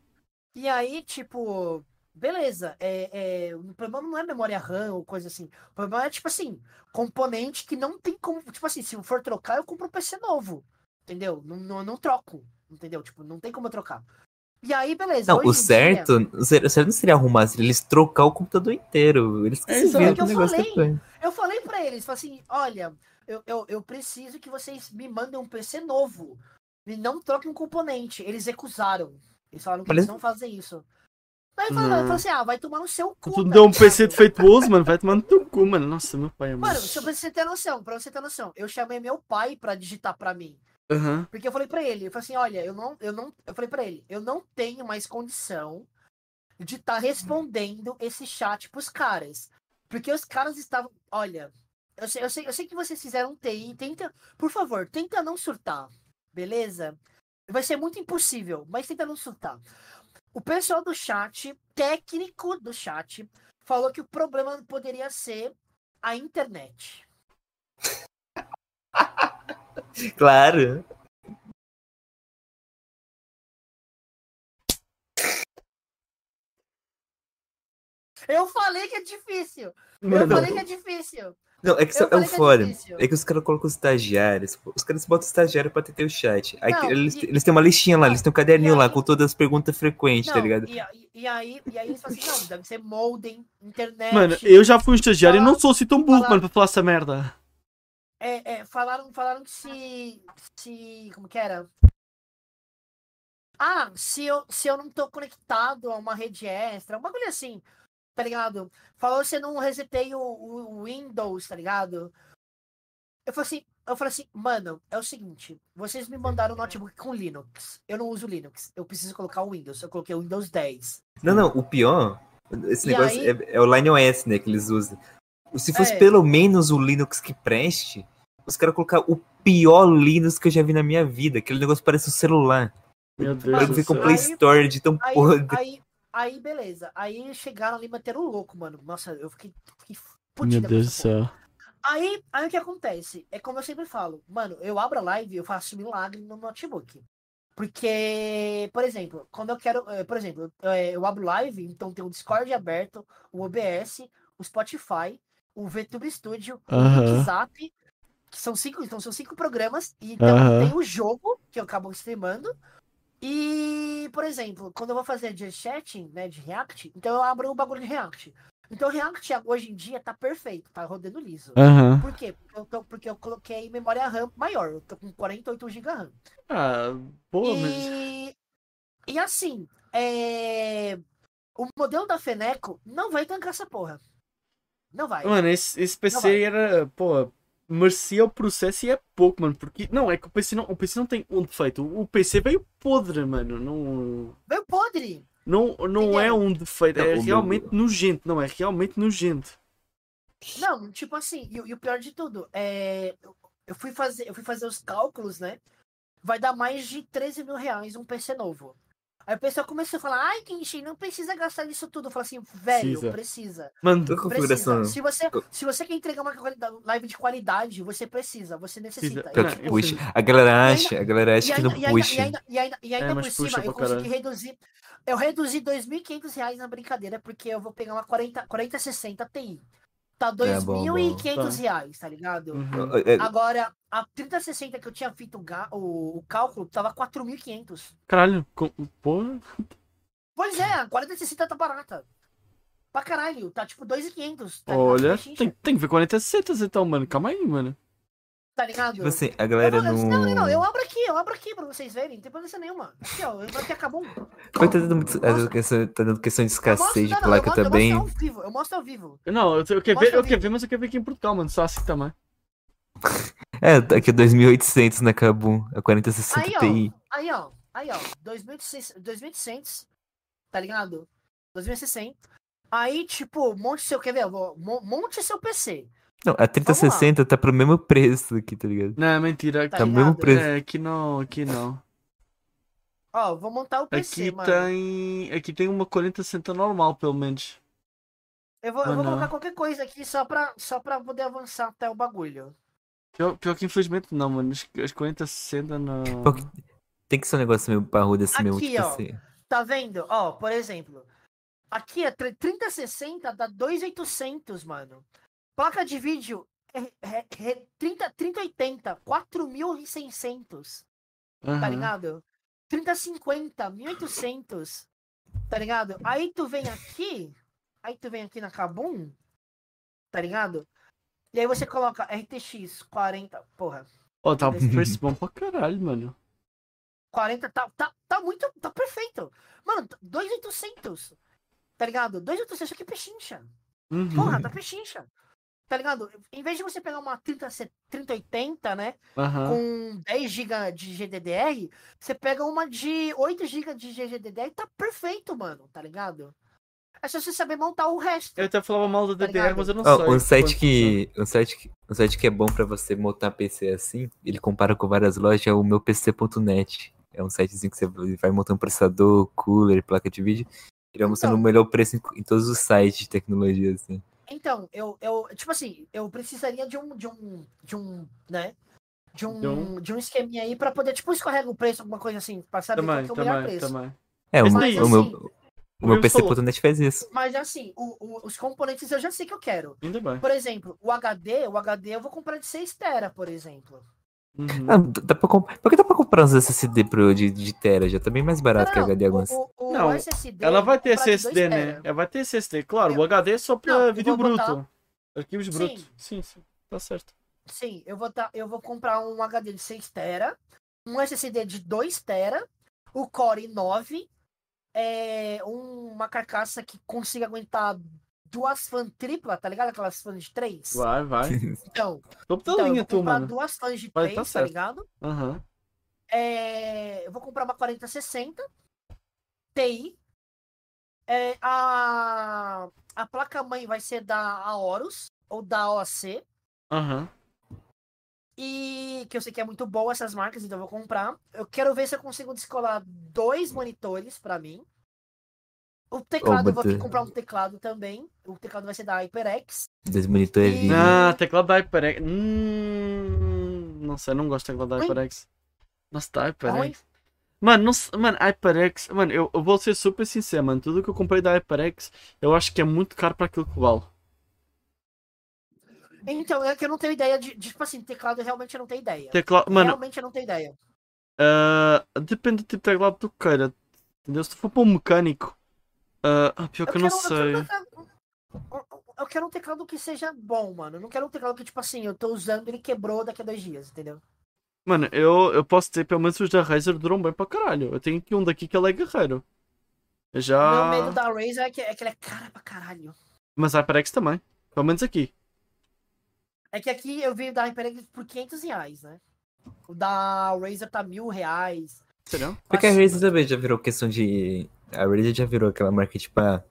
e aí, tipo, beleza. É, é, o problema não é memória RAM ou coisa assim. O problema é, tipo assim, componente que não tem como. Tipo assim, se eu for trocar, eu compro um PC novo. Entendeu? Não, não, não troco. Entendeu? Tipo, não tem como eu trocar. E aí, beleza. Não, hoje em o dia- certo, o cer- o certo não seria arrumar, seria eles trocar o computador inteiro. Eles É, se um exato. viram Que eu com o negócio falei. depois. Eu falei pra eles, falei assim, olha, eu, eu, eu preciso que vocês me mandem um PC novo. E não troquem um componente. Eles recusaram. Eles falaram que eles Parece- não fazem isso. Aí eu falei, eu Não. falei assim, ah, vai tomar no seu cu. Tu né, Hum. deu um PC sabe? defeituoso, mano. Vai tomando teu cu, mano. Nossa, meu pai, mano. Mano, só pra você ter noção, pra você ter noção, eu chamei meu pai pra digitar pra mim. Aham. Porque eu falei pra ele, eu falei assim, olha, eu não, eu não, eu falei pra ele, eu não tenho mais condição de estar respondendo esse chat pros caras. Porque os caras estavam, olha, eu sei, eu sei, eu sei que vocês fizeram TI, tenta, por favor, tenta não surtar, beleza? Vai ser muito impossível, mas tenta não surtar. O pessoal do chat, técnico do chat, falou que o problema poderia ser a internet. Claro. Eu falei que é difícil. Eu Mano, falei que é difícil. Não, é que Eu é o falei que é fora. difícil. É que os caras colocam os estagiários. pô. Os caras botam o estagiário pra ter o chat. Aí Não, eles, e- eles têm uma listinha lá, eles têm um caderninho e lá aí- com todas as perguntas frequentes, tá Não, ligado? E, a- e- e aí, e aí eles falam assim, não, deve ser modem, internet. É, Mano, eu já fui um estagiário e não sou assim tão burro, Falar- mano, pra falar essa merda. É, é, falaram, falaram que se. se. como que era? Ah, se eu, se eu não tô conectado a uma rede extra, um bagulho assim, tá ligado? Falou se eu não resetei o, o- o Windows, tá ligado? Eu falei assim, eu falei assim, mano, é o seguinte, vocês me mandaram um notebook com Linux. Eu não uso Linux, eu preciso colocar o Windows. Eu coloquei o Windows 10. Não, não, o pior, esse E negócio aí- é, é o LineOS, né, que eles usam. Se fosse É. pelo menos o Linux que preste, os caras colocar o pior Linux que eu já vi na minha vida. Aquele negócio parece um celular. Meu Eu Deus do vi com céu. o Play Aí- Store um de tão Aí, podre. aí, aí, beleza. Aí chegaram ali, manteram o louco, mano. Nossa, eu fiquei, fiquei Meu putida com Deus do essa céu. Aí, aí o que acontece? É como eu sempre falo, mano, eu abro a live e eu faço milagre no notebook. Porque, por exemplo, quando eu quero. eh, Por exemplo, eh, eu abro live, então tem o Discord aberto, o OBS, o Spotify, o VTube Studio, o Aham. WhatsApp, que são cinco, então são cinco programas, e então Aham. tem o jogo, que eu acabo streamando. E, por exemplo, quando eu vou fazer de chatting, né, de React, então eu abro o bagulho de React. Então o React hoje em dia tá perfeito, tá rodando liso. Aham. Por quê? Porque eu, tô- porque eu coloquei memória RAM maior. Eu tô com 48 GB RAM. Ah, boa, mas. e, e assim, é, o modelo da Feneco não vai tancar essa porra. Não vai. Mano, esse, esse PC vai. era. Pô, merecia o processo e é pouco, mano. Porque. Não, é que o PC não, o PC não tem um defeito. O o PC veio podre, mano. Não. Veio podre. Não, não é um defeito, Não, o é meu- realmente nojento, não, é realmente nojento. Não, tipo assim, e, o- e o pior de tudo, é, eu- eu, fui fazer, eu fui fazer os cálculos, né? Vai dar mais de 13 mil reais um PC novo. Aí o pessoal começou a falar, ai, Kenshin, não precisa gastar nisso tudo. Eu falo assim, velho, Precisa. precisa. Mano, Toda configuração. Precisa. Se você, Co- se você quer entregar uma qualida- live de qualidade, você precisa, você necessita. Precisa. E, Pior Não, que eu tipo, puxa. sei. A galera acha, a galera e acha que ainda- não e ainda- e puxa. ainda- e ainda- e ainda É, mas por cima, puxa pra eu caralho. consegui reduzir. Eu reduzi R$ 2.500 reais na brincadeira, porque eu vou pegar uma 40, 4060 Ti. Tá R$ É, bom, 2.500 bom. reais, tá ligado? uhum. É, é, Agora, a 3060 que eu tinha feito o, ga- o, o cálculo tava 4.500. caralho, com, porra. Pois é, a 4060 tá barata. Pra caralho, tá tipo 2.500. Tá ligado? Olha, Pechincha, tem, tem que ver 40 setas então, mano. Calma aí, mano. Tá ligado? Tipo assim, a Eu galera vou- não. Não, não, não, eu abro aqui, eu abro aqui pra vocês verem, não tem problema nenhuma. Aqui, ó, eu aqui acabou. Vai tá dando, muito- às vezes, questão- tá dando questão de Eu mostro- escassez de não, não, eu placa mostro- também. Eu mostro ao vivo, eu mostro ao vivo. Não, eu, eu quero ver, Mostra eu o quero ver, mas eu quero ver aqui em Portugal, mano. Só assim também. É, aqui é 2800 na é Kabum, a 4060 Aí, Ti. ó, aí, ó, aí, ó, 2600, 2800, tá ligado? 2600. Aí, tipo, monte seu, quer ver? Eu vou- mo- Monte seu PC. Não, a 3060 tá pro mesmo preço aqui, tá ligado? Não, é mentira. Tá Tá o mesmo ligado? preço. É, aqui não, aqui não. Ó, vou montar o PC, Aqui mano. tá. tem. Aqui tem uma 40 senta normal, pelo menos. Eu vou, eu Ah, vou não. colocar qualquer coisa aqui só pra, só pra poder avançar até o bagulho. Pior, pior que infelizmente não, mano. As, as 40 senta não. Pior que- Tem que ser um negócio meio parrudo assim mesmo, Aqui, tipo ó. assim. Tá vendo? Ó, por exemplo, aqui é a 3060 dá 2,800, mano. Placa de vídeo é, é, é 30, 3080, 4.600, tá Aham. ligado? 3050, 1.800, tá ligado? Aí tu vem aqui, aí tu vem aqui na Kabum, tá ligado? E aí você coloca RTX 40, porra, Ó, tá Uhum. um preço bom pra caralho, mano. 40, tá, tá, tá muito, tá perfeito. Mano, 2,800, tá ligado? 2,800, que pechincha. Uhum. Porra, tá pechincha. Tá ligado? Em vez de você pegar uma 30, 3080, né? Aham. Com 10 GB de GDDR, você pega uma de 8 GB de GDDR e tá perfeito, mano. Tá ligado? É só você saber montar o resto. Eu até falava mal da Tá DDR, ligado? mas eu não Ó, sei. um site quanto- que. Um site que. Um site que é bom pra você montar PC assim, ele compara com várias lojas, é o meu PC.net. É um sitezinho que você vai montando processador, cooler, placa de vídeo. Ele vai mostrando Então. o melhor preço em, em todos os sites de tecnologia, assim. Então, eu, eu, tipo assim, eu precisaria de um, de um, de um, né? De De um, um- de um esqueminha aí pra poder, tipo, escorrega o preço, um alguma coisa assim, pra saber Também, qual que é o melhor também, preço. também. É, o, Mas meu- aí, o meu, assim, O meu PC Fortinet faz isso. Mas assim, o- o- os componentes eu já sei que eu quero. Ainda bem. Por exemplo, o HD, o HD eu vou comprar de 6 tera, por exemplo. Uhum. Ah, dá pra comprar. Por que dá pra comprar uns SSD pro, de, de Tera? Já tá bem mais barato que Não, HD alguns. o, o, o Não, SSD Ela eu vai vou ter comprar de SSD, 2 né? tera. Ela vai ter SSD, claro. Eu- O HD é só Não, pra eu vídeo vou bruto. botar- Arquivos Sim. brutos. Sim, sim. Tá certo. Sim, eu vou, tá, eu vou comprar um HD de 6 tera, um SSD de 2 tera, o Core 9, é, um- uma carcaça que consiga aguentar duas fãs tripla, tá ligado? Aquelas fãs de 3. Vai, vai. Então, Topo da então, eu linha, vou tu, comprar mano. duas fãs de Vai, 3, tá tá, certo. ligado? Aham. É, eu vou comprar uma 4060 TI. É, a, a placa-mãe vai ser da Aorus ou da OAC. Aham. E que eu sei que é muito boa essas marcas, então eu vou comprar. Eu quero ver se eu consigo descolar dois monitores pra mim. O teclado, eu vou ter que Batu. comprar um teclado também. O teclado vai ser da HyperX. Dois monitores. E- de- Ah, teclado da HyperX. Hum, não sei, não gosto de teclado da Oi? HyperX. Nossa, da Oi? HyperX. Mano, não, se- mano, HyperX. Mano, eu, eu vou ser super sincero, mano. Tudo que eu comprei da HyperX, eu acho que é muito caro para aquilo que vale. Então, é que eu não tenho ideia de, de, tipo assim, teclado eu realmente não tenho ideia. Teclado, mano, Realmente eu não tenho ideia. ah, depende do tipo de teclado que tu queira. Entendeu? Se tu for para um mecânico, ah, ah, pior que eu não sei. quero um teclado- eu- eu quero um teclado que seja bom, mano. Eu não quero um teclado que, tipo assim, eu tô usando, ele quebrou daqui a dois dias, entendeu? Mano, eu, eu posso dizer, pelo menos os da Razer duram bem pra caralho. Eu tenho aqui um daqui que ele é guerreiro. Eu O Já. meu medo da Razer é que, é que ele é cara pra caralho. Mas a HyperX também. Pelo menos aqui. É que aqui eu vi o da HyperX por 500 reais, né? O da Razer tá mil reais. Entendeu? Porque a Assim, Razer também já virou questão de. A Razer já virou aquela marca que, tipo, ah,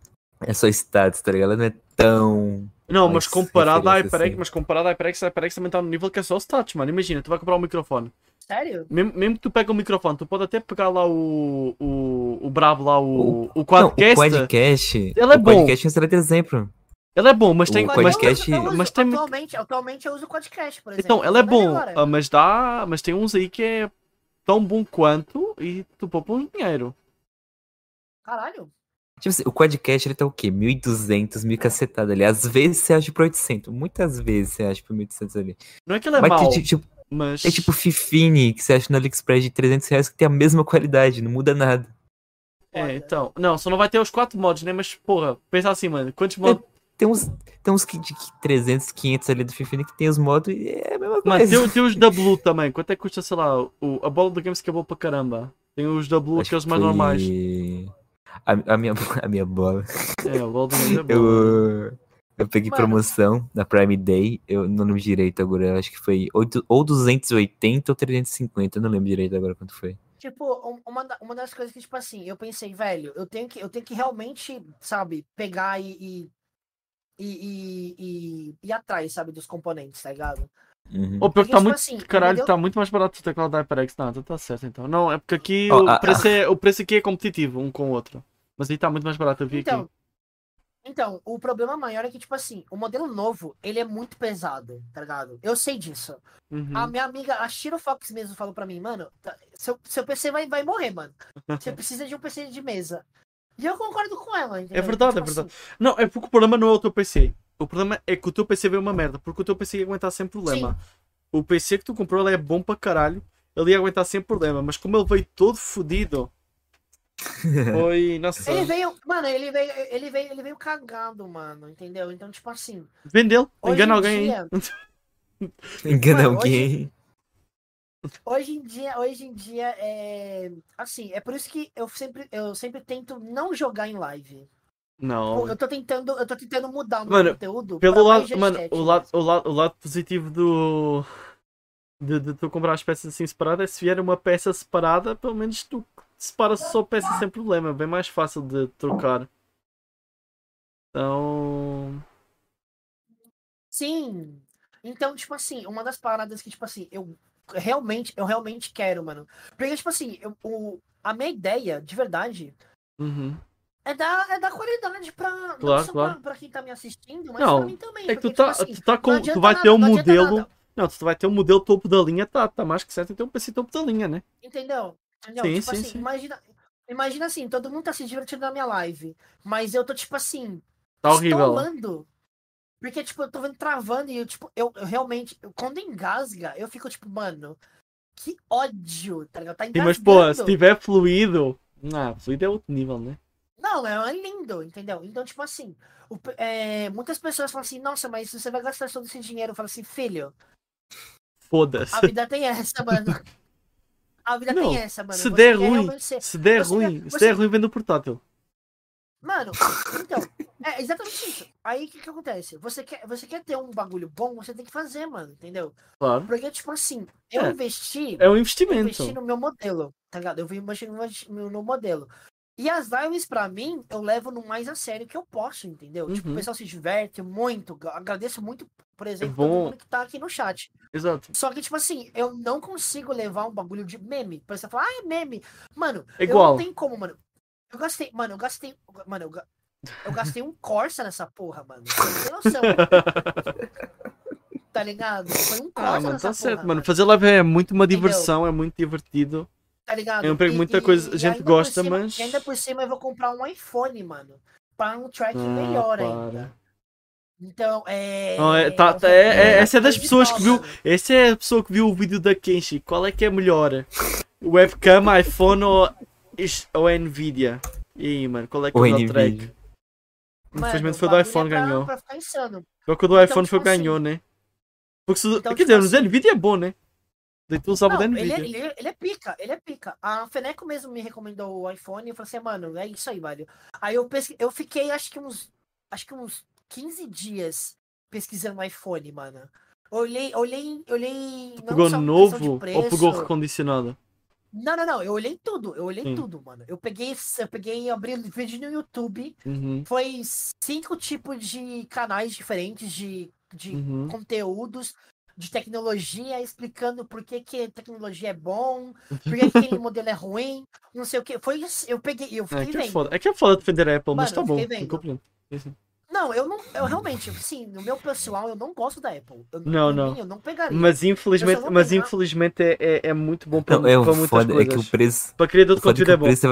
é só status, tá ligado? Ela não é tão. Não, Olha mas essa comparado à referência, HyperX, sim. mas comparado à HyperX, a HyperX também tá no nível que é só o status, mano. Imagina, tu vai comprar um microfone. é Sério? Mesmo, mesmo que tu pega o microfone, tu pode até pegar lá o. o, o bravo lá, o. O, quadcast. Não, o Quadcast. Ele é o bom. Quadcast é um excelente exemplo. Ele é bom, mas tem. O Mas eu mas- uso- podcast- eu uso- mas tem- Atualmente, atualmente eu uso o podcast, por exemplo. Então, ele é Tá melhor bom, agora. ah, mas dá. Mas tem uns aí que é tão bom quanto e tu poupa um dinheiro. Caralho. Tipo assim, o Quadcast ele tá o quê? 1.200, 1.000 cacetada ali. Às vezes você acha por 800. Muitas vezes você acha por 1.800 ali. Não é que ele é Mas mau, tem, tipo, mas. tem tipo Fifine, que você acha no AliExpress de 300 reais, que tem a mesma qualidade, não muda nada. É, Foda. então. Não, só não vai ter os quatro mods, né? Mas, porra, pensa assim, mano. Quantos É, mods. Tem uns, tem uns que, de que 300, 500 ali do Fifine que tem os modos e é a mesma Mano, coisa. tem, o- tem os da Blue também. Quanto é que custa, sei lá, o, a bola do Games acabou pra caramba? Tem os da Blue, Acho aqueles que mais foi normais. A, a minha, <laughs> a minha bola. É, o Baldwin ainda é bom. Eu, eu peguei Mano. promoção na Prime Day, eu não lembro direito agora, eu acho que foi oito- ou 280 ou 350, eu não lembro direito agora quanto foi. Tipo, um- uma, da- uma das coisas que, tipo assim, eu pensei, velho, eu tenho que, eu tenho que realmente, sabe, pegar e. e... E, e, e, e atrás, sabe, dos componentes, tá ligado? Uhum. Ou pior que Porque, tá tipo muito. assim, Caralho, entendeu? tá muito mais barato o teclado da HyperX. Não, então tá certo então. Não, é porque aqui Ó, o, a- preço É, o preço aqui é competitivo um com o outro. Mas aí tá muito mais barato, eu vi Então, aqui. então, o problema maior é que, tipo assim, o modelo novo, ele é muito pesado, tá ligado? Eu sei disso. Uhum. A minha amiga, a Shiro Fox mesmo, falou pra mim, mano, tá- seu, seu PC vai, vai morrer, mano. <laughs> Você precisa de um PC de mesa. E eu concordo com ela, entendeu? Tipo verdade, é verdade. Não, é porque o problema não é o teu PC. O problema é que o teu PC veio uma merda, porque o teu PC ia aguentar sem problema. O PC que tu comprou ele é bom pra caralho, ele ia aguentar sem problema, mas como ele veio todo <laughs> fodido. Foi, nossa. assim, Ele veio, mano, ele veio, ele veio, ele veio cagado, mano, entendeu? Então, tipo assim, Vende ele, Hoje engana em alguém dia- aí. Engana Mano, alguém. hoje em dia, hoje em dia é assim, é por isso que eu sempre, eu sempre tento não jogar em live. Não. Eu tô tentando, eu tô tentando mudar o meu Então, Mano, conteúdo pra Pelo mais lado, gente mano, chat, o né? lado, o lado, o lado positivo do. De, de tu comprar as peças assim separadas é se vier uma peça separada, pelo menos tu separa só peça sem problema, é bem mais fácil de trocar. Então. Sim. Então, tipo assim, uma das paradas que, tipo assim, eu realmente, eu realmente quero, mano. Porque, tipo assim, eu, o, a minha ideia, de verdade, Uhum. é dar, é dar qualidade pra, não Claro, só claro. pra, pra quem tá me assistindo, mas Não, pra mim também. É que tu porque, tá, tipo assim, tu tá não com. Tu adianta vai ter nada, um não adianta modelo. nada, Não, tu vai ter um modelo um topo da linha, tá, tá mais que certo, então o PC topo da linha, né? entendeu? Entendeu? Sim, tipo sim, assim, sim. imagina. Imagina assim, todo mundo tá se divertindo na minha live. Mas eu tô, tipo assim, Tá horrível. lá. estolando. Porque, tipo, eu tô vendo travando e, eu, tipo, eu, eu realmente, eu- quando engasga, eu fico, tipo, mano, que ódio, tá ligado? Tá Sim, engasgando. mas, pô, assim se tiver fluido. Ah, fluido é outro nível, né? Não, é lindo, entendeu? Então, tipo assim, o pe- é, muitas pessoas falam assim, nossa, mas você vai gastar todo esse dinheiro. Eu falo assim, filho, a Foda-se. vida tem essa, mano. A vida Não, tem essa, mano. se Você der quer ruim, realmente ser- Se der Você- ruim, se você- der ruim, vem do portátil. Mano, então, é exatamente isso. Aí o que, que acontece? Você quer, você quer ter um bagulho bom, você tem que fazer, mano, entendeu? Claro. Porque, tipo assim, eu É. investi, É um eu investi investimento. no meu modelo, tá ligado? Eu investi no meu no modelo. E as lives, pra mim, eu levo no mais a sério que eu posso, entendeu? Tipo, o Uhum. É pessoal se diverte muito. gra- Agradeço muito, por exemplo, bom. todo mundo que tá aqui no chat. Exato. Só que, tipo assim, eu não consigo levar um bagulho de meme. Pra você falar, ah, é meme. Mano, É igual. eu não tem como, mano. Eu gastei, mano, eu gastei. Mano, eu, ga- eu gastei um Corsa nessa porra, mano. Você não tem <laughs> noção. tá ligado? Foi um Corsa Ah, mano, nessa tá porra, certo, mano. Fazer live é muito uma Entendeu? diversão, é muito divertido. Tá ligado? É um emprego muita coisa- a gente ainda por gosta, cima- mas- E ainda por cima eu vou comprar um iPhone, mano. Pra um track Ah, melhor ainda. para. Então, é. Não, é, tá, tá, é, um é- essa é das pessoas que viu. Essa é a pessoa que viu o vídeo da Kenshi. Qual é que é melhor? <laughs> Webcam, iPhone ou, is- ou Nvidia? E aí, mano, qual é que é o Ou melhor Nvidia. track? Mano, Infelizmente o foi do bagulho é iPhone que pra- ganhou. pra ficar insano. Só é que o do Então, iPhone foi o tipo que ganhou, né? Porque se, Então, quer tipo dizer, o assim- da Nvidia é bom, né? Daí tu usava o da Não, ele, Nvidia. é, ele, é- ele é pica, ele é pica. A Feneco mesmo me recomendou o iPhone e eu falei assim, mano, é isso aí, velho. Aí eu, pesqui... eu fiquei, acho que uns acho que uns 15 dias pesquisando o iPhone, mano. Olhei, olhei, olhei. não Pegou só questão de novo ou pegou preço. recondicionado? Não, não, não. Eu olhei tudo. Eu olhei Sim. tudo, mano. Eu peguei, eu peguei, eu abri o vídeo no YouTube. Uhum, Foi cinco tipos de canais diferentes de, de uhum. conteúdos, de tecnologia, explicando por que, que tecnologia é bom, Uhum. por que que <laughs> aquele modelo é ruim, não sei o que. Foi isso. Eu peguei, eu É fiquei que é vendo. foda. É que é foda defender a Apple, mas Mano, tá eu bom. fiquei vendo. Eu compreendo. Não, eu não. Eu realmente, sim, no meu pessoal, eu não gosto da Apple. Eu, Não, por não. mim, eu não pegaria. Mas infelizmente, Eu só vou mas pegar- infelizmente é, é, é muito bom pra, Não, é pra o muitas foda é coisas. que o preço. Pra criador O de foda é conteúdo que é o bom. preço.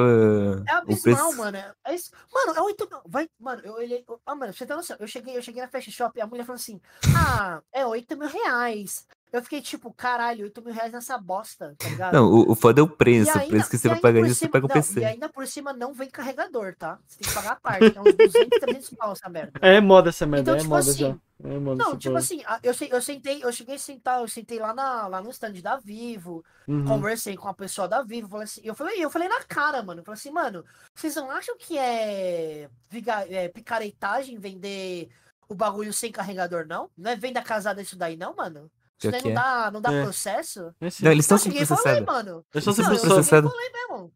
É é- O abismal, preço. mano. É isso. Mano, é 8 mil. Vai, mano, eu olhei. eu- Ah, mano, pra você tá noção. Eu cheguei, eu cheguei na Fashion Shop e a mulher falou assim: Ah, é 8 mil reais. Eu fiquei tipo, caralho, 8 mil reais nessa bosta, tá ligado? Não, o, o foda é o E preço. ainda- o preço que e você vai ainda pagar por nisso, você cima- paga um o não, E PC. ainda por cima não vem carregador, tá? Você tem que pagar a parte. É uns 200, 300 pau essa merda. É moda essa merda, Então, é tipo moda assim, já. É moda Não, essa tipo porra. assim, a- eu, sei- eu sentei, eu cheguei a sentar, eu sentei lá, na, lá no stand da Vivo, Uhum. conversei com a pessoa da Vivo, falei assim, eu falei, eu falei na cara, mano, eu falei assim, mano, vocês não acham que é, viga- é picaretagem vender o bagulho sem carregador, não? Não é venda casada isso daí, não, mano? Isso Pior daí que não é. dá, não dá É. processo? É sim. Não, eles estão eu sendo cheguei e falei, processados. mano. Eles estão Não, sendo eu sendo processados. cheguei e processados. falei mesmo.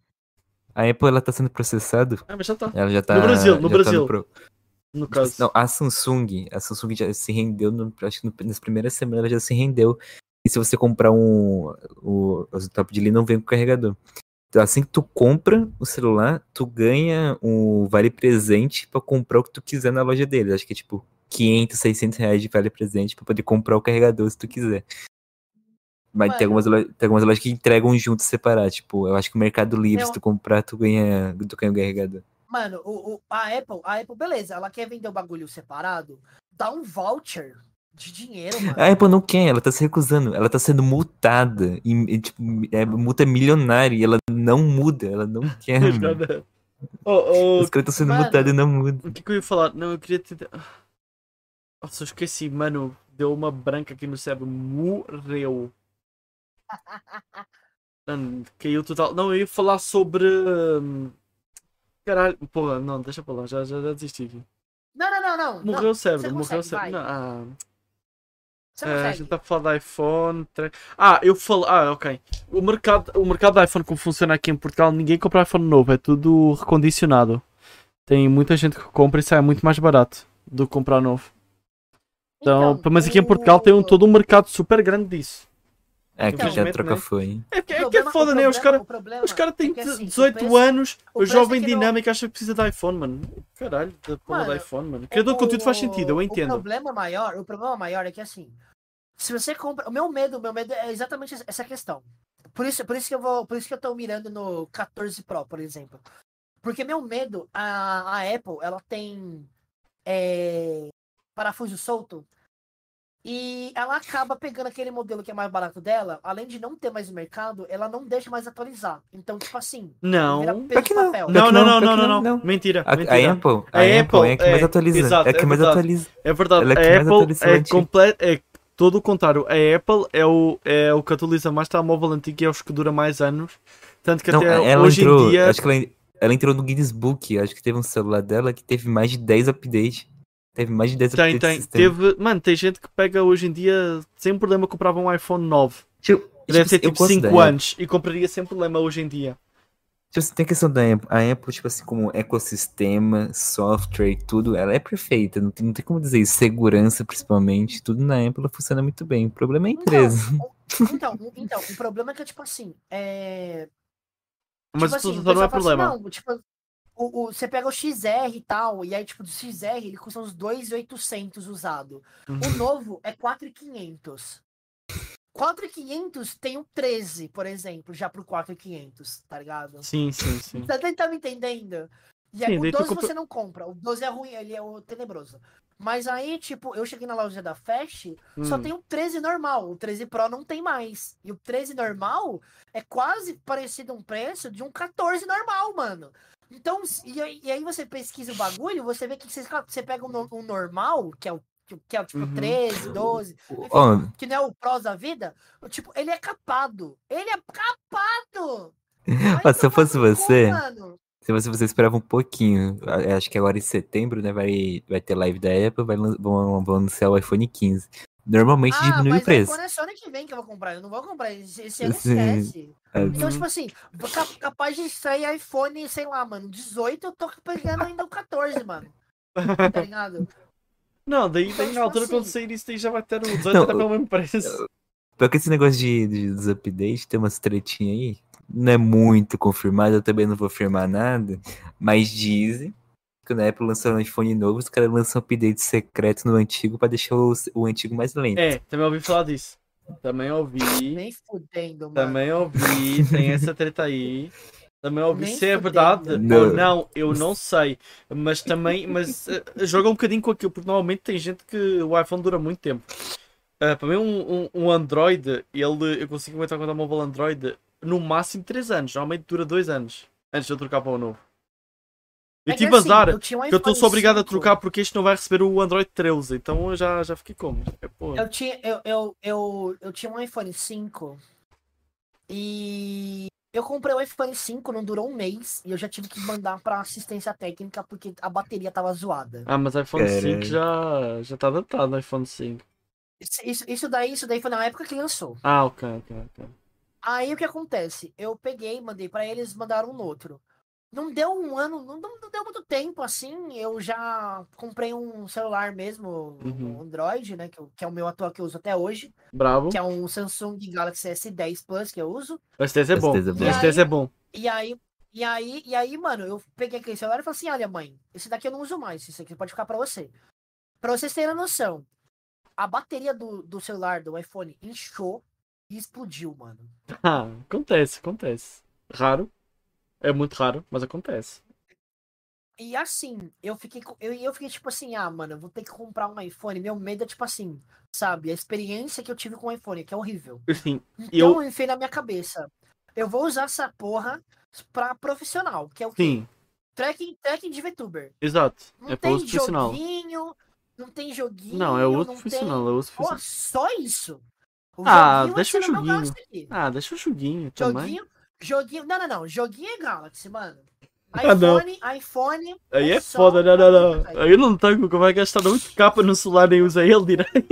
A Apple ela tá sendo processada. Ah, mas já tá. Ela já tá. Brasil, no já tá Brasil. pro- No caso. Tipo assim, Não, a Samsung, a Samsung já se rendeu, no- acho que no- nas primeiras semanas ela já se rendeu. E se você comprar um. O, o top de linha não vem com carregador. Então, assim que tu compra o celular, tu ganha um vale presente pra comprar o que tu quiser na loja deles. Acho que é tipo 500, 600 reais de vale presente pra poder comprar o carregador se tu quiser. Mas tem Mano. algumas, lojas, tem algumas lojas que entregam junto separado. Tipo, eu acho que o Mercado Livre, Eu- se tu comprar, tu ganha, tu ganha o carregador. Mano, o, o- a Apple, a Apple, beleza, ela quer vender o bagulho separado, dá um voucher de <laughs> dinheiro, mano. A Apple não quer, ela tá se recusando. Ela tá sendo multada. E, e, tipo, é multa milionária. E ela não muda, ela <laughs> não quer. Já mano. dá. Oh, Os caras estão sendo Mano. multados e não mudam. oh, o que que eu ia falar? Não, eu queria te. dar- Nossa, eu esqueci, mano. Deu uma branca aqui no cérebro. Morreu. Mano, caiu total. Não, eu ia falar sobre. hum, Caralho, porra, não, deixa pra lá, já, já, já desisti aqui. Não, não, não, não. não. Morreu o cérebro, você morreu o consegue, cérebro. Não, ah, Você É, a consegue. gente tá a falar de iPhone. tra- Ah, eu falo. Ah, ok. O mercado, o mercado do iPhone, como funciona aqui em Portugal, ninguém compra iPhone novo, é tudo recondicionado. Tem muita gente que compra e sai muito mais barato do que comprar novo. Então, Então, mas aqui em Portugal tem um, o- todo um mercado super grande disso. É, que já Infelizmente, troca né? foi. hein? É que é, que é problema- foda, o né? Os problema- caras o problema os cara têm é que, assim, o 18 preço- anos, o o preço jovem é que não- dinâmico acha que precisa de iPhone, mano. Caralho, da porra Mano, é do iPhone, mano. Criador de conteúdo faz sentido, eu O entendo. problema maior, o problema maior é que assim, se você compra, o meu medo, o meu medo é exatamente essa questão. Por isso, por isso que eu vou. Por isso que eu tô mirando no 14 Pro, por exemplo. Porque meu medo, a, a Apple, ela tem é, parafuso solto. E ela acaba pegando aquele modelo que é mais barato dela, além de não ter mais no mercado, ela não deixa mais atualizar. Então, tipo assim, Não. vira Não, peso que de não. papel. Pior que não, não, não, não, pior que não, não, não. não. Mentira, A, a é mentira. Apple, a, A Apple, Apple, é a que mais é, atualiza. exato, é a que é mais verdade. atualiza. É verdade, Ela é que a mais Apple atualiza o é, antigo. comple- é todo o contrário. A Apple é o, é o que atualiza mais telemóvel antigo e é os que dura mais anos. Tanto que Não, é, até ela hoje entrou. em dia. Acho que ela, ela entrou no Guinness Book. Acho que teve um celular dela que teve mais de 10 updates. Teve mais de 10 Tem, updates. do tem. sistema. Teve, mano, tem gente que pega hoje em dia sem problema comprava um iPhone 9. Tipo, Que deve ter eu tipo gosto 5 da Apple. anos e compraria sem problema hoje em dia. Tipo, assim, tem a questão da Apple. A Apple, tipo assim, como ecossistema, software e tudo, ela é perfeita. Não tem, não tem como dizer isso. Segurança, principalmente. Tudo na Apple ela funciona muito bem. O problema é a empresa. Então, o- então, o problema é que, tipo assim, é, Mas tipo isso assim, o não é pessoal fala problema. Assim, não, tipo, o, o- você pega o XR e tal, e aí, tipo, do XR ele custa uns 2,800 usado. Uhum. O novo é 4,500. 4,500 tem um 13, por exemplo, já pro 4,500, tá ligado? Sim, sim, sim. Tá, tá- tá me entendendo? E Sim, daí aí, o tu 12 compra- você não compra. O 12 é ruim, ele é o tenebroso. Mas aí, tipo, eu cheguei na loja da Fast, só Hum. tem o 13 normal. O 13 Pro não tem mais. E o 13 normal é quase parecido um preço de um 14 normal, mano. Então, s- e, aí- e aí você pesquisa o bagulho, você vê que você, você pega um, no- um normal, que é o que- que é o tipo Uhum. 13, 12, Ó, que não é o Pro da vida, tipo, ele é capado. Ele é <laughs> capado! Ó, Vai se eu tomar fosse no cu, você, mano. se você, você esperava um pouquinho, a- acho que agora em setembro, né? Vai, vai ter live da Apple, vai, lan- vão, vão anunciar o iPhone 15. Normalmente diminui mas o preço. iPhone é só ano que vem que eu vou comprar. Eu não vou comprar esse, esse ano, Sim. esquece. É. Uhum. Então, tipo assim, ca- capaz de sair iPhone, sei lá, mano, 18, eu tô pegando ainda o 14, mano. Tá <laughs> ligado? Não, daí, Então, daí na tipo altura assim- quando sair isso daí já vai ter o 18 Não, até pelo mesmo preço. Pior que esse negócio de, de, dos updates, tem umas tretinhas aí, não é muito confirmado, eu também não vou afirmar nada, mas dizem que na Apple lançou um iPhone novo, os caras lançam um update secreto no antigo pra deixar o, o antigo mais lento. É, <laughs> também ouvi falar disso. Também ouvi. Nem fudendo, mano. Também ouvi, tem essa treta aí. Também ouvi Nem se é fudendo. verdade Não. ou não, eu não sei. Mas também, mas eh, joga um bocadinho com aquilo, porque normalmente tem gente que o iPhone dura muito tempo. Ah, para mim, um, um, um Android, ele, eu consigo aguentar com o móvel Android no máximo 3 anos. Normalmente dura 2 anos antes de eu trocar para o novo. Eu É que tive assim, azar, eu tinha um que tipo, eu estou iPhone só obrigado a 5. trocar porque este não vai receber o Android 13. Então eu já, já fiquei como? É, pô. Eu tinha, eu, eu, eu, eu tinha um iPhone 5 e eu comprei o iPhone 5, não durou um mês, e eu já tive que mandar pra assistência técnica porque a bateria tava zoada. Ah, mas iPhone 5 Caralho. já, já está datado, iPhone 5. Isso, isso, isso daí, isso daí foi na época que lançou. Ah, ok, ok, ok. Aí o que acontece? Eu peguei, mandei pra eles, mandaram um outro. Não deu um ano, não, não- não deu muito tempo assim. Eu já comprei um celular mesmo, Uhum. um Android, né? Que, eu- que é o meu atual que eu uso até hoje, Bravo. que é um Samsung Galaxy S10 Plus que eu uso. O STS é bom. STS é O bom. STS é bom. <laughs> E aí, e aí, e aí, mano, eu peguei aquele celular e falei assim: olha, mãe, esse daqui eu não uso mais, esse aqui pode ficar pra você. Pra vocês terem a noção, a bateria do, do celular, do iPhone, inchou e explodiu, mano. Ah, acontece, acontece. Raro. É muito raro, mas acontece. E assim, eu fiquei, co- eu, eu fiquei tipo assim, ah, mano, eu vou ter que comprar um iPhone. Meu medo é tipo assim, sabe? A experiência que eu tive com o iPhone, que é horrível. Enfim, Então Eu- eu enfiei na minha cabeça. Eu vou usar essa porra pra profissional, que é o quê? sim, Tracking, tracking de VTuber. exato. É Não para tem uso profissional. joguinho, não tem joguinho. Não, é uso não profissional, Tem... é uso Pô, profissional. só isso. O Ah, joguinho é deixa o ser no meu joguinho. gasto aqui. Ah, deixa o joguinho também. Joguinho, joguinho. Não, não, não. Joguinho é Galaxy, mano. <laughs> Ah, não. iPhone, iPhone. Aí é só foda, não, não, pra não. vida, Aí não tenho é que vai gastar muito capa no celular nem usa ele direito.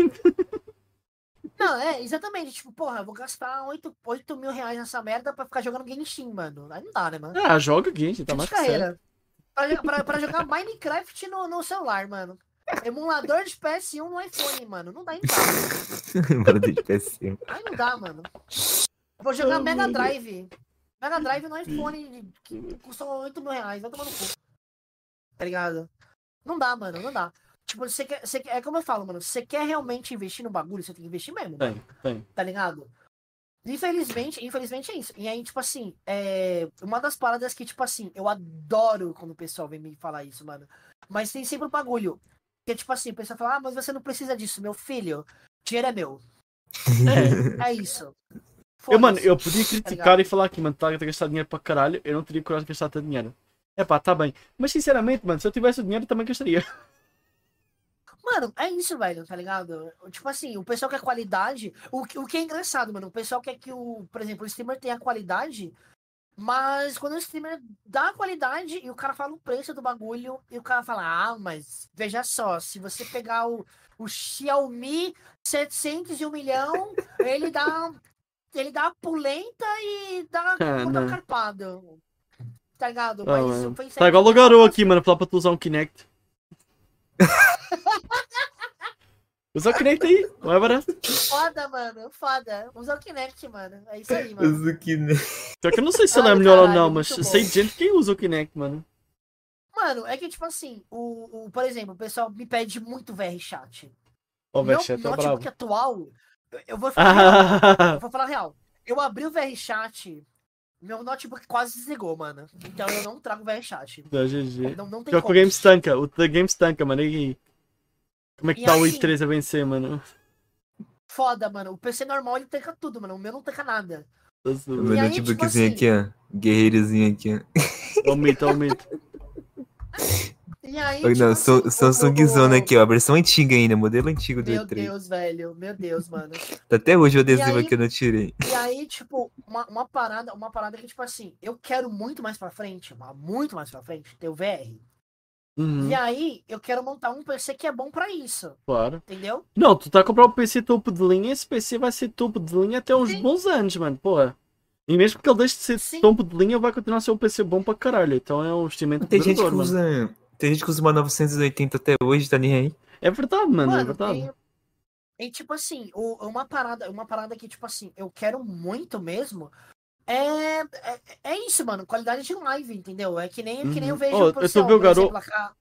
Não, é, exatamente. Tipo, porra, eu vou gastar 8, 8 mil reais nessa merda pra ficar jogando Genshin, mano. Aí não dá, né, mano? Ah, joga aqui, gente, tá Fim mais de que certo. carreira. Pra, jo- pra- pra jogar Minecraft no, no celular, mano. Emulador de PS1 no iPhone, mano. Não dá, não dá. Bora de PS5. Aí não dá, mano. Eu Vou jogar Oh, Mega meu Deus. Drive. Mega Drive no iPhone que custa 8 mil reais. Vai tomar no cu. Tá ligado? Não dá, mano. Não dá. Tipo, você quer, você quer. É como eu falo, mano. Você quer realmente investir no bagulho, você tem que investir mesmo. Tem, tem. tá ligado? Infelizmente, infelizmente é isso. E aí, tipo assim, é... uma das paradas que, tipo assim, eu adoro quando o pessoal vem me falar isso, mano. Mas tem sempre um bagulho. Que é tipo assim, o pessoal fala, ah, mas você não precisa disso, meu filho. Dinheiro é meu. <laughs> É, é isso. <laughs> Eu, mano, Foda-se. eu podia criticar ligado? e falar aqui, mano, tá a gastar dinheiro pra caralho, eu não teria coragem de gastar tanto dinheiro. É pá, tá bem. Mas sinceramente, mano, se eu tivesse o dinheiro, eu também gastaria. Mano, é isso, velho, tá ligado? Tipo assim, o pessoal quer qualidade. O, que- o que é engraçado, mano, o pessoal quer que o, por exemplo, o streamer tenha qualidade, mas quando o streamer dá a qualidade e o cara fala o preço do bagulho, e o cara fala, ah, mas veja só, se você pegar o, o Xiaomi 701 milhão, ele dá. Ele dá a pulenta e dá Ah, o não. carpado. Tá ligado? Ah, Mas mano. o Face Tá igual o ID- Garou aqui, mano, falar pra tu usar um Kinect. <laughs> Usa o Kinect aí, não é barato. Foda, mano. Foda. Usa o Kinect, mano. É <laughs> isso <laughs> aí, mano. Zuki, né? Só que eu não sei se ele é Ai, melhor ou caralho, não, mas muito bom. sei de gente que usa o Kinect, mano. Mano, é que tipo assim, o, o- por exemplo, o pessoal me pede muito VRChat. Ó, Meu velho, chat é brabo. notebook tipo, atual, eu- <laughs> eu vou falar, real, eu Ah, vou falar real. Eu abri o VRChat, meu notebook quase desligou, mano. Então eu não trago VRChat. da GG. Não, não tem Pior que o como. Game Stanca, o da Game Stanca, mano, e aí? Como é que E tá o assim- i3 a vencer, mano? Foda, mano. O PC normal ele tanca tudo, mano. O meu não tanca nada. Tá zoando. E Meu aí, notebookzinho tipo aqui, ó. Guerreirozinho aqui, ó. Ó o mito, ó o mito. E aí, Olha, Não, assim, Sa- o- Samsungzona o- aqui, ó. A versão antiga ainda, modelo antigo do Meu E3. Deus, velho. Meu Deus, mano. Tá até hoje o E adesivo aí- aqui eu não tirei. E aí, tipo, uma, uma parada, uma parada que, tipo assim, eu quero muito mais pra frente, mas muito mais pra frente, ter o VR. Uhum, E aí, eu quero montar um PC que é bom pra isso, claro. entendeu? Não, tu tá a comprar um PC topo de linha, esse PC vai ser topo de linha até uns Sim. bons anos, mano, porra. E mesmo que ele deixe de ser Sim. topo de linha, vai continuar a ser um PC bom pra caralho. Então é um investimento Tem gente que duradouro, mano. usa. Tem gente que usa uma 980 até hoje, tá nem aí. É verdade, mano, é verdade. tem- E tipo assim, o- uma parada, uma parada que, tipo assim, eu quero muito mesmo. É, é, é isso, mano. Qualidade de live, entendeu? É que nem, que nem eu Uhum. vejo Ó, eu tô pessoal, vendo o por exemplo, garoto- a-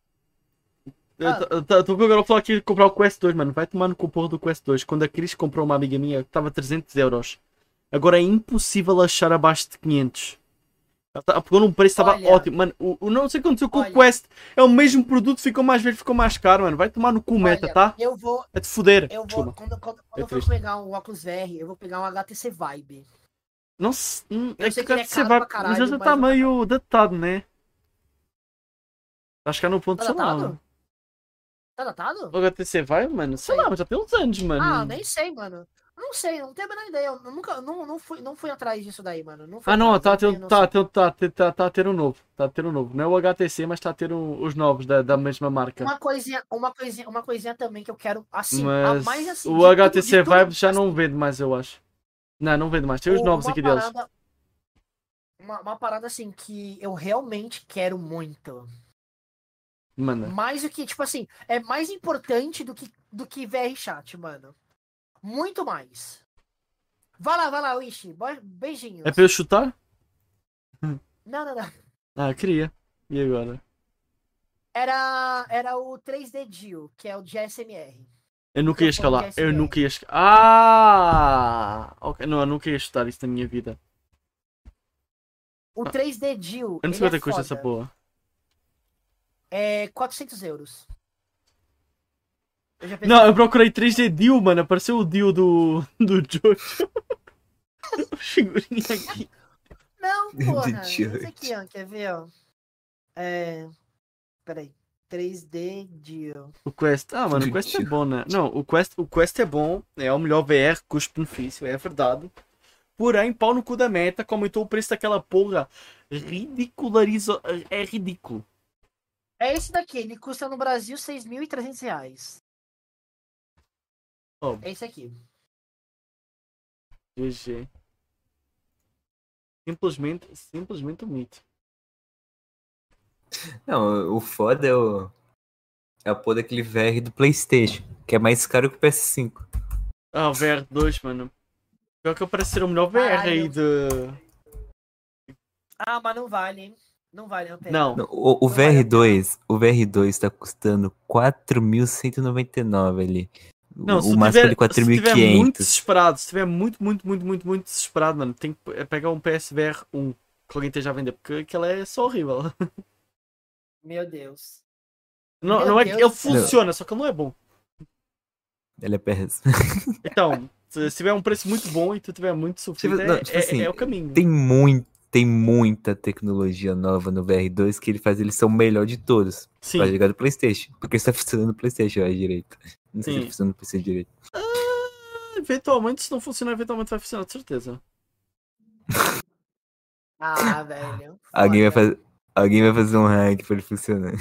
Eu tô- eu tô- eu tô com o garoto falar que comprar o Quest 2, mano. Vai tomar no cu porra do Quest 2. Quando a Cris comprou uma amiga minha, tava 300 euros. Agora é impossível achar abaixo de 500. Ela tá- Pegou num preço, tava Olha. ótimo. Mano, o, o- não sei o que aconteceu com Olha. o Quest. É o mesmo produto, ficou mais velho, ficou mais caro, mano. Vai tomar no cu, meta, Olha, tá? Eu vou, É de foder. eu vou, Desculpa. quando, quando, quando eu for triste. pegar um óculos VR, eu vou pegar um HTC Vibe. Não se. hum, Eu é sei que que ele é você caro vai. pra caralho, Mas ele já mas tá eu- meio datado, né? Acho que é no ponto, Tá sei lá. datado? mano. Tá datado? O HTC vai, mano? Sei Sei. lá, mas já tem uns anos, mano. Ah, nem sei, mano. Não sei, não tenho a menor ideia. Eu nunca, não, não, fui, não fui atrás disso daí, mano. Não fui Ah não, atrás, tá a, tenho ter, noção. tá, a ter- tá, a ter- tá, tá a ter um novo. Tá a ter um novo. Não é o HTC, mas tá a ter um- os novos da, da mesma marca. Uma coisinha, uma coisinha, uma coisinha também que eu quero, assim, a Mas mais assim. de o tudo, HTC de tudo, assim. Vive já não vende mais, eu acho. Não, não vende mais. Tem os uma novos aqui deles. parada- Uma, uma parada assim que eu realmente quero muito. Mano. é Mais do que, tipo assim, é mais importante do que, do que VR chat, mano. Muito mais. Vai lá, vai lá, Wishi. Bo- Beijinhos. É pra eu chutar? Não, não, não. Ah, queria. E agora? Era, era o 3D Dio, que é o de ASMR. Eu nunca ia Eu vou escalar. de Eu SBR. nunca ia escalar. Ah! Ok, não, eu nunca ia chutar isso na minha vida. O 3D Jill. Ah, Eu não ele sei quanto é é que custa essa foda. porra. É 400 euros. Eu já Não, eu procurei 3D Dio, mano. Apareceu o Dio do, <laughs> do Jojo. <laughs> Figurinha aqui. Não, porra. Idiota. Esse aqui, ó. Quer ver, ó? É. Peraí. 3D Jill. O Quest, ah, mano, o Quest é bom, né? Não, o Quest, o Quest é bom, é o melhor VR, custo-benefício, é verdade. Porém, pau no cu da meta, que aumentou o preço daquela porra. Ridiculariza. É ridículo. É esse daqui. Ele custa no Brasil 6.300 reais. Ó. É esse aqui. GG. Simplesmente, simplesmente um mito. Não, o foda é o. É a porra daquele VR do PlayStation, que é mais caro que o PS5. Ah, o VR 2, mano. Pior que eu parece ser o melhor VR aí Caralho. de. Ah, mas não vale, hein? Não vale a pena. Não, Não, o, o Não vale a VR2, o VR2 tá custando 4.199 ali. Não, se o tu máximo tiver, de se tu tiver muito 4.500. desesperado, se tiver muito, muito, muito, muito, muito desesperado, mano, tem que pe- pegar um PSVR 1 que alguém esteja a vender, porque aquela é só horrível. <laughs> Meu Deus. Não, Meu não é que Deus ele do céu. funciona, só que ele não é bom. Ele é péssimo. <laughs> Então, se se tiver um preço muito bom e tu tiver muito sofrido, Tipo, não, é, tipo é- assim, é o caminho. Tem muito. Tem muita tecnologia nova no VR2 que ele faz eles são o melhor de todos. Sim. Pra jogar no Playstation. Porque está <laughs> funcionando no Playstation ó, direito. Não sei se Sim. tá funcionando no Playstation direito. Ah, Eventualmente, se não funcionar, eventualmente vai funcionar, de certeza. Ah, <laughs> velho. Alguém vai, Foda. fazer, alguém vai fazer um hack pra ele funcionar.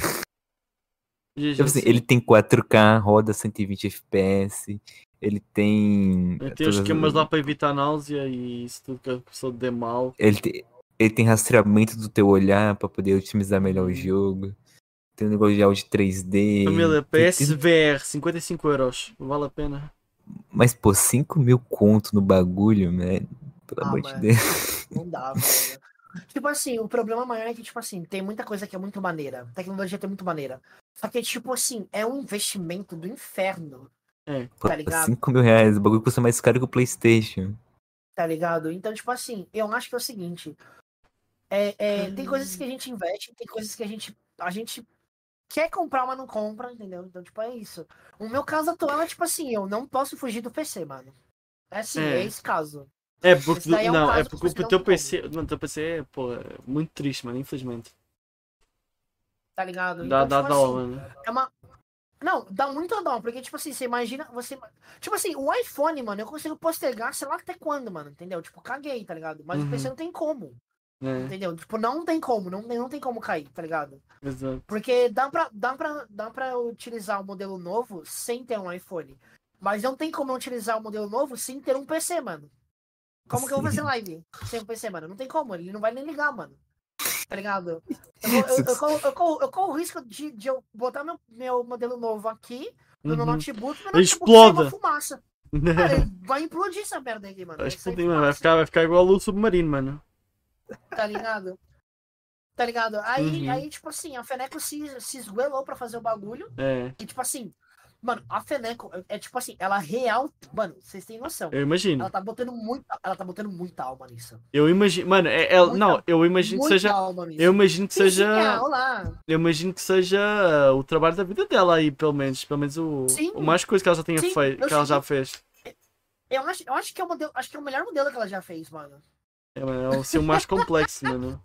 GG, Tipo assim, sim. ele tem 4K, roda 120 FPS, ele tem. Ele tem todas os as- esquemas lá pra evitar náusea e isso tudo que a pessoa dê mal. Ele tem, ele tem rastreamento do teu olhar pra poder otimizar melhor o jogo. Tem um negócio de áudio 3D. Família, tem- tem- PSVR, 55 euros. Vale a pena. Mas, pô, 5 mil conto no bagulho, né? Pelo Ah, amor de mano. Deus. Não dá, velho. Tipo assim, o problema maior é que, tipo assim, tem muita coisa que é muito maneira. Tecnologia tem muito maneira. Só que, tipo assim, é um investimento do inferno, É. Pô, Tá ligado? 5 mil reais, o bagulho custa mais caro que o PlayStation. tá ligado? Então, tipo assim, eu acho que é o seguinte. é- é, tem coisas que a gente investe, tem coisas que a gente, a gente quer comprar, mas não compra, entendeu? Então, tipo, é isso. O meu caso atual é, tipo assim, eu não posso fugir do PC, mano. É assim, É. é, esse caso. É porque, Esse daí é um não, é caso que porque você o não teu tem PC, mano, teu PC é, pô, é muito triste, mano, infelizmente. Tá ligado? Dá, Então, dá tipo dó, assim, mano. É uma. Não, dá muito dó, porque, tipo assim, você imagina. você Tipo assim, o iPhone, mano, eu consigo postergar, sei lá até quando, mano, entendeu? Tipo, caguei, tá ligado? Mas Uhum. o PC não tem como, né? É, entendeu? Tipo, não tem como, não tem, não tem como cair, tá ligado? Exato. Porque dá pra, dá, pra, dá pra utilizar o modelo novo sem ter um iPhone. Mas não tem como eu utilizar o modelo novo sem ter um PC, mano. Como que eu vou fazer live sem um PC, mano? Não tem como, ele não vai nem ligar, mano. Tá ligado? Eu, vou- eu, eu, corro- eu, corro- eu corro o risco de, de eu botar meu, meu modelo novo aqui no meu Uhum. notebook, meu Ele notebook sai exploda. Né? uma fumaça. <laughs> Cara, ele vai implodir essa merda aqui, mano. Vai Vai sair explodir, mano. Vai fumaça. ficar, vai ficar igual o submarino, mano. Tá ligado? Tá ligado? Aí, Uhum. aí tipo assim, a Feneco se, se esguelou pra fazer o bagulho. É, E tipo assim, mano, a Feneco é- é tipo assim, ela real. Mano, vocês têm noção. eu imagino. Ela tá botando muita. Ela tá botando muita alma nisso. Eu imagino. Mano, é, é- Muita- não, eu imagino que muita seja. alma nisso. é, Eu imagino que Vizinha, seja. olá. Eu imagino que seja uh, o trabalho da vida dela aí, pelo menos. Pelo menos o, Sim. o mais coisa que ela já tenha Sim, feito, eu que ela sei. já fez. Eu acho, eu acho que é o modelo. Acho que é o melhor modelo que ela já fez, mano. É, mano, é o seu <laughs> mais complexo, mano.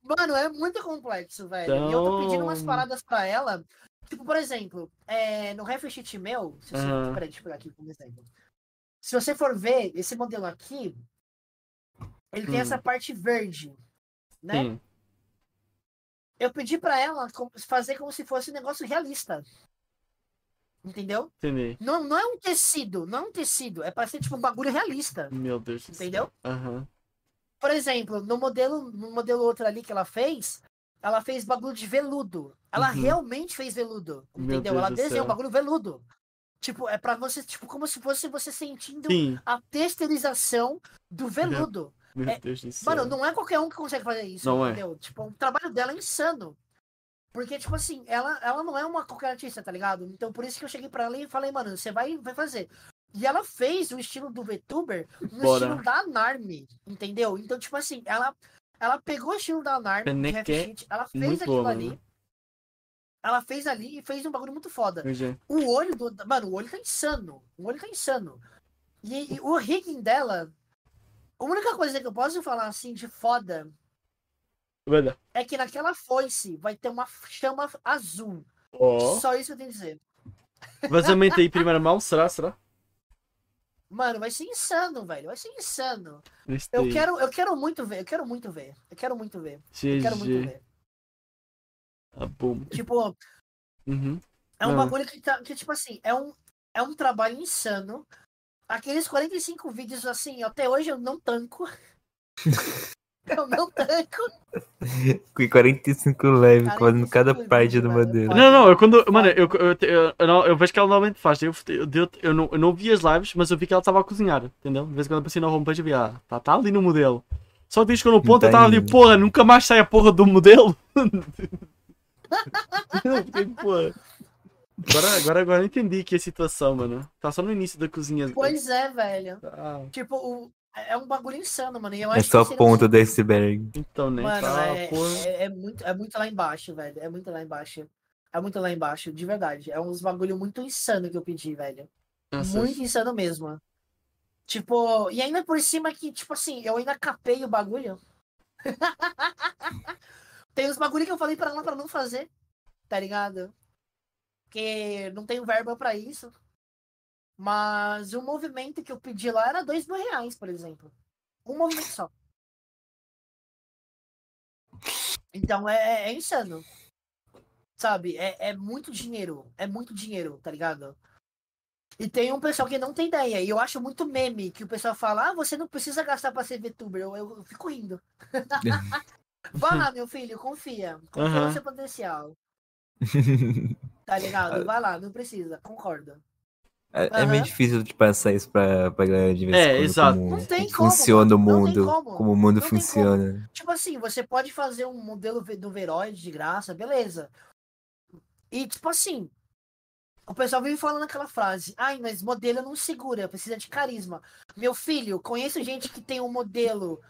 Mano, é muito complexo, velho. E eu tô pedindo umas Então- paradas pra ela. Tipo, por exemplo, é, no Ref Sheet meu. Se você... Aham. Peraí, deixa eu pegar aqui como exemplo. Se você for ver esse modelo aqui, ele tem Hum. essa parte verde, né? Sim. Eu pedi pra ela co- fazer como se fosse um negócio realista. Entendeu? Entendi. Não, não é um tecido, não é um tecido. É pra ser tipo um bagulho realista. Meu Deus do céu. Entendeu? Aham. Por exemplo, no modelo, no modelo outro ali que ela fez, ela fez bagulho de veludo. Ela Uhum. realmente fez veludo. Meu Entendeu? Deus Ela do desenhou céu. um bagulho veludo. Tipo, é pra você, tipo, como se fosse você sentindo Sim. Uhum. a texturização do veludo. Meu É, Deus do céu. Mano, não é qualquer um que consegue fazer isso, Não é. entendeu? Tipo, o trabalho dela é insano. Porque, tipo assim, ela, ela não é uma qualquer artista, tá ligado? Então, por isso que eu cheguei pra ela e falei, mano, você vai, vai fazer. E ela fez o estilo do VTuber no Bora. estilo da Narmi, entendeu? Então, tipo assim, ela, ela pegou o estilo da Narmi, de Peneque é Refit, ela fez muito aquilo boa, ali. mano. Ela fez ali e fez um bagulho muito foda. Entendi. O olho do. Mano, o olho tá insano. O olho tá insano. E, e o rigging dela. A única coisa que eu posso falar assim de foda Mano, é que naquela foice vai ter uma chama azul. ó. Só isso que eu tenho que dizer. Vazamento aí, primeira mão, será? Será? Mano, vai ser insano, velho. Vai ser insano. Neste Eu quero, eu quero muito ver, eu quero muito ver. Eu quero muito ver. Eu quero muito GG. ver. Ah, bom. Tipo, Uhum. é um Ah. bagulho que, tá, que, tipo assim, é um, é um trabalho insano. Aqueles 45 vídeos, assim, até hoje eu não tanco. <laughs> eu não tanco. <laughs> Com 45 leve, fazendo 45 cada leve, parte do mano. modelo. Pode. Não, não, eu quando. Mano, Pode. eu, eu, eu, eu não- eu vejo que ela normalmente faz. Eu, eu, eu- eu não, eu não vi as lives, mas eu vi que ela estava a cozinhar, entendeu? De vez em quando eu passei na homepage e vi, ah, tá, tá ali no modelo. Só diz que eu no ponto Tá eu estava ali, indo. porra, nunca mais <laughs> sai a porra do modelo. Eu fiquei, porra. Agora, agora, agora eu entendi que é a situação, mano. Tá só no início da cozinha. Pois é, velho. Ah, Tipo, o- é um bagulho insano, mano. E eu É acho só a que seria um- ponta do iceberg. então, né? Mano, tá, é, porra. é- é muito, é muito lá embaixo, velho. É muito lá embaixo. É muito lá embaixo, de verdade. É uns bagulho muito insano que eu pedi, velho. Nossa, né? Muito insano mesmo. Tipo, e ainda por cima que, tipo assim, eu ainda capei o bagulho. <laughs> tem uns bagulho que eu falei pra ela pra não fazer, tá ligado? Porque não tem verba pra isso. Mas o movimento que eu pedi lá era dois mil reais, por exemplo. Um movimento só. Então é, é insano. Sabe? É, é muito dinheiro. É muito dinheiro, tá ligado? E tem um pessoal que não tem ideia. E eu acho muito meme que o pessoal fala: ah, você não precisa gastar pra ser VTuber. Eu, eu <laughs> fico rindo. Vá lá, meu filho, confia. Confia Aham. no <laughs> seu potencial. Tá Ah. ligado? Vai lá, não precisa. Concordo. É, é Aham. meio difícil de passar isso pra, pra galera de vez em É, quando, exato. Como Não tem como, funciona mano. o Não tem mundo. como. o mundo Não tem funciona. Tipo assim, você pode fazer um modelo ve- do Veroid de graça, beleza. E tipo assim, o pessoal vive falando aquela frase, ai, mas modelo não segura, precisa de carisma. Meu filho, conheço gente que tem um modelo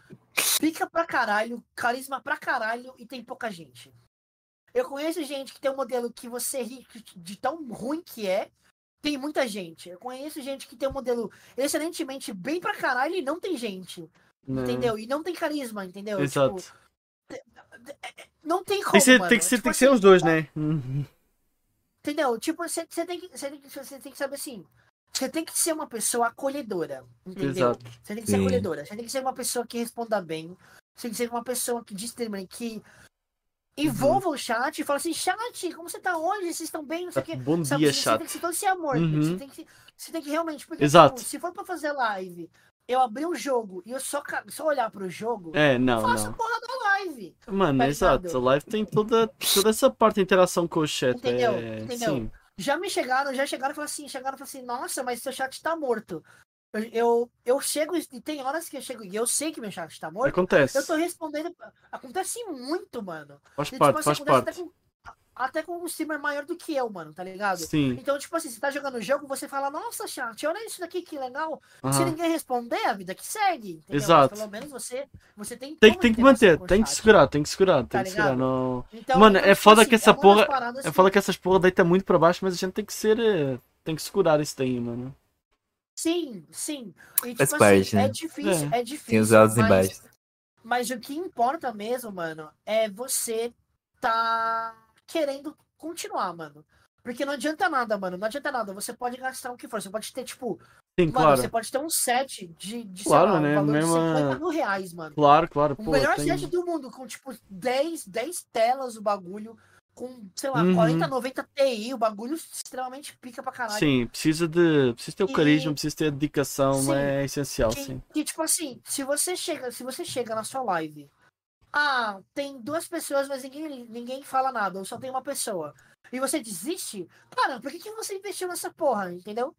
pica pra caralho, carisma pra caralho e tem pouca gente. Eu conheço gente que tem um modelo que você ri de tão ruim que é, tem muita gente. Eu conheço gente que tem um modelo excelentemente bem pra caralho e não tem gente. né? Entendeu? E não tem carisma, entendeu? Exato. Tipo, não tem como. Tem que ser, mano. tem que ser, Tipo tem que ser assim, os dois, né? Uhum. Entendeu? Tipo, você tem, que- cê tem, que- cê tem que saber assim. Você tem que ser uma pessoa acolhedora. Entendeu? Exato. Você tem que ser Sim. acolhedora. Você tem que ser uma pessoa que responda bem. Você tem que ser uma pessoa que discrimine, que envolva Uhum. o chat e fala assim: chat, como você tá hoje? Vocês estão bem? Não sei o quê. Bom Sabe, dia, você, chato. tem que ser todo esse amor. Uhum. Você, tem que, você tem que realmente. Porque, Exato. tipo, se for pra fazer live, eu abrir um jogo e eu só, ca- só olhar pro jogo, É, não, faça a não. porra da live. Mano, tá exato. ligado? A live tem toda, toda essa parte de interação com o chat. Entendeu? É, Entendeu? Sim. já me chegaram, já chegaram e falaram assim, chegaram e falaram assim, nossa, mas seu chat tá morto. Eu, eu, eu chego, e tem horas que eu chego e eu sei que meu chat tá morto. Acontece. Eu tô respondendo. Acontece muito, mano. Faz E, parte, tipo, assim, faz parte. acontece Até com, até com um streamer maior do que eu, mano, tá ligado? Sim. Então, tipo assim, você tá jogando o jogo, você fala, nossa, chat, olha isso daqui, que legal. Se Aham. ninguém responder, a vida que segue. Entendeu? Mas Exato. pelo menos você, você tem Tem, que- uma tem que interação manter, com o tem que chat. segurar, tem que segurar, tem Tá que segurar. ligado? Não... Então, Mano, então, é tipo foda assim, que essa é uma das porra- paradas Eu que- falo que essas porra deitam muito pra baixo, mas a gente tem que ser. eh, Tem que segurar isso daí, mano. Sim, sim. E, Faz tipo parte, assim, é né? difícil, é, difícil. Tem os altos e mas- baixos. Mas o que importa mesmo, mano, é você tá querendo continuar, mano. Porque não adianta nada, mano. Não adianta nada. Você pode gastar o que for. Você pode ter, tipo, Sim, mano, claro. você pode ter um set de, de sei Claro, lá, um né? valor Mesmo a- de 50 mil reais, mano. Claro, claro. O Pô, melhor tem- set do mundo, com tipo 10, 10 telas o bagulho, com, sei lá, Uhum. 40, 90 TI, o bagulho extremamente pica pra caralho. Sim, precisa de. Precisa ter o E- carisma, precisa ter a dedicação, Sim. é essencial, que, sim. que, tipo assim, se você chega, se você chega na sua live, ah, tem duas pessoas, mas ninguém, ninguém fala nada, ou só tem uma pessoa. E você desiste? Cara, por que, que você investiu nessa porra, entendeu?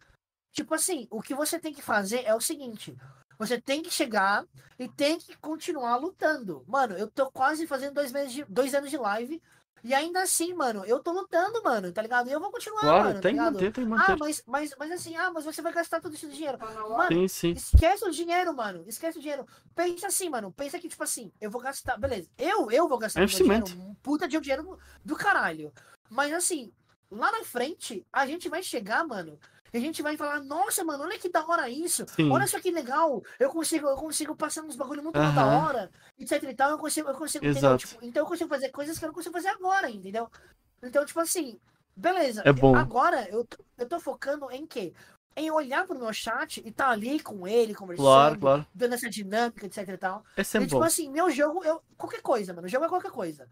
Tipo assim, o que você tem que fazer é o seguinte: você tem que chegar e tem que continuar lutando. Mano, eu tô quase fazendo dois, meses de- dois anos de live. E ainda assim, mano, eu tô lutando, mano, tá ligado? E eu vou continuar, Claro, mano. tá tem que ligado? manter, tem que Ah, manter. mas, mas, mas assim, ah, mas você vai gastar todo esse dinheiro. Mano, Sim, sim. Esquece o dinheiro, mano. Esquece o dinheiro. Pensa assim, mano. Pensa que, tipo assim, eu vou gastar. Beleza, eu, eu vou gastar É meu dinheiro. investimento. um Puta de um dinheiro do caralho. Mas assim, lá na frente, a gente vai chegar, mano. E a gente vai falar, nossa, mano, olha que da hora isso. Sim. Olha só que legal. Eu consigo, eu consigo passar uns bagulho muito mais da Aham. hora. Etc e tal. Eu consigo, eu consigo entendeu? Exato. Tipo, então eu consigo fazer coisas que eu não consigo fazer agora, entendeu? Então, tipo assim, beleza. É bom. Agora eu, tô- eu tô focando em quê? Em olhar pro meu chat e tá ali com ele, conversando, Claro, claro. dando essa dinâmica, etc e tal. É e sempre tipo bom. assim, meu jogo, eu. Qualquer coisa, mano. O jogo é qualquer coisa.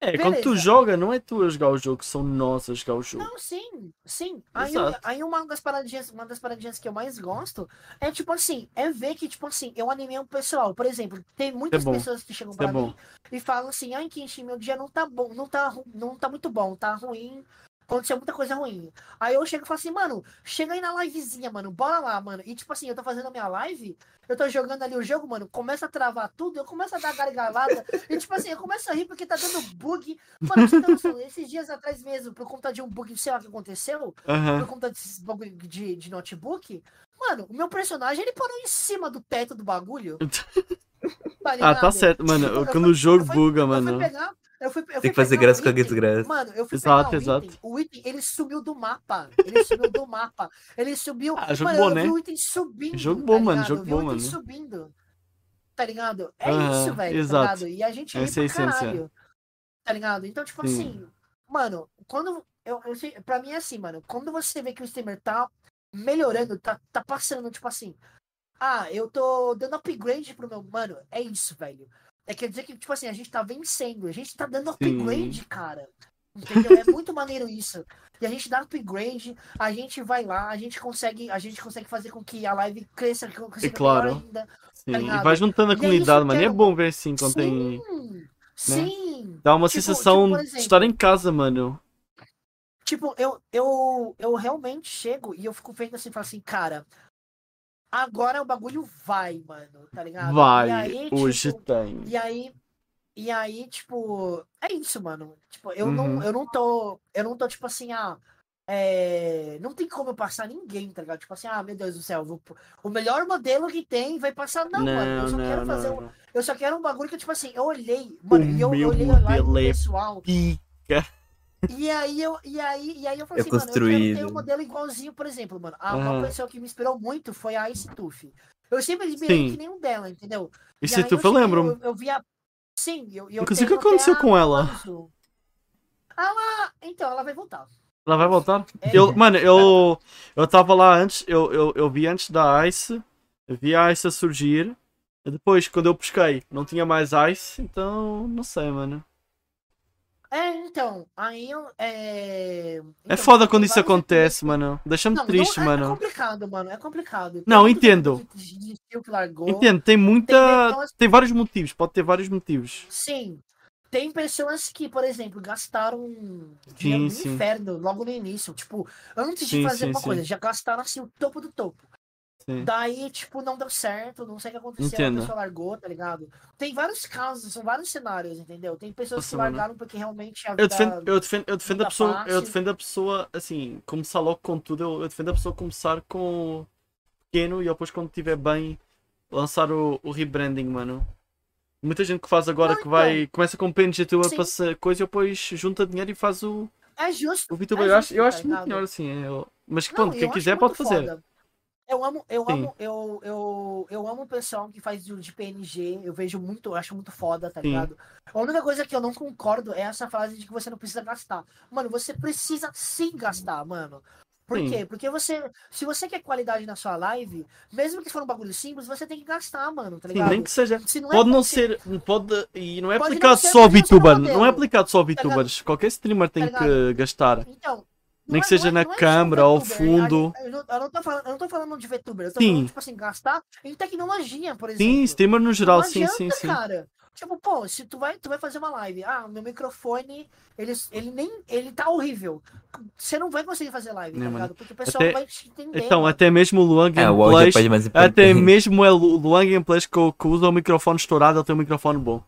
É, quando tu beleza. joga, não é tu a jogar o jogo, são nós a jogar o jogo. Não, sim, sim. Aí, Exato. aí uma das paradinhas, uma das paradinhas que eu mais gosto é tipo assim, é ver que, tipo assim, eu animei um pessoal. Por exemplo, tem muitas É bom. pessoas que chegam Isso é pra bom. mim e falam assim, ai, Kenshi, meu dia não tá bom, não tá, ru- não tá muito bom, tá ruim. aconteceu muita coisa ruim. Aí eu chego e falo assim, mano, chega aí na livezinha, mano, bora lá, mano. E tipo assim, eu tô fazendo a minha live, eu tô jogando ali o jogo, mano, começa a travar tudo, eu começo a dar gargalhada, e tipo assim, eu começo a rir porque tá dando bug. Mano, você tem noção, esses dias atrás mesmo, por conta de um bug, sei lá o que aconteceu, Aham. por conta desses bug de, de notebook, mano, o meu personagem, ele parou em cima do teto do bagulho. Tá Ah, tá ligado? certo, mano. Eu Quando o fui- jogo eu fui- buga, Eu mano. fui pegar, eu fui, eu fui Tem que fazer pegar graça o com a item. desgraça. Mano, eu fui Exato, pegar o exato. item. O item, ele sumiu do mapa. Ele sumiu do mapa. Ele subiu. Ah, jogo mano, bom, eu né? vi o item subindo. Jogo tá bom, mano, ligado? jogo eu vi o bom, item mano. subindo. Tá ligado? É Aham, isso, velho. exato. Tá ligado? E a gente ri Essa é a pra essência. caralho. Tá ligado? Então, tipo Sim. assim, mano, quando. Eu, eu sei, pra mim é assim, mano. Quando você vê que o streamer tá melhorando, tá, tá passando, tipo assim. Ah, eu tô dando upgrade pro meu. Mano, é isso, velho. É quer dizer que, tipo assim, a gente tá vencendo, a gente tá dando upgrade, cara. Entendeu? É muito maneiro isso. E a gente dá upgrade, a gente vai lá, a gente consegue, a gente consegue fazer com que a live cresça, que consiga melhor claro. ainda. Sim. tá E ligado? vai juntando a E é comunidade, isso mano. que E é eu- bom ver assim quando tem. Sim, Hum, sim. Dá uma Tipo- sensação tipo, por de estar exemplo. em casa, mano. Tipo, eu, eu, eu realmente chego e eu fico vendo assim, falo assim, cara, agora o bagulho vai, mano, tá ligado? Vai, E aí, hoje tipo, tem. E aí, e aí, tipo, é isso, mano. Tipo, eu Uhum. não, eu não tô, eu não tô tipo assim, ah, é, não tem como eu passar ninguém, tá ligado? Tipo assim, ah, meu Deus do céu, eu vou- o melhor modelo que tem vai passar não, mano. Eu Não, só não, quero fazer, um- não. não. eu só quero um bagulho que tipo assim, eu olhei, mano, e eu, meu eu olhei a live do modelo é pessoal. Pi- E aí eu, e aí, e aí eu falei É assim, mano, eu quero ter construído. um modelo igualzinho, por exemplo, mano. A Aham. uma pessoa que me inspirou muito foi a Ice Tuff. Eu sempre Sim. admirei que nenhum dela, entendeu? E E se aí tu eu for, cheguei, lembro-me. Eu, eu vi a- Sim, eu, eu Inclusive, o que tenho até aconteceu a com ela? Manzo. Ela. Então, ela vai voltar. Ela vai voltar? É, Tá, Eu, mano, eu, eu tava lá antes, eu, eu, eu vi antes da Ice, eu vi a Ice a surgir. E depois, quando eu pesquei, não tinha mais Ice, então não sei, mano. É, então. Aí eu. É, É então, foda tem quando isso vários acontece, mano. Deixa-me Não, não- triste, é- É mano. complicado, mano. É complicado. Tem Não, muito entendo. jogador de- de estilo que largou. Entendo, tem Tem muita. pessoas- Tem vários motivos, pode ter vários motivos. Sim. Tem pessoas que, por exemplo, gastaram Sim, dinheiro sim. no inferno logo no início. Tipo, antes de Sim, fazer sim, uma sim. coisa, já gastaram assim o topo do topo. Sim. Daí, tipo, não deu certo, não sei o que aconteceu, Entendo. a pessoa largou, tá ligado? Tem vários casos, são vários cenários, entendeu? Tem pessoas Nossa, que mano. largaram porque realmente a vida... Eu defendo, eu defendo, eu defendo a muita pessoa, eu parte. defendo a pessoa, assim, começar logo com tudo, eu, eu defendo a pessoa começar com pequeno e depois quando estiver bem, lançar o, o rebranding, mano. Muita gente que faz agora Não, então. que vai, começa com PNG tua, Sim. passa coisa e depois junta dinheiro e faz o, É justo. o VTuber. É eu acho, justo, eu tá acho muito ligado? melhor assim, é, eu- mas que Não, pronto, eu quem acho quiser muito pode fazer. foda. Eu amo, eu Sim. amo, eu, eu, eu amo o pessoal que faz o de PNG, eu vejo muito, eu acho muito foda, tá Sim. ligado? A única coisa que eu não concordo é essa frase de que você não precisa gastar. Mano, você precisa sim gastar, mano. Por Sim. quê? Porque você, se você quer qualidade na sua live, mesmo que for um bagulho simples, você tem que gastar, mano, tá Sim, ligado? nem que seja. Se não é Pode não se- ser, pode, e não é Pode não aplicado ser, só a pode não ser VTuber, modelo. não é aplicado só a ligado? VTubers, qualquer streamer tem Tá que gastar. Então, não Nem que é- seja não é- na não é só câmera ao VTuber, fundo. Eu, não- eu não tô falando, eu não tô falando de VTuber, eu tô Sim. falando, tipo assim, gastar em tecnologia, por exemplo. Sim, streamer no geral, não sim, adianta, sim, sim. cara. Tipo, pô, se tu vai, tu vai fazer uma live, ah, meu microfone, ele, ele nem, ele tá horrível. Você não vai conseguir fazer live, Né, tá mano? ligado? Porque o pessoal Até- vai te entender. Então, mano. até mesmo o Luan É, o áudio é a Gameplays. parte mais importante. até mesmo é o Luan Gameplays que, que usa o microfone estourado, ele tem um microfone bom.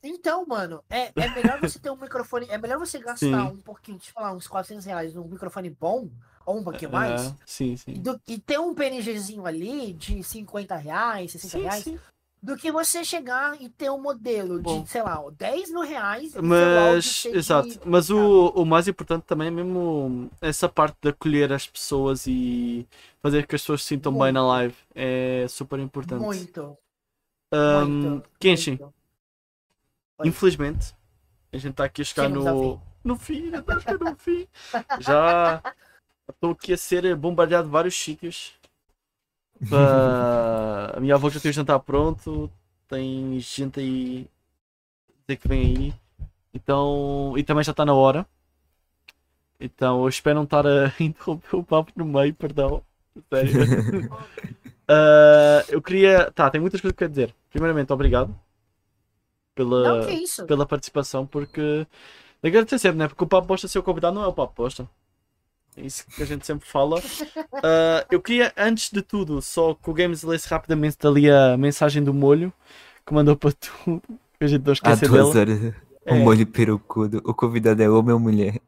Então, mano, é, é melhor você ter um microfone, é melhor você gastar Sim. um pouquinho, tipo lá, uns 400 reais num microfone bom, ou um pouquinho mais, É, sim, sim. do- e ter um PNGzinho ali de 50 reais, 60 Sim, reais, sim. do que você chegar e ter um modelo Bom. de, sei lá, 10 mil reais. e um seu áudio Mas, ser de- exato. Mas o, o mais importante também é mesmo essa parte de acolher as pessoas e fazer que as pessoas se sintam bem Muito. na live. É super importante. Muito. Ahm, muito, Kenshin, muito. Oi. infelizmente, a gente está aqui a chegar Chegamos ao no, no fim, já tá chegando no fim. Já estou aqui a ser bombardeado de vários sítios. Ah, a minha avó já tem o jantar pronto, tem gente aí dizer que vem aí. Então, e também já está na hora. Então, eu espero não estar a <laughs> interromper o papo no meio, perdão. Sério. <laughs> Ah, eu queria. Tá, tem muitas coisas que eu quero dizer. Primeiramente, obrigado pela Não, que isso. pela participação, porque Legal de ser sempre, né? Porque o papo bosta ser o convidado não é o papo bosta. É isso que a gente sempre <laughs> fala. Ah, eu queria, antes de tudo, só que o Games lesse rapidamente ali a mensagem do molho que mandou para tu. <laughs> Que a gente <laughs> Há não esqueça duas dela. horas. um É. O molho perucudo. O convidado é homem ou mulher?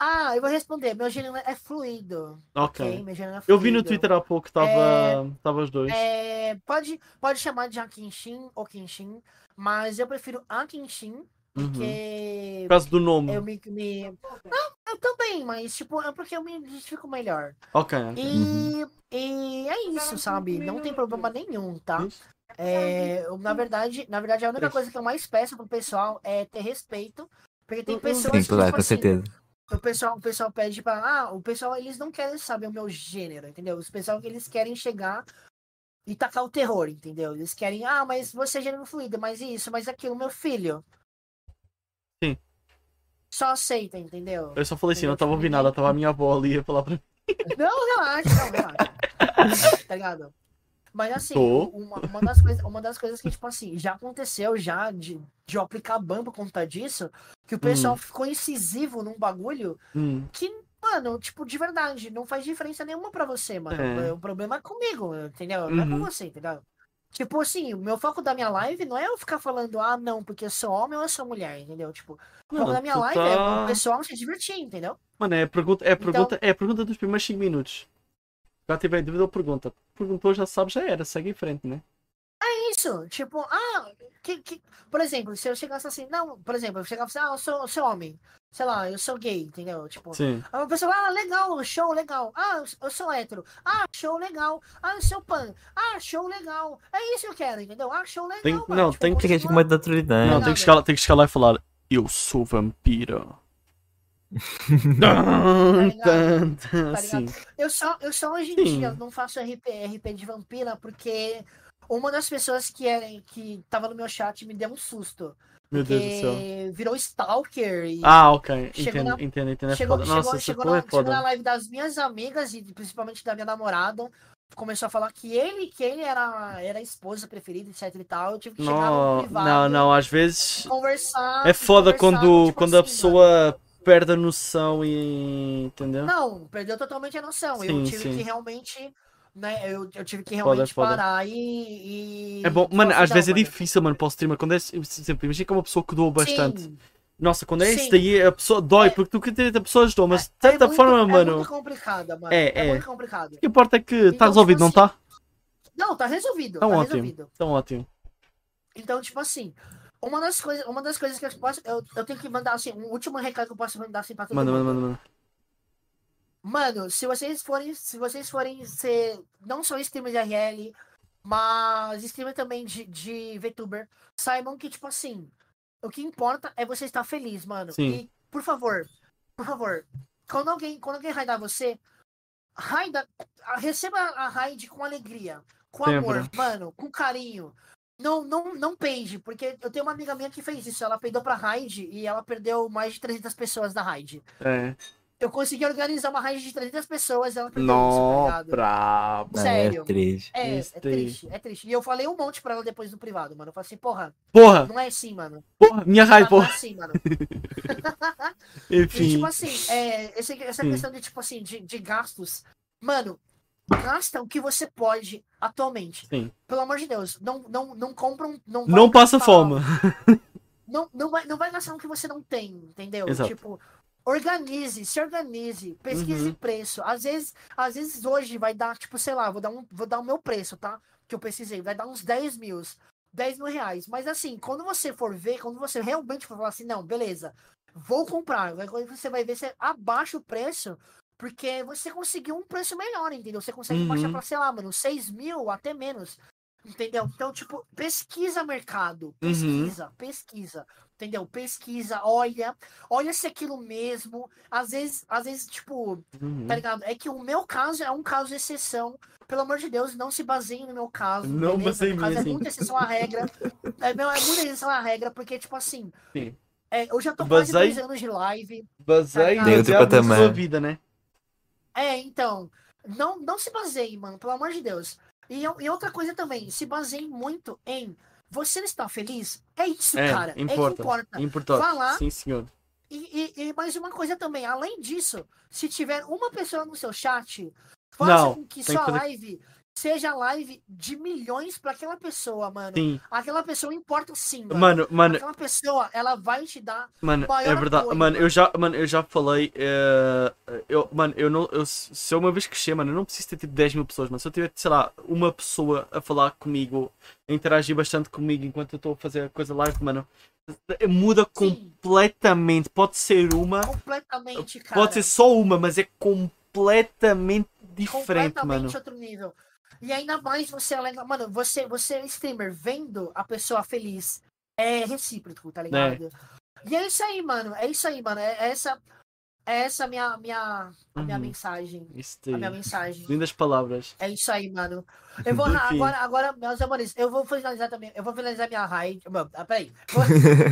Ah, eu vou responder. Meu gênero é fluido. Ok. Ok, meu gênero é fluido. Eu vi no Twitter há pouco, estava tava os dois. É, pode, pode chamar de Akinshin ou Kinshin, mas eu prefiro Akinshin, Uhum. porque Por causa do nome. eu me, me- Não, eu também, mas tipo, é porque eu me identifico melhor. Ok. Uhum. E, e é isso, sabe? Não tem problema nenhum, tá? Isso. É, eu, na verdade, na verdade, a única Três. coisa que eu mais peço pro pessoal é ter respeito. Porque tem Uhum. pessoas Sim, que, claro, tipo com assim, certeza. o pessoal, o pessoal pede pra. Ah, o pessoal, eles não querem saber o meu gênero, entendeu? Os pessoal que eles querem chegar e tacar o terror, entendeu? Eles querem, ah, mas você é gênero fluido, mas isso, mas aquilo, meu filho. Sim. Só aceita, entendeu? Eu só falei assim, eu não estava a ouvir nada, estava a minha avó ali a falar para mim. Não, relaxa, não, <laughs> relaxa. tá ligado? Mas assim, Tô. uma, uma das coisas, uma das coisas que, tipo assim, já aconteceu já de, de eu aplicar ban por conta disso, que o pessoal ficou incisivo num bagulho Hum. que, mano, tipo, de verdade, não faz diferença nenhuma pra você, mano. É. O problema é comigo, entendeu? Não é com Uhum. você, entendeu? Tipo assim, o meu foco da minha live não é eu ficar falando, ah, não, porque eu sou homem ou eu sou mulher, entendeu? Tipo, o Não, foco da minha tu live é tá- o pessoal se divertir, entendeu? Mano, é a pergunta, é a Então- pergunta, é a pergunta dos primeiros 5 minutos. Já tiver dúvida ou pergunta. Perguntou, já sabe, já era, segue em frente, né? É Isso, tipo, ah, que, que... por exemplo, se eu chegasse assim, não, por exemplo, eu chegasse assim, ah, eu sou, eu sou homem, sei lá, eu sou gay, entendeu? Tipo, Sim. Aí o pessoal, ah, legal, show, legal. Ah, eu- eu sou hétero. Ah, show, legal. Ah, eu sou pan. Ah, show, legal. É isso que eu quero, entendeu? Ah, show, legal. Tem- mano. tipo, não, tem Tem que agir com continua- mais naturalidade. Não, nada. tem que, chegar, lá- tem que chegar lá e falar: Eu sou vampiro. Tan, tan, tan, Tá Sim. ligado? Eu só, eu só hoje em Sim. dia não faço RP, RP de vampira porque uma das pessoas que, era, que tava no meu chat me deu um susto. Meu Deus do céu. Porque virou stalker e... Ah, ok. Chegou Entendo, na- entendo, entendo. É chegou, foda. chegou, Nossa, essa chegou, porra na, é chegou na foda. live das minhas amigas e principalmente da minha namorada. Começou a falar que ele, que ele era, era a esposa preferida, etc e tal. Eu tive que chegar no Não, privado, não, não, às vezes conversar. é foda conversar, quando, tipo quando a assim, pessoa perde a noção e. Entendeu? né? Não, perdeu totalmente a noção. Sim, eu tive sim. que realmente, né, eu, eu tive que Foda, realmente foda. parar e, e- É bom, falar mano, assim, às "Não, vezes é mano, difícil, mano, para o streamer. Quando é, por exemplo, imagina que é uma pessoa que doa bastante. sim, Nossa, quando é isso Sim. daí, a pessoa dói, É. porque tu quer a pessoa ajudou, mas de é certa muito- forma, É mano. muito complicada, mano. É, É, é. muito complicado. O que importa é que está Então, resolvido, tipo não está? Não, tá resolvido, Então, tá ótimo. resolvido. Então ótimo. Então, tipo assim, uma das coisas, uma das coisas que eu posso. Eu, eu tenho que mandar assim, um último recado que eu posso mandar assim pra todo Manda, mundo. manda, manda, manda. Mano, se vocês forem. Se vocês forem ser. Não só streamer de RL, mas streamer também de, de VTuber, saibam que, tipo assim, o que importa é você estar feliz, mano. Sim. E, por favor, por favor, quando alguém, quando alguém raidar você, raida, a- receba a raid com alegria, com amor, Sempre. mano, com carinho. Não, não, não peide, porque eu tenho uma amiga minha que fez isso. Ela peidou pra raid e ela perdeu mais de 300 pessoas na raid. É. Eu consegui organizar uma raid de 300 pessoas, ela perdeu isso, tá Não, ligado? brabo. Ah, sério. É triste. É, é Isso daí. triste, é triste. E eu falei um monte pra ela depois no privado, mano. Eu falei assim, porra, Porra, não é assim, mano. porra, minha Mano, raiva, não é porra. assim, <laughs> mano. E, Enfim. tipo assim, é, esse- essa Sim. questão de, tipo assim, de, de gastos, mano, gasta o que você pode atualmente. Sim. Pelo amor de Deus, não, não, não compra um. Não, vai Não passa gastar- fome. Não, não, vai, não vai gastar o que você não tem, entendeu? Exato. Tipo, organize, se organize, pesquise Uhum. preço. Às vezes, às vezes hoje vai dar, tipo, sei lá, vou dar, um, vou dar o meu preço, tá? Que eu pesquisei, vai dar uns 10 mil. 10 mil reais. Mas assim, quando você for ver, quando você realmente for falar assim, não, beleza, vou comprar. vai- Quando você vai ver, você abaixa o preço, porque você conseguiu um preço melhor, entendeu? Você consegue baixar Uhum. pra, sei lá, mano, 6 mil, até menos. Entendeu? Então, tipo, pesquisa mercado. Uhum. Pesquisa, pesquisa. Entendeu? Pesquisa, olha, olha se é aquilo mesmo. Às vezes, às vezes, tipo, Uhum. tá ligado? É que o meu caso é um caso exceção. Pelo amor de Deus, não se baseiem no meu caso. Não beleza? baseiem Meu caso mesmo. É muita exceção à regra. É, meu, é muita exceção à regra, porque, tipo assim. Sim. é, eu já tô Baseie- quase dois anos de live. Basei Tá no ligado? diabo da sua patamar. vida, né? É, então. Não, não se baseiem, mano, pelo amor de Deus. E, eu- e outra coisa também, se baseiem muito em Você está feliz? É isso, É, cara. É que importa. importa. Importante. Vá lá. Sim, senhor. E, e- e mais uma coisa também, além disso, se tiver uma pessoa no seu chat, faça Não, com que tem sua que fazer- live seja live de milhões pra aquela pessoa, mano. Sim. Aquela pessoa importa sim, mano. Mano, mano, Aquela pessoa, ela vai te dar. mano, maior é verdade. apoio, Mano, eu já, mano, eu já falei. eh, eu, mano, eu não. Eu, se se eu uma vez crescer, mano, eu não preciso ter tipo 10 mil pessoas, mano. Se eu tiver, sei lá, uma pessoa a falar comigo, a interagir bastante comigo enquanto eu estou a fazer a coisa live, mano, eh, muda Sim, completamente. Pode ser uma, completamente, cara. pode ser só uma, mas é completamente diferente, completamente mano. outro nível. E ainda mais você alega, mano, você, você é streamer vendo a pessoa feliz. É recíproco, tá ligado? E é isso aí, mano. É isso aí, mano. É, é essa é essa minha minha a minha Uhum. mensagem, Isso a minha daí. mensagem. Lindas <laughs> palavras. É isso aí, <laughs> mano. Eu vou Enfim. agora agora meus amores, eu vou finalizar também. Eu vou finalizar minha raid. Mano, ah, peraí. <laughs>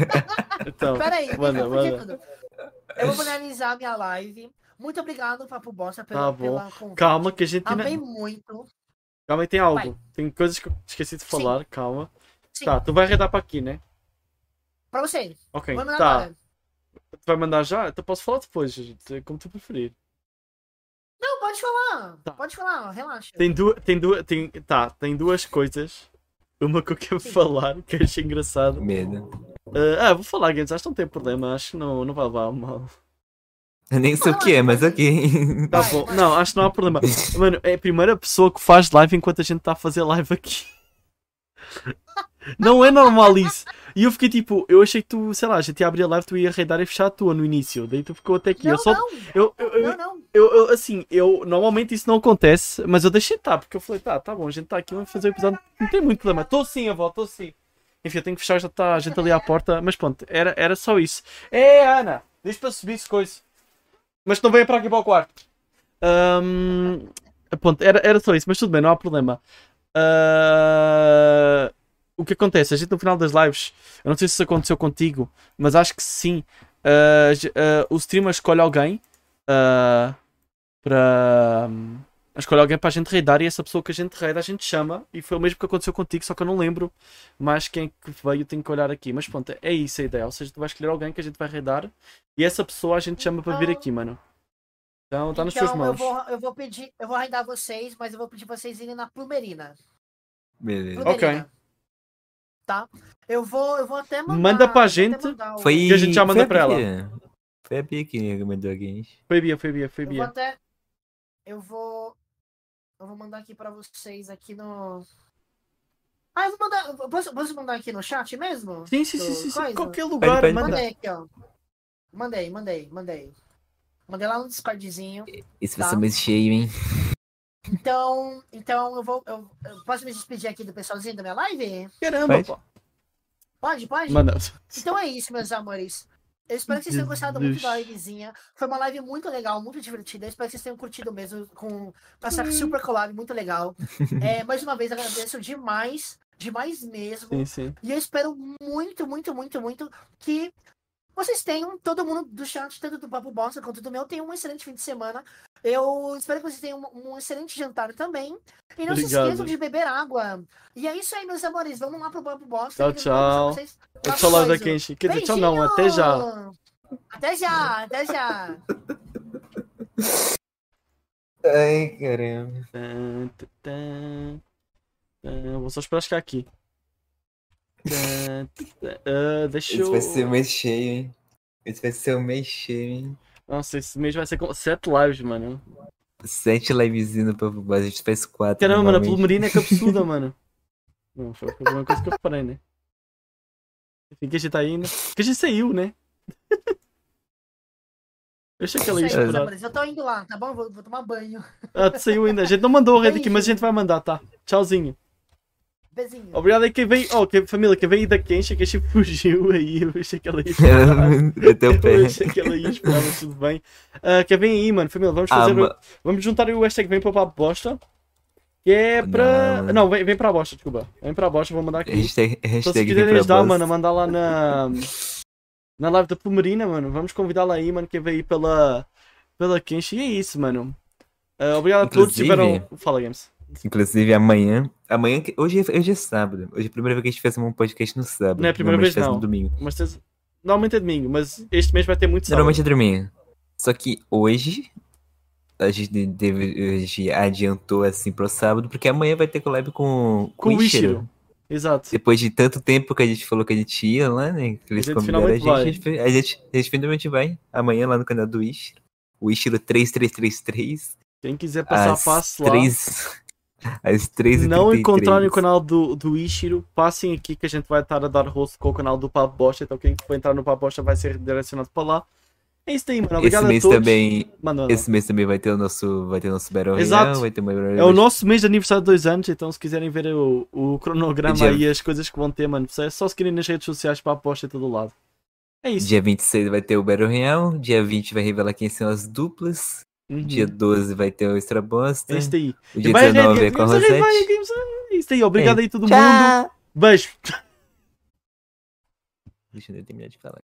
Então, Peraí, eu Manda, confundi manda. tudo. Eu vou finalizar minha live. Muito obrigado, Papo Bosta, pela, Tá bom. pela conversa. calma que a gente ainda. Amei muito. Calma aí, tem algo. Vai. Tem coisas que eu esqueci de Sim. falar, calma. Sim, Tá, tu vai arredar para aqui, né? pra você. Ok, Vou mandar tá. agora. Tu vai mandar já? Então posso falar depois, gente, é como tu preferir. Não, pode falar. Tá. Pode falar, relaxa. Tem duas. Tem duas. Tem, tá, tem duas coisas. Uma que eu quero Sim. falar, que eu achei engraçado. Medo. Ah, ah, vou falar, Games, acho que não tem problema, acho que não, não vai levar a mal. Eu nem sei o que é, mas ok. <laughs> Tá Vai, bom, vai. não, acho que não há problema. Mano, é a primeira pessoa que faz live enquanto a gente tá a fazer live aqui. Não é normal isso. E eu fiquei tipo, eu achei que tu, sei lá, a gente ia abrir a live, tu ia arredar e fechar a tua no início. Daí tu ficou até aqui. eu Não, só. não, Eu, eu, eu, não, não. eu- eu, assim, eu. Normalmente isso não acontece, mas eu deixei tá, porque eu falei, tá, tá bom, a gente tá aqui, vamos fazer o episódio. Não tem muito problema. Tô sim, avó, tô sim. Enfim, eu tenho que fechar, já tá a gente ali à porta, mas pronto, era, era só isso. É, Ana, diz para subir esse coisa. Mas não venha para aqui para o quarto. Ahm, pronto, era, era só isso, mas tudo bem, não há problema. Ah, o que acontece? A gente no final das lives, eu não sei se isso aconteceu contigo, mas acho que sim. ah, ge- ah, o streamer escolhe alguém ah, para. hum, escolhe alguém para a gente raidar e essa pessoa que a gente raida a gente chama. E foi o mesmo que aconteceu contigo, só que eu não lembro mais quem é que veio, tenho que olhar aqui. Mas pronto, é isso a ideia. Ou seja, tu vais escolher alguém que a gente vai raidar e essa pessoa a gente chama para vir Então- aqui, mano. Então tá nas então, tuas eu mãos. vou, eu vou pedir, eu vou arrendar vocês, mas eu vou pedir vocês irem na Plumerina. Beleza. Ok. Plumerina. Tá? Eu vou, eu vou até mandar. Manda pra vou até gente. mandar o- Foi. E a gente já manda foi a pra ela. Bia. Foi a Bia que recomendou a gente. Foi Bia, foi Bia, foi Eu vou Bia. até. Eu vou. Eu vou mandar aqui pra vocês aqui no. Ah, eu vou mandar. eu Posso, posso mandar aqui no chat mesmo? Sim, sim, sim, Do- sim, sim. coisa? Qualquer Pede, lugar, pede. manda. Mandei aqui, ó. Mandei, mandei, mandei. Mandei lá no Discordzinho. Esse vai Tá. ser mais cheio, hein? Então, então eu vou. Eu, eu posso me despedir aqui do pessoalzinho da minha live? Caramba, Pede. pô. Pode, pode? Manda. Então é isso, meus amores. Eu espero que vocês tenham gostado muito da livezinha. Foi uma live muito legal, muito divertida. Eu espero que vocês tenham curtido mesmo com com essa super collab <laughs> muito legal. É, mais uma vez, agradeço demais, demais mesmo. Sim, sim. E eu espero muito, muito, muito, muito que vocês tenham, todo mundo do chat, tanto do Papo Bosta quanto do meu, tenha um excelente fim de semana. Eu espero que vocês tenham um, um excelente jantar também. E não se Obrigado. esqueçam de beber água. E é isso aí, meus amores. Vamos lá pro Papo Tchau, Bosta. que eu tchau. vou deixar vocês Eu na sou lá da coisa. Kenshi. Quer dizer, tchau não, até já. Beijinho! Até já, até já. Ai, caramba. Tan, tan, tan. Tan, Vou só esperar chegar aqui. Tan, tan, tan. Ah, deixa Esse eu. vai ser o mês cheio, hein? Esse vai ser o mês cheio, hein? Nossa, esse mês vai ser com sete lives, mano. Sete livezinhas no Papo Base, a gente faz quatro. Caramba, mano, a normalmente. plumerina <laughs> é capsuda, mano. Não, foi a primeira coisa que eu reparei, né? Enfim, que a gente tá indo. Que a gente saiu, né? <laughs> Eu achei que ela ia Isso aí, meus esperar. amores. Eu tô indo lá, tá bom? Vou, vou tomar banho. Ah, tu saiu ainda. A gente não mandou o rede aqui, mas a gente vai mandar, tá? Tchauzinho. Beijinho. Obrigado aí quem veio. Oh, que, família, quem veio da Kenshi, a Kenshi <laughs> fugiu aí. Eu achei que <laughs> ela ia esperar. <laughs> Até o Eu pé. achei que ela ia esperar, mas tudo bem. Ah, quem vem aí, mano, família, vamos Ah, fazer. o- ma- Vamos juntar aí o hashtag vem pra pra bosta. Que é pra. Não, Não. vem, vem pra bosta, desculpa. Vem pra bosta, vou mandar aqui. hashtag, Então, se hashtag vem quiserem pra ajudar, bosta. mano, a mandar lá na. Na live da Pomerina, mano. Vamos convidá-la aí, mano, que veio aí pela. Pela Kenshi. E é isso, mano. Ah, obrigado a todos que Inclusive- tiveram. Fala, Games. Inclusive amanhã. Amanhã. que- Hoje, é- hoje é sábado. Hoje é a primeira vez que a gente fez um podcast no sábado. Não é a primeira Normalmente vez, faz não. No domingo. Mas tens- normalmente é domingo, mas este mês vai ter muito sábado. Normalmente é domingo. Só que hoje. A gente, deve, a gente adiantou assim pro sábado, porque amanhã vai ter collab com, Com o Ishiro. Ishiro. Exato. Depois de tanto tempo que a gente falou que a gente ia lá, né? Que eles gente convidaram a finalmente gente. A gente, fe- a gente, a gente finalmente vai amanhã lá no canal do Ishiro. O Ishiro 3333. Quem quiser passar Às passo lá. 3... <laughs> Às 3 não encontrarem o canal do, do Ishiro, passem aqui que a gente vai estar a dar host com o canal do Papo Bosta. Então quem for entrar no Papo Bosta vai ser redirecionado para lá. É isso aí, mano. Obrigado Esse mês a todos. também, Mano, não, não. esse mês também vai ter o nosso, vai ter o nosso Battle Exato. Royale, vai ter uma É o nosso mês de aniversário de dois anos, então se quiserem ver o, o cronograma Dia- e as coisas que vão ter, mano, é só seguirem nas redes sociais para a aposta todo lado. É isso. Dia 26 vai ter o Battle Royale, dia 20 vai revelar quem são as duplas, Uhum. dia 12 vai ter o Extra Bosta, É isso aí. o dia Vai, 19 vai, é com a vai, vai, vai, Rosette. vai, É isso aí. Obrigado aí todo mundo. Tchau! Beijo. Deixa eu terminar de falar.